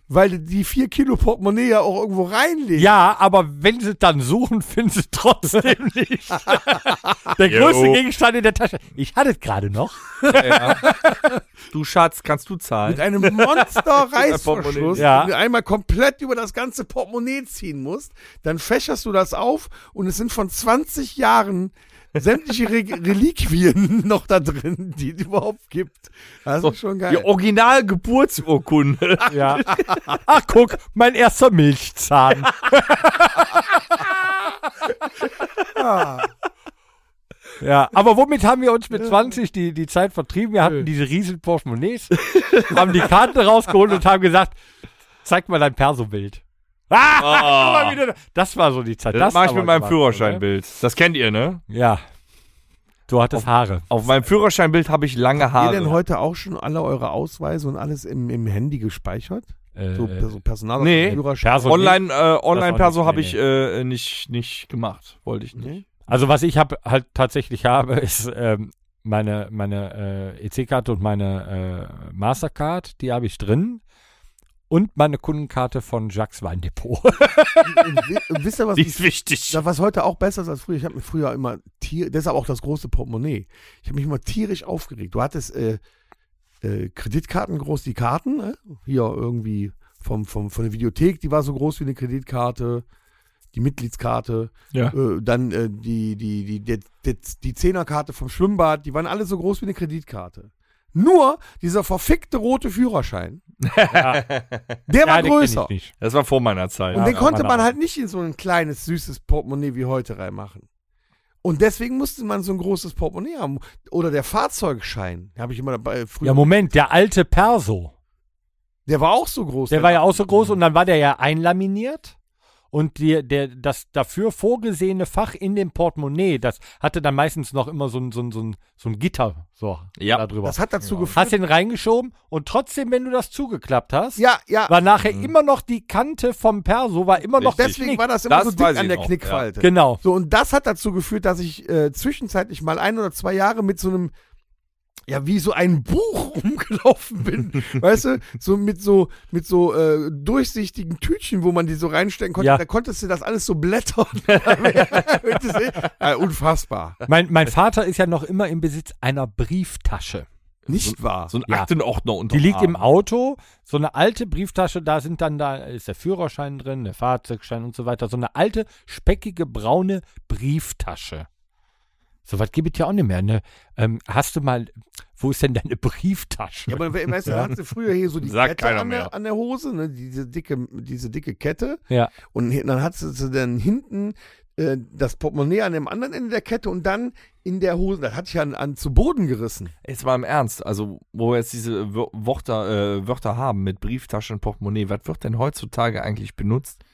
S3: Weil die- die 4 Kilo Portemonnaie ja auch irgendwo reinlegen.
S2: ja, aber wenn sie dann suchen, finden sie trotzdem nicht. der größte
S4: Jo.
S2: Gegenstand in der Tasche. Ich hatte es gerade noch.
S4: Du Schatz, kannst du
S3: Mit
S4: zahlen?
S3: einem Monster-Reißverschluss,
S2: Ja.
S3: den du einmal komplett über das ganze Portemonnaie ziehen musst, dann fächerst du das auf und es sind von 20 Jahren sämtliche Re Reliquien noch da drin, die es überhaupt gibt. Das ist schon geil.
S4: Die Originalgeburtsurkunde.
S2: Ja. Ach, guck, mein erster Milchzahn. Ah. Ja, aber womit haben wir uns mit 20 die, die Zeit vertrieben? Wir hatten diese riesen Portemonnaies, haben die Karten rausgeholt und haben gesagt, zeig mal dein Perso-Bild. Ah, guck mal, wie du- Das war so die Zeit.
S4: Das, mache ich
S2: aber
S4: mit meinem
S2: war-
S4: Führerscheinbild. Das kennt ihr, ne?
S2: Ja. Du
S4: Oh.
S2: hattest Haare.
S4: Auf meinem Führerscheinbild habe ich lange
S3: Habt
S4: Haare.
S3: ihr denn heute auch schon alle eure Ausweise und alles im, im Handy gespeichert? So,
S2: Äh,
S3: so Personal
S4: nee.
S3: Führerschein.
S2: Perso-
S4: Online, äh, Online-Perso
S2: nicht,
S4: habe
S2: nee,
S4: ich äh, nicht, nicht gemacht. Wollte ich nicht.
S3: Nee.
S2: Also was ich hab, halt tatsächlich habe, ist ähm, meine, meine äh, EC-Karte und meine äh, Mastercard, die habe ich drin. Und meine Kundenkarte von Jacques Weindepot.
S3: Und wi- und wisst ihr, was,
S4: Die
S3: ich,
S4: ist wichtig.
S3: was heute auch besser ist als früher? Ich habe mir früher immer Tier, deshalb auch das große Portemonnaie. Ich habe mich immer tierisch aufgeregt. Du hattest äh, äh, Kreditkarten groß, die Karten, ne? hier irgendwie vom, vom, von der Videothek, die war so groß wie eine Kreditkarte, die Mitgliedskarte,
S4: Ja.
S3: äh, dann äh, die, die, die, die, die, die Zehnerkarte vom Schwimmbad, die waren alle so groß wie eine Kreditkarte. Nur dieser verfickte rote Führerschein, der war
S2: den kenn
S3: größer.
S2: Ich nicht.
S4: Das war vor meiner Zeit.
S3: Und
S2: Ja,
S3: den
S2: ja,
S3: konnte
S2: meine
S3: man
S2: auch.
S3: halt nicht in so ein kleines, süßes Portemonnaie wie heute reinmachen. Und deswegen musste man so ein großes Portemonnaie haben. Oder der Fahrzeugschein, habe ich immer dabei früher.
S2: Ja, Moment, der alte Perso,
S3: der war auch so groß.
S2: der war ja auch so groß und dann war der ja einlaminiert. Und die, der, das dafür vorgesehene Fach in dem Portemonnaie, das hatte dann meistens noch immer so ein, so ein, so ein, so ein Gitter so
S4: Ja.
S2: da drüber.
S3: das hat dazu geführt.
S2: Hast den reingeschoben und trotzdem, wenn du das zugeklappt hast,
S3: Ja, ja.
S2: war nachher immer noch die Kante vom Perso, war immer noch
S3: deswegen
S2: geknickt.
S3: war das immer
S4: Das
S3: so
S4: weiß
S3: dick an
S4: ich
S3: der
S4: noch,
S3: Knickfalte.
S2: Genau.
S3: So, und das hat dazu geführt, dass ich äh, zwischenzeitlich mal ein oder zwei Jahre mit so einem, ja, wie so ein Buch rumgelaufen bin. weißt du, so mit so, mit so äh, durchsichtigen Tütchen, wo man die so reinstecken konnte.
S2: Ja.
S3: Da konntest du das alles so blättern. äh, unfassbar.
S2: Mein, mein Vater ist ja noch immer im Besitz einer Brieftasche.
S3: Nicht wahr?
S4: So ein
S2: Ja.
S4: Aktenordner unter
S2: Die liegt
S4: Arm.
S2: im Auto, so eine alte Brieftasche, da sind dann da ist der Führerschein drin, der Fahrzeugschein und so weiter, so eine alte speckige braune Brieftasche. So was gibt es ja auch nicht mehr, ne? Ähm, hast du mal wo ist denn deine Brieftasche?
S3: ja, aber we- weißt du, da hattest du früher hier so die
S4: Sagt
S3: Kette
S4: keiner
S3: an
S4: mehr.
S3: der, an der Hose, ne? diese, dicke, diese dicke Kette.
S2: ja.
S3: Und hin- dann hattest du dann hinten äh, das Portemonnaie an dem anderen Ende der Kette und dann in der Hose. Das hatte ich an, an zu Boden gerissen.
S4: Jetzt mal im Ernst, also wo wir jetzt diese Wör- Wörter, äh, Wörter haben mit Brieftaschen, Portemonnaie, was wird denn heutzutage eigentlich benutzt?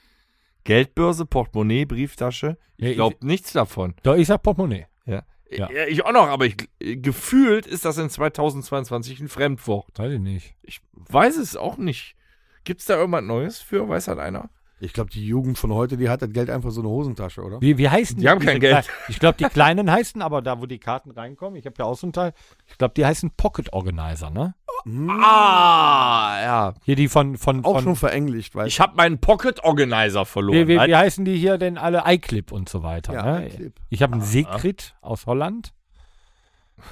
S4: Geldbörse, Portemonnaie, Brieftasche?
S2: Ja,
S4: Ich
S2: ich-
S4: glaube nichts davon.
S2: Da ist ja Portemonnaie.
S4: Ja.
S2: Ja.
S4: Ja, ich auch noch, aber ich, gefühlt ist das in 2022 ein Fremdwort.
S2: Weiß ich nicht.
S4: Ich weiß es auch nicht. Gibt es da irgendwas Neues für? Weiß halt einer?
S3: Ich glaube, die Jugend von heute, die hat das Geld einfach so eine Hosentasche, oder?
S2: Wie, wie heißen
S4: Die haben
S2: diese
S4: kein Geld.
S2: Kleinen? Ich glaube, die kleinen heißen, aber da, wo die Karten reinkommen, ich habe ja auch so einen Teil, ich glaube, die heißen Pocket Organizer, ne?
S4: Ah, ja.
S2: Hier die von, von,
S3: Auch
S2: von
S3: schon verenglicht, weil
S4: Ich habe meinen Pocket Organizer verloren.
S2: wie, wie,
S4: Halt-
S2: wie heißen die hier denn alle? iClip und so weiter,
S3: Ja,
S2: ne?
S3: iClip.
S2: Ich
S4: Ah.
S2: habe einen Secret aus Holland.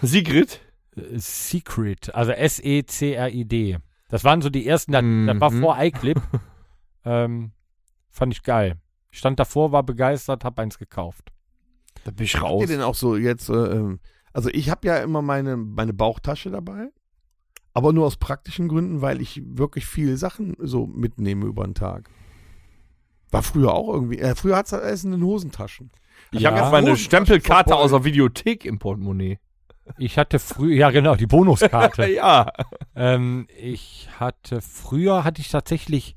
S4: Sigrid?
S2: Äh, Secret, also
S4: Mhm.
S2: S-E-C-R-I-D. Das waren so die ersten, das, das war vor iClip. ähm, Fand ich geil. Ich stand davor, war begeistert, hab eins gekauft.
S4: Da bin ich
S3: Habt ihr
S4: raus.
S3: denn auch so jetzt, äh, ähm, also ich habe ja immer meine, meine Bauchtasche dabei, aber nur aus praktischen Gründen, weil ich wirklich viele Sachen so mitnehme über den Tag. War früher auch irgendwie, äh, früher hat's Essen in Hosentaschen.
S4: Ich habe jetzt meine Stempelkarte aus der Videothek im Portemonnaie.
S2: Ich hatte früher, ja genau, die Bonuskarte.
S4: Ja.
S2: ähm, ich hatte früher, hatte ich tatsächlich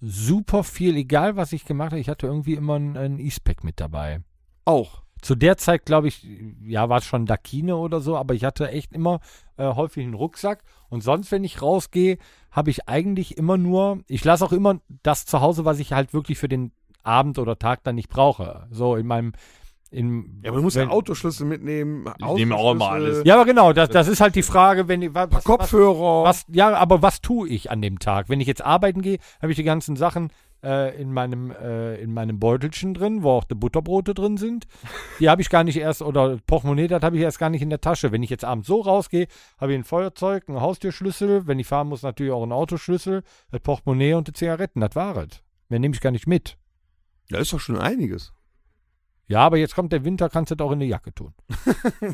S2: super viel, egal was ich gemacht habe, ich hatte irgendwie immer ein, ein E-Spec mit dabei.
S3: Auch.
S2: Zu der Zeit, glaube ich, ja, war es schon Dakine oder so, aber ich hatte echt immer äh, häufig einen Rucksack. Und sonst, wenn ich rausgehe, habe ich eigentlich immer nur, ich lasse auch immer das zu Hause, was ich halt wirklich für den Abend oder Tag dann nicht brauche. So in meinem, in,
S3: Ja, man muss ja
S2: Wenn-
S3: Autoschlüssel mitnehmen.
S4: Ich nehme auch immer
S3: Autoschlüssel,
S4: alles.
S2: ja, aber genau, das, das ist halt die Frage, wenn was,
S3: Paar Kopfhörer.
S2: was, ja, aber was tue ich an dem Tag? Wenn ich jetzt arbeiten gehe, habe ich die ganzen Sachen äh, in meinem äh, in meinem Beutelchen drin, wo auch die Butterbrote drin sind. Die habe ich gar nicht erst oder Portemonnaie, das habe ich erst gar nicht in der Tasche. Wenn ich jetzt abends so rausgehe, habe ich ein Feuerzeug, einen Haustürschlüssel. Wenn ich fahren muss, natürlich auch einen Autoschlüssel, das Portemonnaie und die Zigaretten. Das war es. Mehr nehme ich gar nicht mit.
S3: Da ist doch schon einiges.
S2: Ja, aber jetzt kommt der Winter, kannst du das auch in die Jacke tun.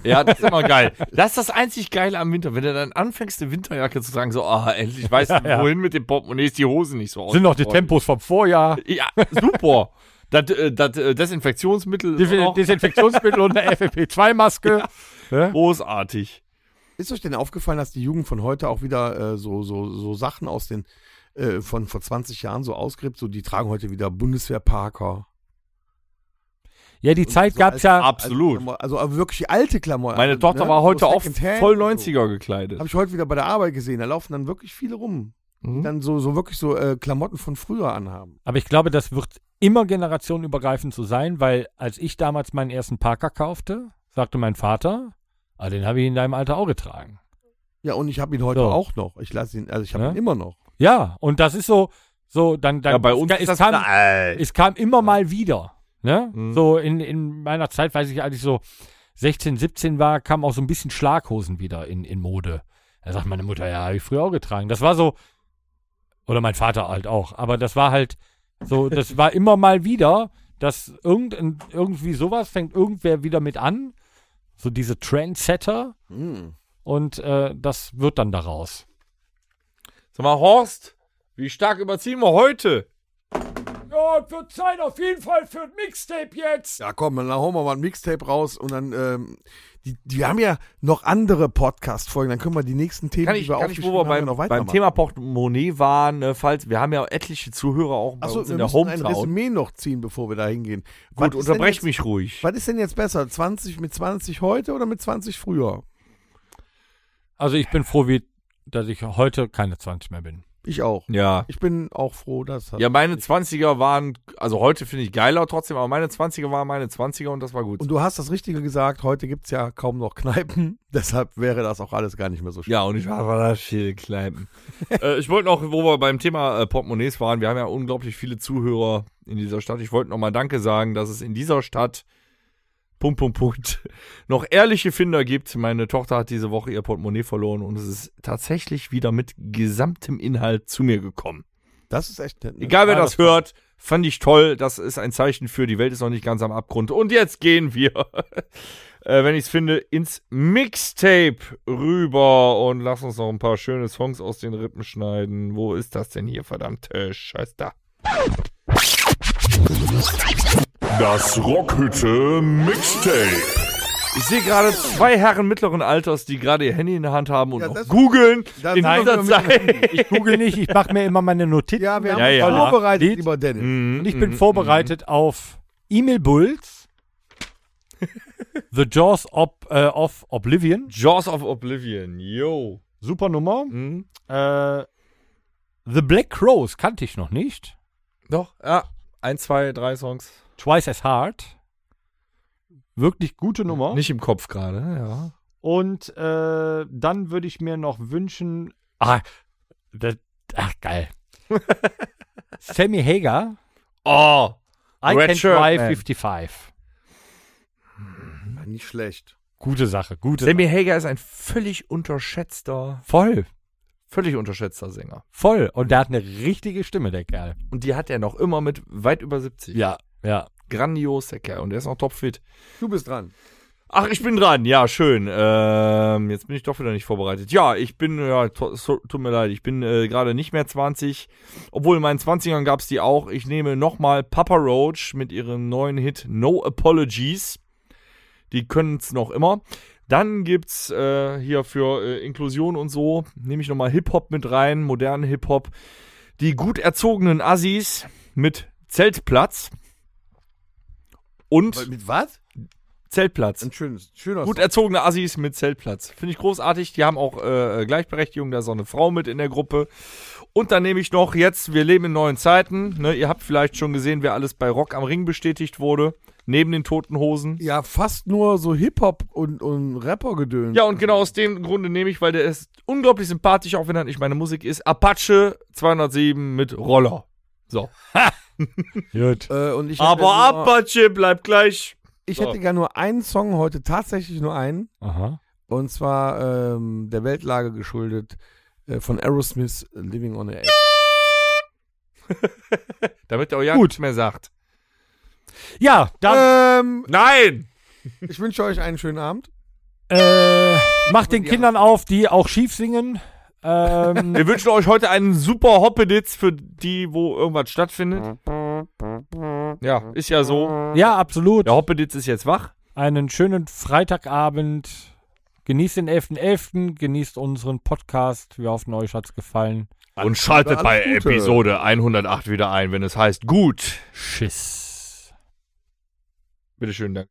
S4: Ja, das ist immer geil. Das ist das einzig Geile am Winter, wenn du dann anfängst, eine Winterjacke zu tragen, so, ah, endlich weißt du,
S2: ja.
S4: wohin mit dem Portemonnaie ist die Hose nicht so aus.
S2: Sind noch die Tempos vom Vorjahr,
S4: Ja, super. Das, äh, das äh, Desinfektionsmittel ist
S2: die
S4: auch
S2: Desinfektionsmittel und eine FFP2-Maske. ne?
S4: großartig.
S3: Ist euch denn aufgefallen, dass die Jugend von heute auch wieder äh, so, so, so Sachen aus den äh, von vor 20 Jahren so ausgräbt? So, die tragen heute wieder Bundeswehr-Parker.
S2: Ja, die Zeit
S3: so
S2: gab's
S3: als-
S2: ja.
S4: Absolut.
S3: Alte Klamotten, Also, aber wirklich alte Klamotten. ne?
S4: Meine Tochter war heute auch voll 90er
S3: Habe
S4: gekleidet.
S3: ich heute wieder bei der Arbeit gesehen. Da laufen dann wirklich viele rum.
S4: Mhm.
S3: Die dann so, so wirklich so äh, Klamotten von früher anhaben.
S2: Aber ich glaube, das wird immer generationenübergreifend so sein, weil als ich damals meinen ersten Parker kaufte, sagte mein Vater, ah, den habe ich in deinem Alter auch getragen.
S3: Ja, und ich habe ihn heute
S2: So.
S3: auch noch. Ich lasse ihn, also ich habe
S2: Ja.
S3: ihn immer noch.
S2: Ja, und das ist so, so dann, dann
S4: Ja, bei uns
S2: es,
S4: ist das
S2: kam,
S4: Nein.
S2: es kam immer mal wieder. Ne?
S4: Mhm.
S2: So in, in meiner Zeit, weiß ich, als ich so 16, 17 war, kam auch so ein bisschen Schlaghosen wieder in, in Mode. Da sagt meine Mutter, ja, habe ich früher auch getragen. Das war so, oder mein Vater halt auch, aber das war halt so, das war immer mal wieder, dass irgendein, irgendwie sowas fängt irgendwer wieder mit an. So diese Trendsetter und äh, das wird dann daraus.
S4: Sag mal, Horst, wie stark überziehen wir heute?
S2: Ja, wird Zeit auf jeden Fall für ein Mixtape jetzt.
S3: Ja, komm, dann hauen wir mal ein Mixtape raus und dann, ähm, die, die haben ja noch andere Podcast-Folgen, dann können wir die nächsten Themen,
S4: Kann ich,
S3: die wir
S4: kann ich wo
S3: aufgeschrieben
S4: wir
S3: haben, ja noch
S4: beim, beim Thema Portemonnaie waren, ne, falls, wir haben ja etliche Zuhörer auch bei
S3: Achso,
S4: uns
S3: wir
S4: in der
S3: müssen ein
S4: Hometown.
S3: Resümee noch ziehen, bevor wir da hingehen. Was
S4: Gut,
S3: ist denn
S4: unterbrech
S3: jetzt-
S4: mich ruhig.
S3: Was ist denn jetzt besser, 20 mit 20 heute oder mit 20 früher?
S2: Also ich bin froh, wie, dass ich heute keine 20 mehr bin.
S3: Ich auch.
S4: Ja.
S3: Ich bin auch froh, dass das.
S4: Ja, meine 20er waren, also heute finde ich geiler trotzdem, aber meine 20er waren meine 20er und das war gut.
S3: Und du hast das Richtige gesagt, heute gibt es ja kaum noch Kneipen, deshalb wäre das auch alles gar nicht mehr so schlimm.
S4: Ja, und ich war, war da viel Kneipen. äh, ich wollte noch, wo wir beim Thema äh, Portemonnaies waren, wir haben ja unglaublich viele Zuhörer in dieser Stadt. Ich wollte nochmal Danke sagen, dass es in dieser Stadt Punkt, Punkt, Punkt, noch ehrliche Finder gibt. Meine Tochter hat diese Woche ihr Portemonnaie verloren und es ist tatsächlich wieder mit gesamtem Inhalt zu mir gekommen.
S3: Das ist echt nett. ne?
S4: Egal wer
S2: Ja,
S4: das
S2: das war-
S4: hört, fand ich toll. Das ist ein Zeichen für, die Welt ist noch nicht ganz am Abgrund. Und jetzt gehen wir, äh, wenn ich es finde, ins Mixtape rüber und lass uns noch ein paar schöne Songs aus den Rippen schneiden. Wo ist das denn hier, verdammt? Äh, scheiß da.
S1: Das Rockhütte Mixtape.
S4: Ich sehe gerade zwei Herren mittleren Alters, die gerade ihr Handy in der Hand haben und
S3: Ja,
S4: noch
S3: das-
S4: googeln.
S3: das
S4: in
S3: machen wir
S4: dieser
S3: mit
S4: Zeit.
S2: Ich google nicht, ich mache mir immer meine Notizen.
S3: Ja, wir haben
S4: Ja,
S3: uns
S4: ja. Hm.
S3: voll vorbereitet,
S2: Lied.
S3: lieber Dennis.
S2: Und ich bin vorbereitet auf Emil Bulls, The Jaws Ob, äh, of Oblivion,
S4: Jaws of Oblivion, yo.
S2: super Nummer.
S4: Mhm.
S2: Äh, The Black Crows kannte ich noch nicht.
S4: Doch, ja. Ein, zwei, drei Songs.
S2: Twice as Hard. Wirklich gute Nummer.
S4: Nicht im Kopf gerade, ja.
S2: Und äh, dann würde ich mir noch wünschen. Ah, das, ach geil. Sammy Hager,
S4: Oh,
S3: Ah.
S2: I
S4: Red
S2: Can
S4: Shirt
S2: Drive
S4: Man.
S2: 55.
S3: Ah, Nicht schlecht.
S2: Gute Sache, gute
S4: Sammy Hager ist ein völlig
S2: Sache.
S4: unterschätzter
S2: Voll.
S4: Völlig unterschätzter Sänger.
S2: Voll. Und der hat eine richtige Stimme, der Kerl.
S4: Und die hat er noch immer mit weit über 70.
S2: Ja, ja.
S4: Grandios, der Kerl. Und der ist noch topfit.
S3: Du bist dran.
S4: Ach, ich bin dran. Ja, schön. Ähm, jetzt bin ich doch wieder nicht vorbereitet. Ja, ich bin, ja, to, so, tut mir leid, ich bin äh, gerade nicht mehr 20. Obwohl in meinen 20ern gab es die auch. Ich nehme nochmal Papa Roach mit ihrem neuen Hit No Apologies. Die können es noch immer. Dann gibt's äh, hier für äh, Inklusion und so, nehme ich nochmal Hip-Hop mit rein, modernen Hip-Hop. Die gut erzogenen Assis mit Zeltplatz. Und
S3: Mit was?
S4: Zeltplatz.
S3: Ein schönes, schöner
S4: Gut erzogene Assis mit Zeltplatz. Finde ich großartig. Die haben auch äh, Gleichberechtigung. Da ist auch eine Frau mit in der Gruppe. Und dann nehme ich noch jetzt, wir leben in neuen Zeiten. Ne, ihr habt vielleicht schon gesehen, wer alles bei Rock am Ring bestätigt wurde. Neben den Toten Hosen.
S3: Ja, fast nur so Hip-Hop und, und Rapper-Gedöns.
S4: Ja, und genau aus dem Grunde nehme ich, weil der ist unglaublich sympathisch, auch wenn er nicht meine Musik ist. Apache 207 mit Roller. So.
S2: Gut.
S3: Äh, und ich
S4: Aber
S3: hätte nur,
S4: Apache bleibt gleich.
S3: Ich hätte gern nur einen Song heute, tatsächlich nur einen.
S2: Aha.
S3: Und zwar ähm, der Weltlage geschuldet äh, von Aerosmith Living on a Edge.
S4: Damit er auch ja
S2: Gut.
S4: nichts mehr sagt.
S2: Ja, dann
S3: Ähm,
S4: Nein!
S3: ich wünsche euch einen schönen Abend.
S2: äh, macht den Kindern auf, die auch schief singen. Ähm,
S4: Wir wünschen euch heute einen super Hoppeditz für die, wo irgendwas stattfindet. Ja, ist ja so.
S2: ja, absolut.
S4: Der Hoppeditz ist jetzt wach.
S2: Einen schönen Freitagabend. Genießt den 11.11., genießt unseren Podcast. Wir hoffen, euch hat's gefallen.
S4: Und schaltet
S3: Alles
S4: bei
S3: Gute.
S4: Episode 108 wieder ein, wenn es heißt gut.
S2: Tschüss.
S4: Bitteschön, danke.